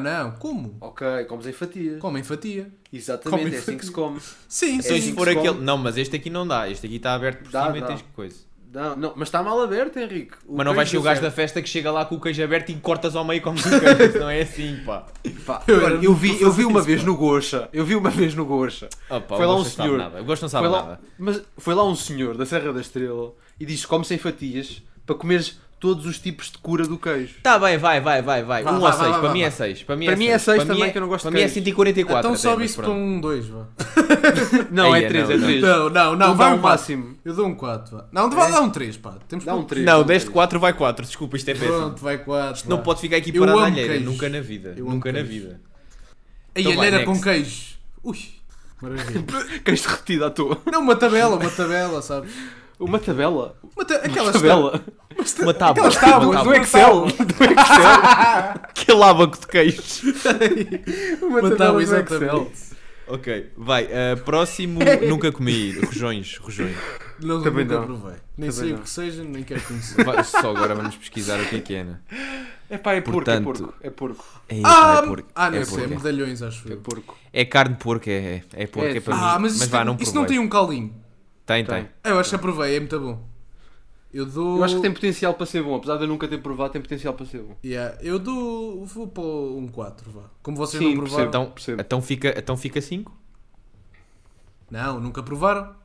Speaker 2: Não, não. Como?
Speaker 3: Ok, comes em fatias.
Speaker 2: Come em fatia.
Speaker 3: Exatamente,
Speaker 2: Come em
Speaker 3: é assim que se come.
Speaker 2: Sim,
Speaker 4: Se
Speaker 3: assim
Speaker 2: sim.
Speaker 3: que
Speaker 4: for
Speaker 3: se
Speaker 4: aquele.
Speaker 3: come.
Speaker 4: Não, mas este aqui não dá. Este aqui está aberto por
Speaker 3: Dá,
Speaker 4: cima e
Speaker 3: dá.
Speaker 4: tens que coisa.
Speaker 3: Não, não, mas está mal aberto, Henrique. O
Speaker 4: Mas não vai
Speaker 3: queijo
Speaker 4: ser o
Speaker 3: deu
Speaker 4: gajo da
Speaker 3: certo.
Speaker 4: festa que chega lá com o queijo aberto e cortas ao meio como um queijo. Isso não é assim, pá.
Speaker 3: Pá,
Speaker 2: Eu
Speaker 3: eu,
Speaker 2: era
Speaker 3: eu
Speaker 2: muito
Speaker 3: vi,
Speaker 2: para
Speaker 3: eu
Speaker 2: fazer
Speaker 3: vi uma
Speaker 2: isso,
Speaker 3: vez no Gocha. Eu vi uma vez no Gocha.
Speaker 4: Oh, pá
Speaker 3: Foi
Speaker 4: o
Speaker 3: lá um
Speaker 4: gosto não sabe
Speaker 3: senhor.
Speaker 4: nada. O gosto não sabe
Speaker 3: Foi lá,
Speaker 4: Tá nada.
Speaker 3: mas foi lá um senhor da Serra da Estrela e diz: come sem fatias para comeres todos os tipos de cura do queijo.
Speaker 4: Tá bem, vai, vai, vai, vai.
Speaker 2: Vá,
Speaker 4: um
Speaker 2: vá,
Speaker 4: a
Speaker 2: vá,
Speaker 4: 6.
Speaker 2: vá,
Speaker 4: Para
Speaker 2: vá,
Speaker 4: mim é
Speaker 2: vá.
Speaker 4: 6. Para mim
Speaker 3: Para
Speaker 4: é
Speaker 3: mim é
Speaker 4: 6
Speaker 3: 6 também, que eu não gosto
Speaker 4: Para
Speaker 3: de
Speaker 4: mim é
Speaker 3: queijo.
Speaker 4: 144.
Speaker 2: Então
Speaker 4: até,
Speaker 2: sobe
Speaker 4: mas
Speaker 2: isso para
Speaker 4: pronto.
Speaker 2: um 2, vá.
Speaker 3: Não,
Speaker 4: Eia,
Speaker 3: é 3,
Speaker 4: não,
Speaker 3: é
Speaker 4: não.
Speaker 3: 3.
Speaker 2: Não, não, não.
Speaker 3: Não,
Speaker 2: Vai
Speaker 3: dá
Speaker 2: um 4.
Speaker 3: um máximo.
Speaker 2: Eu dou um 4, vá. Não, vá, dá um 3, pá. Temos
Speaker 3: Dá um
Speaker 2: pouco.
Speaker 3: 3.
Speaker 4: Não, deste 4 vai 4. Desculpa, isto é péssimo.
Speaker 2: Pronto, vai 4.
Speaker 4: Não pode ficar aqui
Speaker 2: Eu
Speaker 4: parado à
Speaker 2: amo
Speaker 4: alheira.
Speaker 2: queijo.
Speaker 4: Nunca na vida.
Speaker 2: Eu amo
Speaker 4: Nunca na
Speaker 2: queijo.
Speaker 4: vida.
Speaker 2: Aí
Speaker 4: Então vai,
Speaker 2: alheira com
Speaker 4: next.
Speaker 2: queijo. Ui, maravilha.
Speaker 3: Queijo derretido à toa.
Speaker 2: Não, uma tabela, uma tabela, sabes?
Speaker 3: Uma tabela.
Speaker 2: Uma ta-
Speaker 3: Uma
Speaker 2: aquelas
Speaker 3: tabela.
Speaker 4: Uma tábua.
Speaker 2: Aquelas tábuas,
Speaker 4: Uma
Speaker 2: não
Speaker 3: Do
Speaker 4: tábua.
Speaker 2: é?
Speaker 3: Excel. Do Excel.
Speaker 4: Aquele ábaco é de queijo.
Speaker 2: Uma tábua,
Speaker 3: do Excel.
Speaker 2: exatamente.
Speaker 4: Ok, vai. uh, próximo, nunca comi. Rojões, rojões.
Speaker 2: Não,
Speaker 3: Também
Speaker 2: nunca
Speaker 3: não.
Speaker 2: provei. Nem
Speaker 3: Também
Speaker 2: sei o
Speaker 3: não.
Speaker 2: que seja, nem quero conhecer.
Speaker 4: Vai, só agora vamos pesquisar o que é que é, né?
Speaker 3: É pá, é porco, é
Speaker 4: Portanto-
Speaker 3: porco. É porco.
Speaker 4: É,
Speaker 2: Ah,
Speaker 4: é porco.
Speaker 2: ah, não
Speaker 4: é
Speaker 2: sei, é
Speaker 4: porco.
Speaker 2: medalhões, acho
Speaker 3: É
Speaker 2: eu.
Speaker 3: porco.
Speaker 4: É carne de porco, é, é é porco, é,
Speaker 3: É,
Speaker 4: para
Speaker 2: Ah,
Speaker 4: mim.
Speaker 2: mas
Speaker 4: Mas,
Speaker 2: isso,
Speaker 4: vá,
Speaker 2: tem-
Speaker 4: não
Speaker 2: isso não tem
Speaker 4: provei.
Speaker 2: um calinho.
Speaker 4: Tem, tem.
Speaker 3: Tem.
Speaker 2: Ah, Eu acho que já provei, é muito bom. Eu dou.
Speaker 3: Eu acho que tem potencial para ser bom, apesar de eu nunca ter provado, tem potencial para ser bom.
Speaker 2: Yeah, eu dou. Vou para um 4, vá. Como vocês
Speaker 3: Sim,
Speaker 2: não provaram.
Speaker 4: Então,
Speaker 3: percebo.
Speaker 4: então fica 5?
Speaker 3: Então-
Speaker 2: Não, nunca provaram.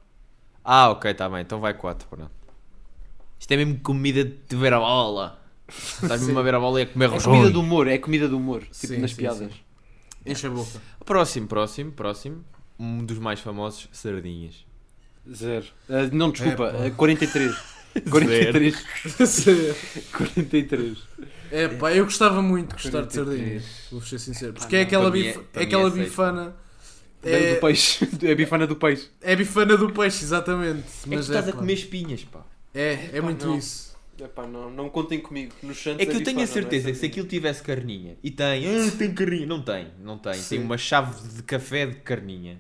Speaker 4: ah, ok, tá bem. Então vai 4, pronto. Isto é mesmo comida de ver a bola. Estás mesmo a ver a bola e a comer
Speaker 3: É
Speaker 4: rojões.
Speaker 3: comida do humor, é comida do humor, tipo
Speaker 2: Sim,
Speaker 3: nas
Speaker 2: sim,
Speaker 3: piadas.
Speaker 2: Enche a boca.
Speaker 4: Próximo, próximo, próximo. Um dos mais famosos, sardinhas.
Speaker 3: Zero. Ah, não, desculpa,
Speaker 2: Epá.
Speaker 3: ah, 43. 43. 43.
Speaker 2: é pá, eu gostava muito de gostar de sardinhas. Vou ser sincero. Porque é
Speaker 4: não,
Speaker 2: aquela,
Speaker 4: para mim é-
Speaker 2: bif-
Speaker 4: para
Speaker 2: é
Speaker 4: mim
Speaker 2: aquela
Speaker 4: é seis,
Speaker 2: bifana.
Speaker 3: É...
Speaker 2: É,
Speaker 3: Do peixe. É a bifana do peixe.
Speaker 2: é bifana do peixe, exatamente.
Speaker 4: É que
Speaker 2: Mas
Speaker 4: estás a
Speaker 2: pá,
Speaker 4: comer espinhas, pá.
Speaker 2: É, é
Speaker 3: Epá,
Speaker 2: muito
Speaker 3: não.
Speaker 2: isso.
Speaker 3: Epá, não, não contem comigo. No Santos
Speaker 4: É que eu tenho a certeza que se aquilo tivesse carninha e tem, ah, tem carninha. Não tem, não tem.
Speaker 2: Sim.
Speaker 4: Tem uma chave de café de carninha.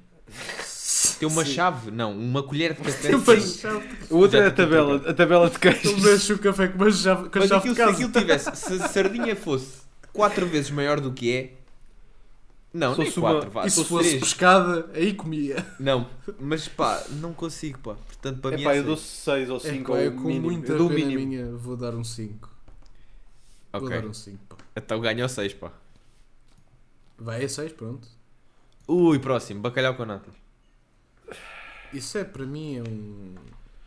Speaker 4: Tem uma
Speaker 2: Sim.
Speaker 4: chave, não, uma colher de café.
Speaker 2: Tem uma
Speaker 4: É sim.
Speaker 2: chave.
Speaker 3: O outro
Speaker 4: Já
Speaker 3: é a
Speaker 4: te
Speaker 3: tabela, a tabela de
Speaker 2: Eu
Speaker 3: queijo.
Speaker 2: mexo o café com uma chave, com a
Speaker 4: Mas
Speaker 2: chave de
Speaker 4: aquilo, se
Speaker 2: casa.
Speaker 4: aquilo tivesse, se a sardinha fosse 4 vezes maior do que é. Não,
Speaker 3: Se
Speaker 4: nem
Speaker 3: fosse uma-
Speaker 4: 4, vá,
Speaker 2: E se
Speaker 4: fosse
Speaker 2: fosse
Speaker 4: 3.
Speaker 2: pescada, aí comia.
Speaker 4: Não, mas pá, não consigo, pá. Portanto, para mim
Speaker 3: Epá,
Speaker 4: é
Speaker 3: eu dou
Speaker 4: seis.
Speaker 3: 6 ou
Speaker 2: É,
Speaker 3: 5
Speaker 2: pá,
Speaker 3: ou
Speaker 2: eu com
Speaker 3: mínimo.
Speaker 2: muita
Speaker 3: eu dou o
Speaker 2: pena
Speaker 3: mínimo.
Speaker 2: minha vou dar um 5. Vou dar
Speaker 4: Ok,
Speaker 2: um 5, pá.
Speaker 4: então ganho 6, pá.
Speaker 2: Vai a 6, pronto.
Speaker 4: Ui, próximo, bacalhau com natas.
Speaker 2: Isso é para mim é um.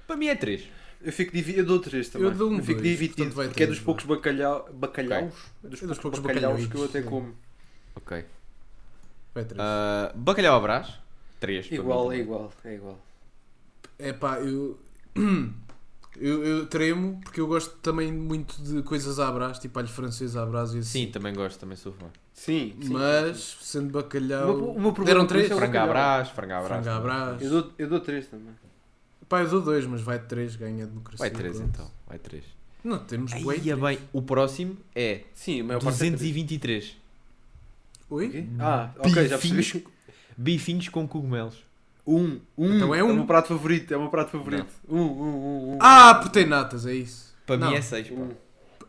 Speaker 4: Para mim é 3.
Speaker 3: Eu, fico divi- eu dou 3 também.
Speaker 2: Eu dou um
Speaker 3: fico
Speaker 2: dois,
Speaker 3: dividido,
Speaker 2: portanto vai
Speaker 3: porque é
Speaker 2: três,
Speaker 3: dos poucos bacalhau... bacalhaus. Dos,
Speaker 2: É dos
Speaker 3: poucos
Speaker 2: poucos
Speaker 3: bacalhaus que eu
Speaker 2: bacalhauitos,
Speaker 3: até
Speaker 2: sim.
Speaker 3: como.
Speaker 4: Ok.
Speaker 2: Vai 3.
Speaker 4: Ah, bacalhau à brás, 3.
Speaker 3: Igual, é igual, é igual.
Speaker 2: É pá, eu... eu. eu tremo porque eu gosto também muito de coisas à brás, tipo alho francês à brás e assim.
Speaker 4: Sim, também gosto, também sou fã.
Speaker 3: Sim, sim.
Speaker 2: Mas, sendo
Speaker 3: O meu-
Speaker 2: bacalhau.
Speaker 3: o meu problema
Speaker 2: Deram
Speaker 3: com
Speaker 2: três?
Speaker 3: isso é o
Speaker 4: Frango à
Speaker 3: bacalhau.
Speaker 4: brás, frango à brás.
Speaker 2: Frango à brás.
Speaker 3: Eu dou, eu dou 3 também.
Speaker 2: Pá, eu dou 2, mas vai 3, ganha a democracia.
Speaker 4: Vai 3
Speaker 2: pronto.
Speaker 4: então, vai 3.
Speaker 2: Não temos
Speaker 3: é
Speaker 4: Aí
Speaker 2: wait.
Speaker 4: bem, o próximo é
Speaker 3: Sim, a maior parte é
Speaker 4: 223.
Speaker 2: Oi?
Speaker 3: três. Ah, ok, já
Speaker 4: Bifinhos,
Speaker 3: percebi.
Speaker 4: bifinhos com cogumelos.
Speaker 3: Um, um.
Speaker 2: Então é um.
Speaker 3: É o meu prato favorito, é o meu prato favorito. Um, um, um, um.
Speaker 2: Ah, natas, é isso.
Speaker 4: Para
Speaker 2: Não,
Speaker 4: mim é 6, pá.
Speaker 3: Um.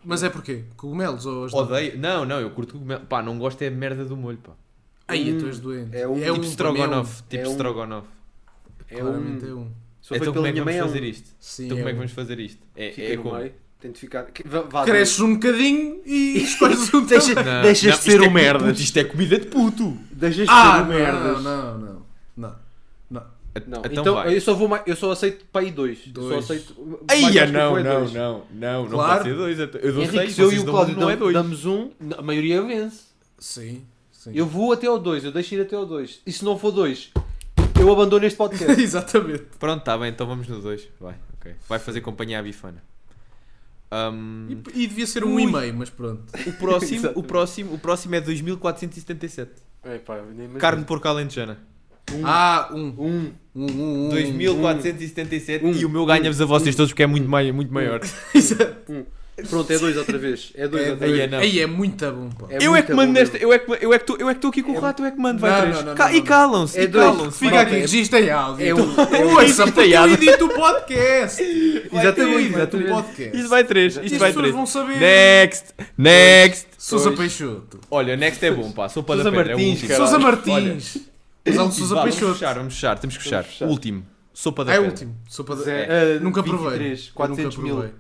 Speaker 2: Mas é porquê? Cogumelos ou as
Speaker 4: Odeio. Não, não, eu curto cogumelos. Pá, não gosto é merda do molho, pá.
Speaker 2: Aí, tu
Speaker 3: Um.
Speaker 2: és doente.
Speaker 3: É um
Speaker 2: é
Speaker 3: tipo
Speaker 2: um
Speaker 4: tipo strogonoff, tipo
Speaker 3: é um-
Speaker 4: strogonoff.
Speaker 2: É
Speaker 3: É
Speaker 2: Claramente é
Speaker 3: um.
Speaker 2: um.
Speaker 3: Só foi
Speaker 4: Então como
Speaker 3: pela
Speaker 4: é que
Speaker 3: minha
Speaker 4: vamos
Speaker 3: mãe, é
Speaker 4: fazer
Speaker 3: um.
Speaker 4: isto?
Speaker 2: Sim, é
Speaker 4: Então como é que
Speaker 2: um.
Speaker 4: vamos fazer isto?
Speaker 3: Fica
Speaker 4: É, é
Speaker 3: no
Speaker 4: como...
Speaker 3: meio, tem de ficar. que- Vá, vá,
Speaker 2: Cresces um bocadinho e escolhes um
Speaker 3: Deixa-
Speaker 2: tamanho.
Speaker 4: Não,
Speaker 3: Deixas de
Speaker 4: isto
Speaker 3: ser
Speaker 4: é
Speaker 3: um
Speaker 4: com-
Speaker 3: merdas.
Speaker 4: puto, Isto é comida de puto.
Speaker 3: Deixas de
Speaker 2: Ah,
Speaker 3: ser um
Speaker 2: não, não,
Speaker 3: merdas.
Speaker 2: não. Não. não.
Speaker 3: Não,
Speaker 4: Então
Speaker 3: então,
Speaker 4: vai.
Speaker 3: eu só vou mais, eu só aceito para aí dois. Eu Só
Speaker 2: Dois.
Speaker 3: aceito. mais
Speaker 4: Ai, ah,
Speaker 3: acho que
Speaker 4: não,
Speaker 3: foi
Speaker 4: não,
Speaker 3: dois.
Speaker 4: não, não, não
Speaker 2: Claro.
Speaker 4: pode ser dois. é Eu eu dou
Speaker 3: Henrique,
Speaker 4: seis,
Speaker 3: se eu e
Speaker 4: vocês
Speaker 3: o
Speaker 4: dão
Speaker 3: Cláudio
Speaker 4: um, não é
Speaker 3: dam-
Speaker 4: dois.
Speaker 3: damos um, a maioria vence.
Speaker 2: Sim, sim.
Speaker 3: Eu vou até ao dois, eu deixo ir até ao dois. E se não for dois, eu abandono este podcast.
Speaker 2: Exatamente.
Speaker 4: Pronto, tá bem, então vamos no dois. Vai, ok. Vai fazer companhia à bifana. Ahm,
Speaker 2: E, e devia ser um
Speaker 4: Ui.
Speaker 2: e meio, mas pronto.
Speaker 4: o, próximo, o,
Speaker 3: Exatamente.
Speaker 4: próximo, o próximo é 2477.
Speaker 3: Epá, nem me-
Speaker 4: Carne de porco alentejana.
Speaker 3: Um,
Speaker 2: Ah, um.
Speaker 3: um.
Speaker 2: Um, um, um.
Speaker 4: 2477 e o meu
Speaker 3: um,
Speaker 2: um.
Speaker 4: ganha-vos a vocês todos porque é muito, mai- muito maior.
Speaker 2: Exato.
Speaker 3: Pronto, é dois outra vez. É dois
Speaker 2: É
Speaker 3: outra
Speaker 4: dois.
Speaker 3: vez.
Speaker 4: Aí é não.
Speaker 2: Aí é muito bom, pá.
Speaker 3: É
Speaker 4: eu é
Speaker 3: muito
Speaker 4: que mando
Speaker 3: bom
Speaker 4: nesta.
Speaker 3: mesmo.
Speaker 4: Eu é que eu é que estou aqui com o rato, eu é que mando, vai
Speaker 2: Não,
Speaker 4: três.
Speaker 2: não, não,
Speaker 4: Ca-
Speaker 2: não,
Speaker 4: E
Speaker 2: não.
Speaker 4: calam-se,
Speaker 3: É
Speaker 4: e
Speaker 3: dois.
Speaker 4: calam-se.
Speaker 2: Fica
Speaker 4: malta.
Speaker 2: aqui, regista em áudio.
Speaker 3: É um-
Speaker 2: É
Speaker 3: é um-
Speaker 2: Ouça, porque eu
Speaker 4: piada.
Speaker 2: edito o podcast. Eu
Speaker 3: Exatamente,
Speaker 2: edito o
Speaker 3: exatamente.
Speaker 2: podcast.
Speaker 4: Isto vai três,
Speaker 2: E
Speaker 4: isto
Speaker 2: as
Speaker 4: vai Né?
Speaker 2: pessoas
Speaker 4: três.
Speaker 2: vão saber.
Speaker 4: Next, next.
Speaker 2: Sousa
Speaker 3: Pois.
Speaker 2: Peixoto.
Speaker 4: Olha, next é bom, pá. Sopa da
Speaker 3: Sousa
Speaker 4: pedra. é o
Speaker 3: Martins,
Speaker 4: último.
Speaker 3: Caralho.
Speaker 2: Sousa
Speaker 4: Olha,
Speaker 2: Martins. Mas há um
Speaker 4: Vamos
Speaker 2: Sousa Peixoto.
Speaker 4: fechar, vamos fechar, temos que fechar.
Speaker 3: Vamos fechar.
Speaker 4: Último. Sopa da
Speaker 2: Ah, é o
Speaker 4: pedra.
Speaker 2: último. Sopa da...
Speaker 3: Zé, ah,
Speaker 2: Nunca provei.
Speaker 3: 23,
Speaker 2: Eu
Speaker 3: 400
Speaker 2: nunca
Speaker 3: mil.
Speaker 2: provei.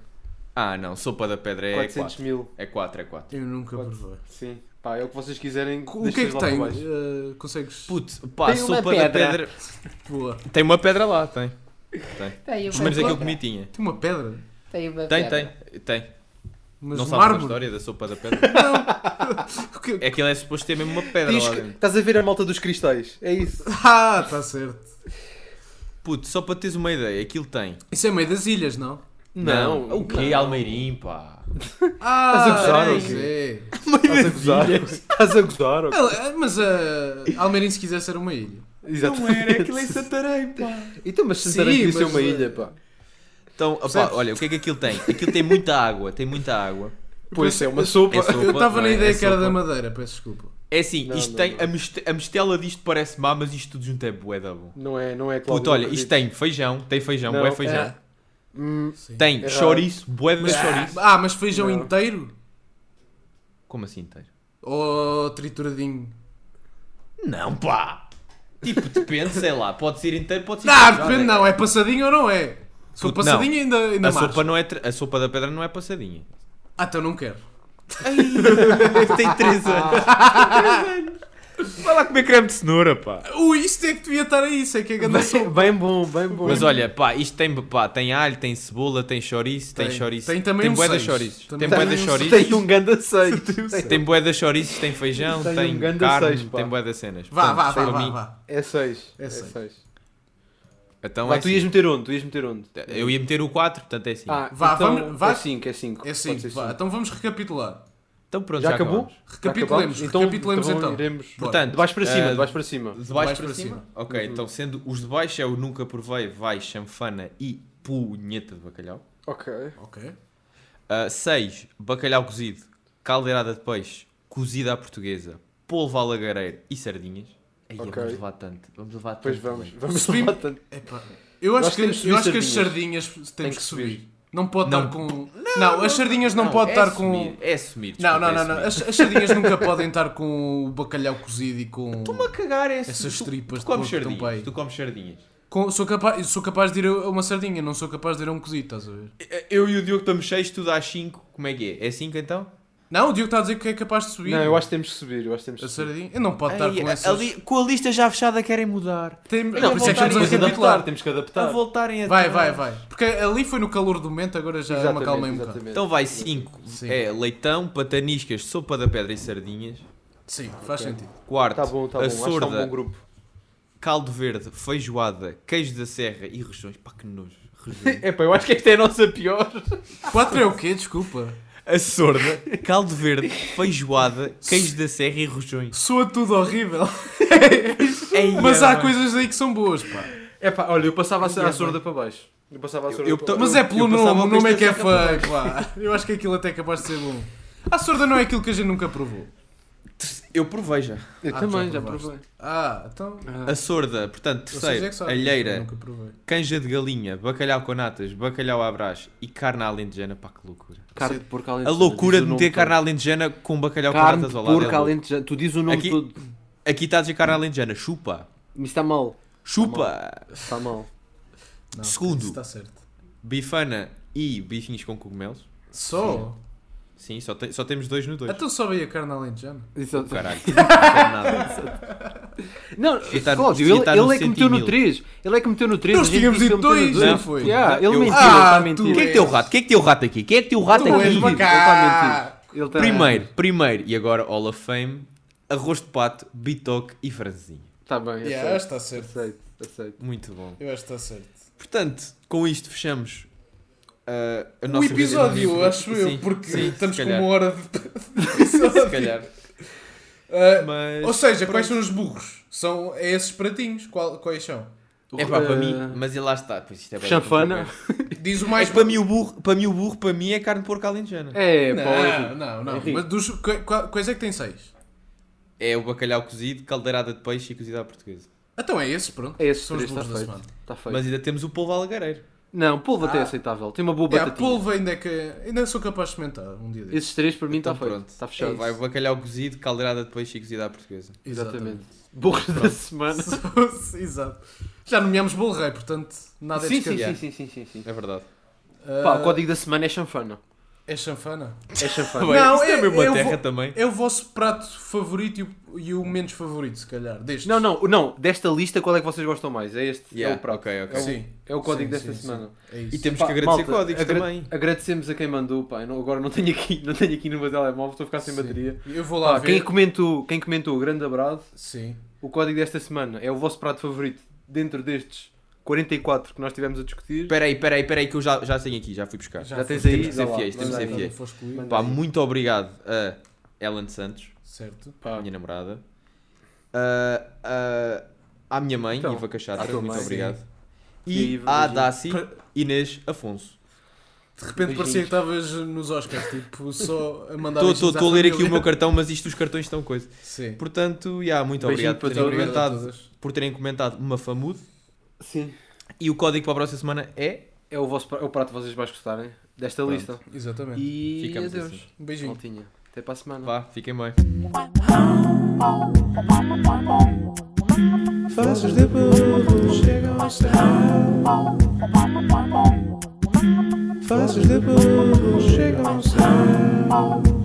Speaker 4: Ah, não, sopa da pedra é
Speaker 3: 400
Speaker 4: 4.
Speaker 3: mil.
Speaker 4: É 4, é 4.
Speaker 2: Eu nunca
Speaker 3: Quatro.
Speaker 2: provei.
Speaker 3: Sim. Pá, é o que vocês quiserem.
Speaker 2: O que é
Speaker 3: deixem
Speaker 2: que
Speaker 3: lá para
Speaker 2: tem?
Speaker 3: baixo.
Speaker 2: Eh, consegues?
Speaker 4: Puto, pá,
Speaker 3: Tem uma
Speaker 4: sopa da
Speaker 3: pedra.
Speaker 4: pedra.
Speaker 2: Boa.
Speaker 4: Tem uma pedra lá, tem.
Speaker 5: Tem
Speaker 4: Pelo
Speaker 5: uma
Speaker 4: menos é que eu
Speaker 5: pedra.
Speaker 4: comi tinha.
Speaker 2: Tem uma pedra.
Speaker 5: Tem uma
Speaker 4: Tem,
Speaker 5: pedra.
Speaker 4: tem, tem.
Speaker 2: Mas
Speaker 4: não
Speaker 2: um
Speaker 4: sabes a
Speaker 2: mármore.
Speaker 4: história da sopa da pedra?
Speaker 2: O que-
Speaker 4: É que ela é suposto ter mesmo uma pedra
Speaker 3: Diz
Speaker 4: lá
Speaker 3: que-
Speaker 4: dentro.
Speaker 3: Estás a ver a malta dos cristais? É isso.
Speaker 2: Ah, está certo.
Speaker 4: Puto, só para teres uma ideia, aquilo tem.
Speaker 2: Isso é meio das ilhas, não?
Speaker 3: Não,
Speaker 4: O quê?
Speaker 3: não.
Speaker 4: Almeirim, pá.
Speaker 2: Ah,
Speaker 3: a gozar,
Speaker 2: pois
Speaker 3: ou
Speaker 2: é.
Speaker 3: Estás a gozar? Estás a gozar? ou quê?
Speaker 2: Ah, Mas a Almeirim, se quisesse, era uma ilha.
Speaker 4: um
Speaker 3: Exatamente.
Speaker 4: em Santarém, pá.
Speaker 3: Então, mas
Speaker 2: Sim,
Speaker 3: Santarém podia ser
Speaker 2: mas,
Speaker 3: uma
Speaker 2: eh,
Speaker 3: ilha, pá.
Speaker 4: Então, opá,
Speaker 2: Percebes?
Speaker 4: olha, o que é que aquilo tem? Aquilo tem muita água, tem muita água.
Speaker 3: Pois é, uma sopa.
Speaker 4: É sopa,
Speaker 2: Eu estava
Speaker 4: não
Speaker 2: na
Speaker 4: é?
Speaker 2: ideia
Speaker 4: É
Speaker 2: que era da
Speaker 4: sopa.
Speaker 2: Madeira, peço desculpa.
Speaker 4: É assim,
Speaker 3: Não,
Speaker 4: isto
Speaker 3: não,
Speaker 4: tem,
Speaker 3: não.
Speaker 4: A, miste- a mistela disto parece má, mas isto tudo junto é bué da bom.
Speaker 3: Não é, não é Cláudio.
Speaker 4: Puto, olha,
Speaker 3: não
Speaker 4: isto
Speaker 3: acredito.
Speaker 4: tem feijão, tem feijão,
Speaker 3: Não,
Speaker 4: bué feijão.
Speaker 3: é. Hum,
Speaker 2: Sim.
Speaker 4: Tem
Speaker 3: Errado.
Speaker 4: chouriço, bué de
Speaker 2: Mas,
Speaker 4: chouriço.
Speaker 2: ah, mas feijão
Speaker 3: Não.
Speaker 2: inteiro?
Speaker 4: Como assim inteiro?
Speaker 2: Ou trituradinho?
Speaker 4: Não, pá! Tipo, depende, sei lá, pode ser inteiro, pode ser
Speaker 2: Ah,
Speaker 4: feijão,
Speaker 2: depende,
Speaker 4: né?
Speaker 2: não, é passadinho ou não é? Se for
Speaker 4: Puto,
Speaker 2: passadinho, ainda, ainda
Speaker 4: A
Speaker 2: mais.
Speaker 4: sopa, não é tr- a sopa da pedra não é passadinha.
Speaker 2: Ah, então não quero.
Speaker 4: tem 3 anos. Vai lá comer creme de cenoura, pá.
Speaker 2: Ui, isto é que devia estar aí, isso é que é grande sopa.
Speaker 3: Bem bom, bem bom.
Speaker 4: Mas olha, pá, isto tem, pá, tem alho, tem cebola, tem chouriço, tem,
Speaker 2: Tem.
Speaker 4: chouriço.
Speaker 2: Tem também
Speaker 4: tem
Speaker 2: um
Speaker 4: bué de
Speaker 2: seis.
Speaker 4: chouriço. Tem
Speaker 2: Também
Speaker 4: bué
Speaker 2: tem
Speaker 4: de
Speaker 2: um
Speaker 4: chouriço.
Speaker 3: Tem um grande aceite.
Speaker 4: Tem bué de chouriços, tem feijão,
Speaker 3: Tem um
Speaker 4: tem,
Speaker 3: ganda
Speaker 4: carne,
Speaker 3: seis, pá.
Speaker 4: tem bué de cenas.
Speaker 2: Vá,
Speaker 4: Portanto,
Speaker 2: vá, vá,
Speaker 4: Então, para
Speaker 2: vá,
Speaker 4: mim-
Speaker 2: vá.
Speaker 3: É 6.
Speaker 2: É
Speaker 3: É
Speaker 2: seis.
Speaker 3: 6.
Speaker 4: Então é
Speaker 3: Vá, tu ias
Speaker 4: assim.
Speaker 3: meter onde? Tu ias meter onde?
Speaker 4: Eu ia meter o 4, portanto é assim.
Speaker 3: Ah,
Speaker 2: Vá,
Speaker 3: então,
Speaker 2: vamos- vá.
Speaker 3: É 5, é 5.
Speaker 2: É assim, vá, então vamos recapitular.
Speaker 4: Então pronto, já,
Speaker 3: Já acabou?
Speaker 4: acabamos.
Speaker 2: Recapitulemos, recapitulemos então.
Speaker 3: Iremos...
Speaker 2: Bora.
Speaker 4: Portanto,
Speaker 3: De baixo para cima,
Speaker 4: eh,
Speaker 3: de baixo para cima. Uhum.
Speaker 4: de baixo
Speaker 2: De baixo
Speaker 4: para
Speaker 2: para
Speaker 4: cima.
Speaker 2: cima.
Speaker 4: Ok, então sendo os de baixo é o Nunca Provei, Vai, Chanfana e Punheta de Bacalhau.
Speaker 3: Ok.
Speaker 2: Ok.
Speaker 4: 6. bacalhau cozido, caldeirada de peixe, cozida à portuguesa, polvo à lagareira e sardinhas. Aí
Speaker 3: Ok.
Speaker 4: vamos levar tanto, vamos levar tanto.
Speaker 3: Pois vamos.
Speaker 4: bem.
Speaker 3: Vamos
Speaker 2: Subimos-
Speaker 3: levar tanto.
Speaker 2: Epá, Eu acho,
Speaker 3: Nós
Speaker 2: que,
Speaker 3: temos que
Speaker 2: eu
Speaker 3: subir
Speaker 2: acho que as sardinhas temos
Speaker 3: que
Speaker 2: que
Speaker 3: subir.
Speaker 2: subir. Não pode
Speaker 4: Não.
Speaker 2: estar com. Não, as sardinhas não,
Speaker 4: Não,
Speaker 2: pode
Speaker 4: é
Speaker 2: estar
Speaker 4: assumir,
Speaker 2: com.
Speaker 4: É assumir.
Speaker 2: Não,
Speaker 4: desculpa,
Speaker 2: não,
Speaker 4: é
Speaker 2: não, não.
Speaker 4: assumir.
Speaker 2: As, as sardinhas nunca podem estar com o bacalhau cozido e com.
Speaker 3: Então,
Speaker 4: Estou-me a cagar é
Speaker 2: Essas
Speaker 4: tu-
Speaker 2: tripas
Speaker 4: tu
Speaker 2: de porco
Speaker 4: comes
Speaker 2: tão
Speaker 4: sardinhas.
Speaker 2: bem.
Speaker 4: Tu comes sardinhas.
Speaker 2: com- sou, capaz, sou capaz de ir a uma sardinha, não sou capaz de ir a um cozido, estás a ver?
Speaker 4: Eu e o Diogo estamos 6, tu dás 5. Como é que é? É 5 então?
Speaker 2: Não, o Diogo está a dizer que é capaz de subir.
Speaker 3: Não, eu acho que temos que subir. Eu acho que temos
Speaker 2: A
Speaker 3: que subir.
Speaker 2: sardinha. Eu não pode estar
Speaker 4: Ei,
Speaker 2: com
Speaker 4: a-
Speaker 2: essas.
Speaker 4: ali- com a lista já fechada querem mudar.
Speaker 2: Tem-
Speaker 4: não,
Speaker 2: Não, por isso é que
Speaker 4: voltar
Speaker 2: estamos a
Speaker 4: a isso.
Speaker 2: recapitular.
Speaker 3: Temos que
Speaker 4: A
Speaker 3: adaptar.
Speaker 4: voltarem a
Speaker 2: Tá. Vai, vai, vai. Porque ali foi no calor do momento, agora já me acalmei um bocado.
Speaker 3: exatamente.
Speaker 4: Então vai 5.
Speaker 2: Sim.
Speaker 4: É leitão, pataniscas, sopa da pedra e sardinhas.
Speaker 2: Sim, faz sentido.
Speaker 4: Quarto,
Speaker 3: Tá bom, tá bom.
Speaker 4: a
Speaker 3: Acho que está um
Speaker 4: sorda,
Speaker 3: bom grupo.
Speaker 4: caldo verde, feijoada, queijo da serra e rojões. Pá, que nojo. Rojões.
Speaker 3: É pá, eu acho que esta é a nossa pior.
Speaker 2: 4 é o quê? Desculpa.
Speaker 4: a sorda, caldo verde, feijoada, queijo da serra e rojões.
Speaker 2: Soa tudo horrível.
Speaker 4: Ei,
Speaker 2: Mas há
Speaker 4: ah, mano.
Speaker 2: coisas aí que são boas, pá.
Speaker 3: É pá, olha, eu passava a sorda para baixo. Eu passava a sorda
Speaker 4: eu-
Speaker 3: para
Speaker 4: eu-
Speaker 3: baixo.
Speaker 2: Mas é pelo
Speaker 4: eu pensava
Speaker 2: nome, o
Speaker 4: que
Speaker 2: nome é
Speaker 4: isto
Speaker 2: que é
Speaker 4: ia ser
Speaker 2: feio, pá. Eu acho que aquilo até é capaz de ser bom. A sorda não é aquilo que a gente nunca provou.
Speaker 4: Eu provei já.
Speaker 3: Eu
Speaker 2: Ah,
Speaker 3: também,
Speaker 2: já
Speaker 3: já
Speaker 2: provaste.
Speaker 3: provei.
Speaker 2: Ah, então.
Speaker 4: A sorda, portanto,
Speaker 2: Vocês é que
Speaker 4: terceiro,
Speaker 2: sabem, eu
Speaker 4: alheira,
Speaker 2: Nunca provei.
Speaker 4: canja de galinha, bacalhau com natas, bacalhau à brás e carne à alentejana. Pá, que loucura.
Speaker 3: Carne de porco
Speaker 4: A loucura de meter carne à alentejana com bacalhau com
Speaker 3: Carne
Speaker 4: natas
Speaker 3: de
Speaker 4: ao lado.
Speaker 3: porco
Speaker 4: é louco.
Speaker 3: alentejano. Tu dizes o nome
Speaker 4: Aqui-
Speaker 3: todo.
Speaker 4: Aqui está a dizer carne à alentejana. Chupa.
Speaker 3: Mas está mal.
Speaker 4: Chupa.
Speaker 3: Está mal.
Speaker 2: Não,
Speaker 4: Segundo.
Speaker 2: Isso está certo.
Speaker 4: Bifana e bifinhos com cogumelos.
Speaker 2: Só?
Speaker 4: Sim, só, te- só temos dois no dois.
Speaker 2: Então só veio a carne alentejana.
Speaker 3: Isso- é-
Speaker 4: Caralho. não tem nada.
Speaker 3: Não,
Speaker 4: Devia estar-
Speaker 3: Cláudio,
Speaker 4: devia
Speaker 3: ele,
Speaker 4: estar
Speaker 3: ele
Speaker 4: no
Speaker 3: é que meteu tá- no
Speaker 4: 100.000.
Speaker 3: 3. Ele é que meteu no 3.
Speaker 2: Nós tínhamos ido dois, não foi?
Speaker 3: Yeah, ele
Speaker 4: Eu-
Speaker 3: mentiu,
Speaker 2: Ah, tu
Speaker 3: ele está a
Speaker 4: Quem
Speaker 3: mentir.
Speaker 4: é que tem o rato? Quem é que tem o rato aqui? Quem é que tem o rato
Speaker 2: Tu és
Speaker 4: aqui?
Speaker 3: Ele
Speaker 2: macaco.
Speaker 3: está a mentir. Ele tá- está-
Speaker 4: Primeiro, primeiro, e agora Hall of Fame, arroz de pato, bitoque e franzinha.
Speaker 3: Está bem, aceito.
Speaker 2: Yeah, está certo.
Speaker 3: aceito, aceito.
Speaker 4: Muito bom.
Speaker 2: Eu acho que está certo.
Speaker 4: Portanto, com isto fechamos ah, a
Speaker 2: O
Speaker 4: nossa
Speaker 2: episódio,
Speaker 4: visão.
Speaker 2: acho eu,
Speaker 4: Sim,
Speaker 2: porque
Speaker 4: sim,
Speaker 2: estamos
Speaker 4: se
Speaker 2: com
Speaker 4: calhar,
Speaker 2: uma hora de de episódio.
Speaker 4: Se calhar.
Speaker 2: Ah,
Speaker 4: Mas...
Speaker 2: Ou seja, eh, quais são os burros? São esses pratinhos. é Qual- quais são?
Speaker 4: É pá, para mim, mas e lá está. Pois
Speaker 3: Eh,
Speaker 4: isto é bué da
Speaker 3: Chanfana.
Speaker 4: controverso.
Speaker 2: Diz o
Speaker 4: É
Speaker 2: mais.
Speaker 4: que para mim o burro, para mim, o burro, para mim é carne de porco alentejana.
Speaker 3: É, pá,
Speaker 2: Não,
Speaker 3: olha,
Speaker 2: não, não.
Speaker 3: Henrique.
Speaker 2: Mas dos, qu- qu- quais é que tem seis?
Speaker 4: É o bacalhau cozido, caldeirada de peixe e cozida à portuguesa.
Speaker 2: Então é esses, pronto.
Speaker 3: É esses
Speaker 2: São os
Speaker 3: três, está
Speaker 2: burros da
Speaker 3: feito.
Speaker 2: semana.
Speaker 3: Está feito.
Speaker 4: Mas ainda temos o polvo algareiro.
Speaker 3: Não, polvo até é aceitável. Tem uma boa
Speaker 2: Yeah,
Speaker 3: batatinha.
Speaker 2: polvo ainda é que. Ainda sou capaz de experimentar um dia desses.
Speaker 3: Esses três para mim está
Speaker 4: Então
Speaker 3: feito. É
Speaker 4: pronto.
Speaker 3: Está fechado.
Speaker 4: Vai o bacalhau cozido, caldeirada de peixe e cozida à portuguesa.
Speaker 3: Exatamente. Burros da semana.
Speaker 2: Exatamente. Exato. Já nomeamos bolo rei, portanto, nada é
Speaker 3: Sim, sim,
Speaker 2: descartado.
Speaker 3: sim, sim, sim, sim, sim.
Speaker 4: É verdade.
Speaker 2: Ah,
Speaker 3: Pá, o código da semana é chanfana.
Speaker 2: É chanfana.
Speaker 3: É chanfana.
Speaker 4: Bem,
Speaker 2: Não,
Speaker 4: isto
Speaker 2: é-
Speaker 4: é mesmo
Speaker 2: eu
Speaker 4: a terra
Speaker 2: vou-
Speaker 4: também.
Speaker 2: É o vosso prato favorito e o, e o menos favorito, se calhar. Destes.
Speaker 3: não, não, não. Desta lista, qual é que vocês gostam mais? É este. É
Speaker 4: Yeah,
Speaker 3: o prato.
Speaker 4: ok, ok.
Speaker 3: É o-
Speaker 2: Sim.
Speaker 3: É o código
Speaker 2: Sim,
Speaker 3: desta
Speaker 2: sim,
Speaker 3: semana.
Speaker 2: sim. É isso.
Speaker 4: E temos
Speaker 3: Pá,
Speaker 4: que agradecer
Speaker 3: malta,
Speaker 4: códigos
Speaker 3: agra-
Speaker 4: também.
Speaker 3: Agradecemos a quem mandou, pá. Eu não- agora não tenho aqui, não tenho aqui no meu telemóvel, estou a ficar sem
Speaker 2: Sim.
Speaker 3: bateria.
Speaker 2: Eu vou lá
Speaker 3: Pá,
Speaker 2: ver.
Speaker 3: quem é comentou, quem comentou, um grande abraço.
Speaker 2: Sim.
Speaker 3: O código desta semana é o vosso prato favorito dentro destes 44 que nós tivemos a discutir.
Speaker 4: Espera aí, espera aí, espera aí que eu já, já tenho aqui, já fui buscar.
Speaker 2: Já
Speaker 3: Já tens
Speaker 2: foi.
Speaker 3: aí,
Speaker 4: Temos que
Speaker 3: dá
Speaker 4: ser
Speaker 3: lá,
Speaker 4: fiéis, temos
Speaker 3: manda
Speaker 4: que ser
Speaker 3: aí.
Speaker 4: fiéis.
Speaker 2: Foi excluído.
Speaker 3: Manda
Speaker 4: Pá,
Speaker 3: aí.
Speaker 4: muito obrigado a Ellen Santos,
Speaker 2: Certo.
Speaker 3: Pá,
Speaker 4: minha namorada. Ah, ah, à minha mãe,
Speaker 3: Então,
Speaker 4: Iva
Speaker 3: à
Speaker 4: Cachatra,
Speaker 3: tua
Speaker 4: muito
Speaker 3: mãe.
Speaker 4: obrigado.
Speaker 3: E
Speaker 4: E
Speaker 3: aí,
Speaker 4: à
Speaker 3: beijinho.
Speaker 4: Daci Inês Afonso.
Speaker 2: De repente
Speaker 3: Beijinhos.
Speaker 2: parecia que estavas nos Oscars, tipo, só a mandar beijinhos à
Speaker 4: Estou a ler aqui o
Speaker 2: família.
Speaker 4: meu cartão, mas isto os cartões estão coisa.
Speaker 2: Sim.
Speaker 4: Portanto, yeah, muito
Speaker 3: Beijinho
Speaker 4: obrigado por
Speaker 3: para
Speaker 4: terem,
Speaker 3: todos.
Speaker 2: Obrigado a
Speaker 4: comentado,
Speaker 2: todas.
Speaker 4: por terem comentado Mafamud.
Speaker 3: Sim.
Speaker 4: E o código para a próxima semana é.
Speaker 3: É o, vosso, pra- é o prato que vocês mais gostarem desta
Speaker 4: Pronto.
Speaker 3: lista.
Speaker 2: Exatamente.
Speaker 3: E
Speaker 4: Ficamos
Speaker 3: adeus.
Speaker 4: assim.
Speaker 2: Um beijinho.
Speaker 3: Maltinha. Até para a semana.
Speaker 4: Vá, fiquem bem.
Speaker 5: Faços de burro chegam ao céu. Faços de burro chegam ao céu.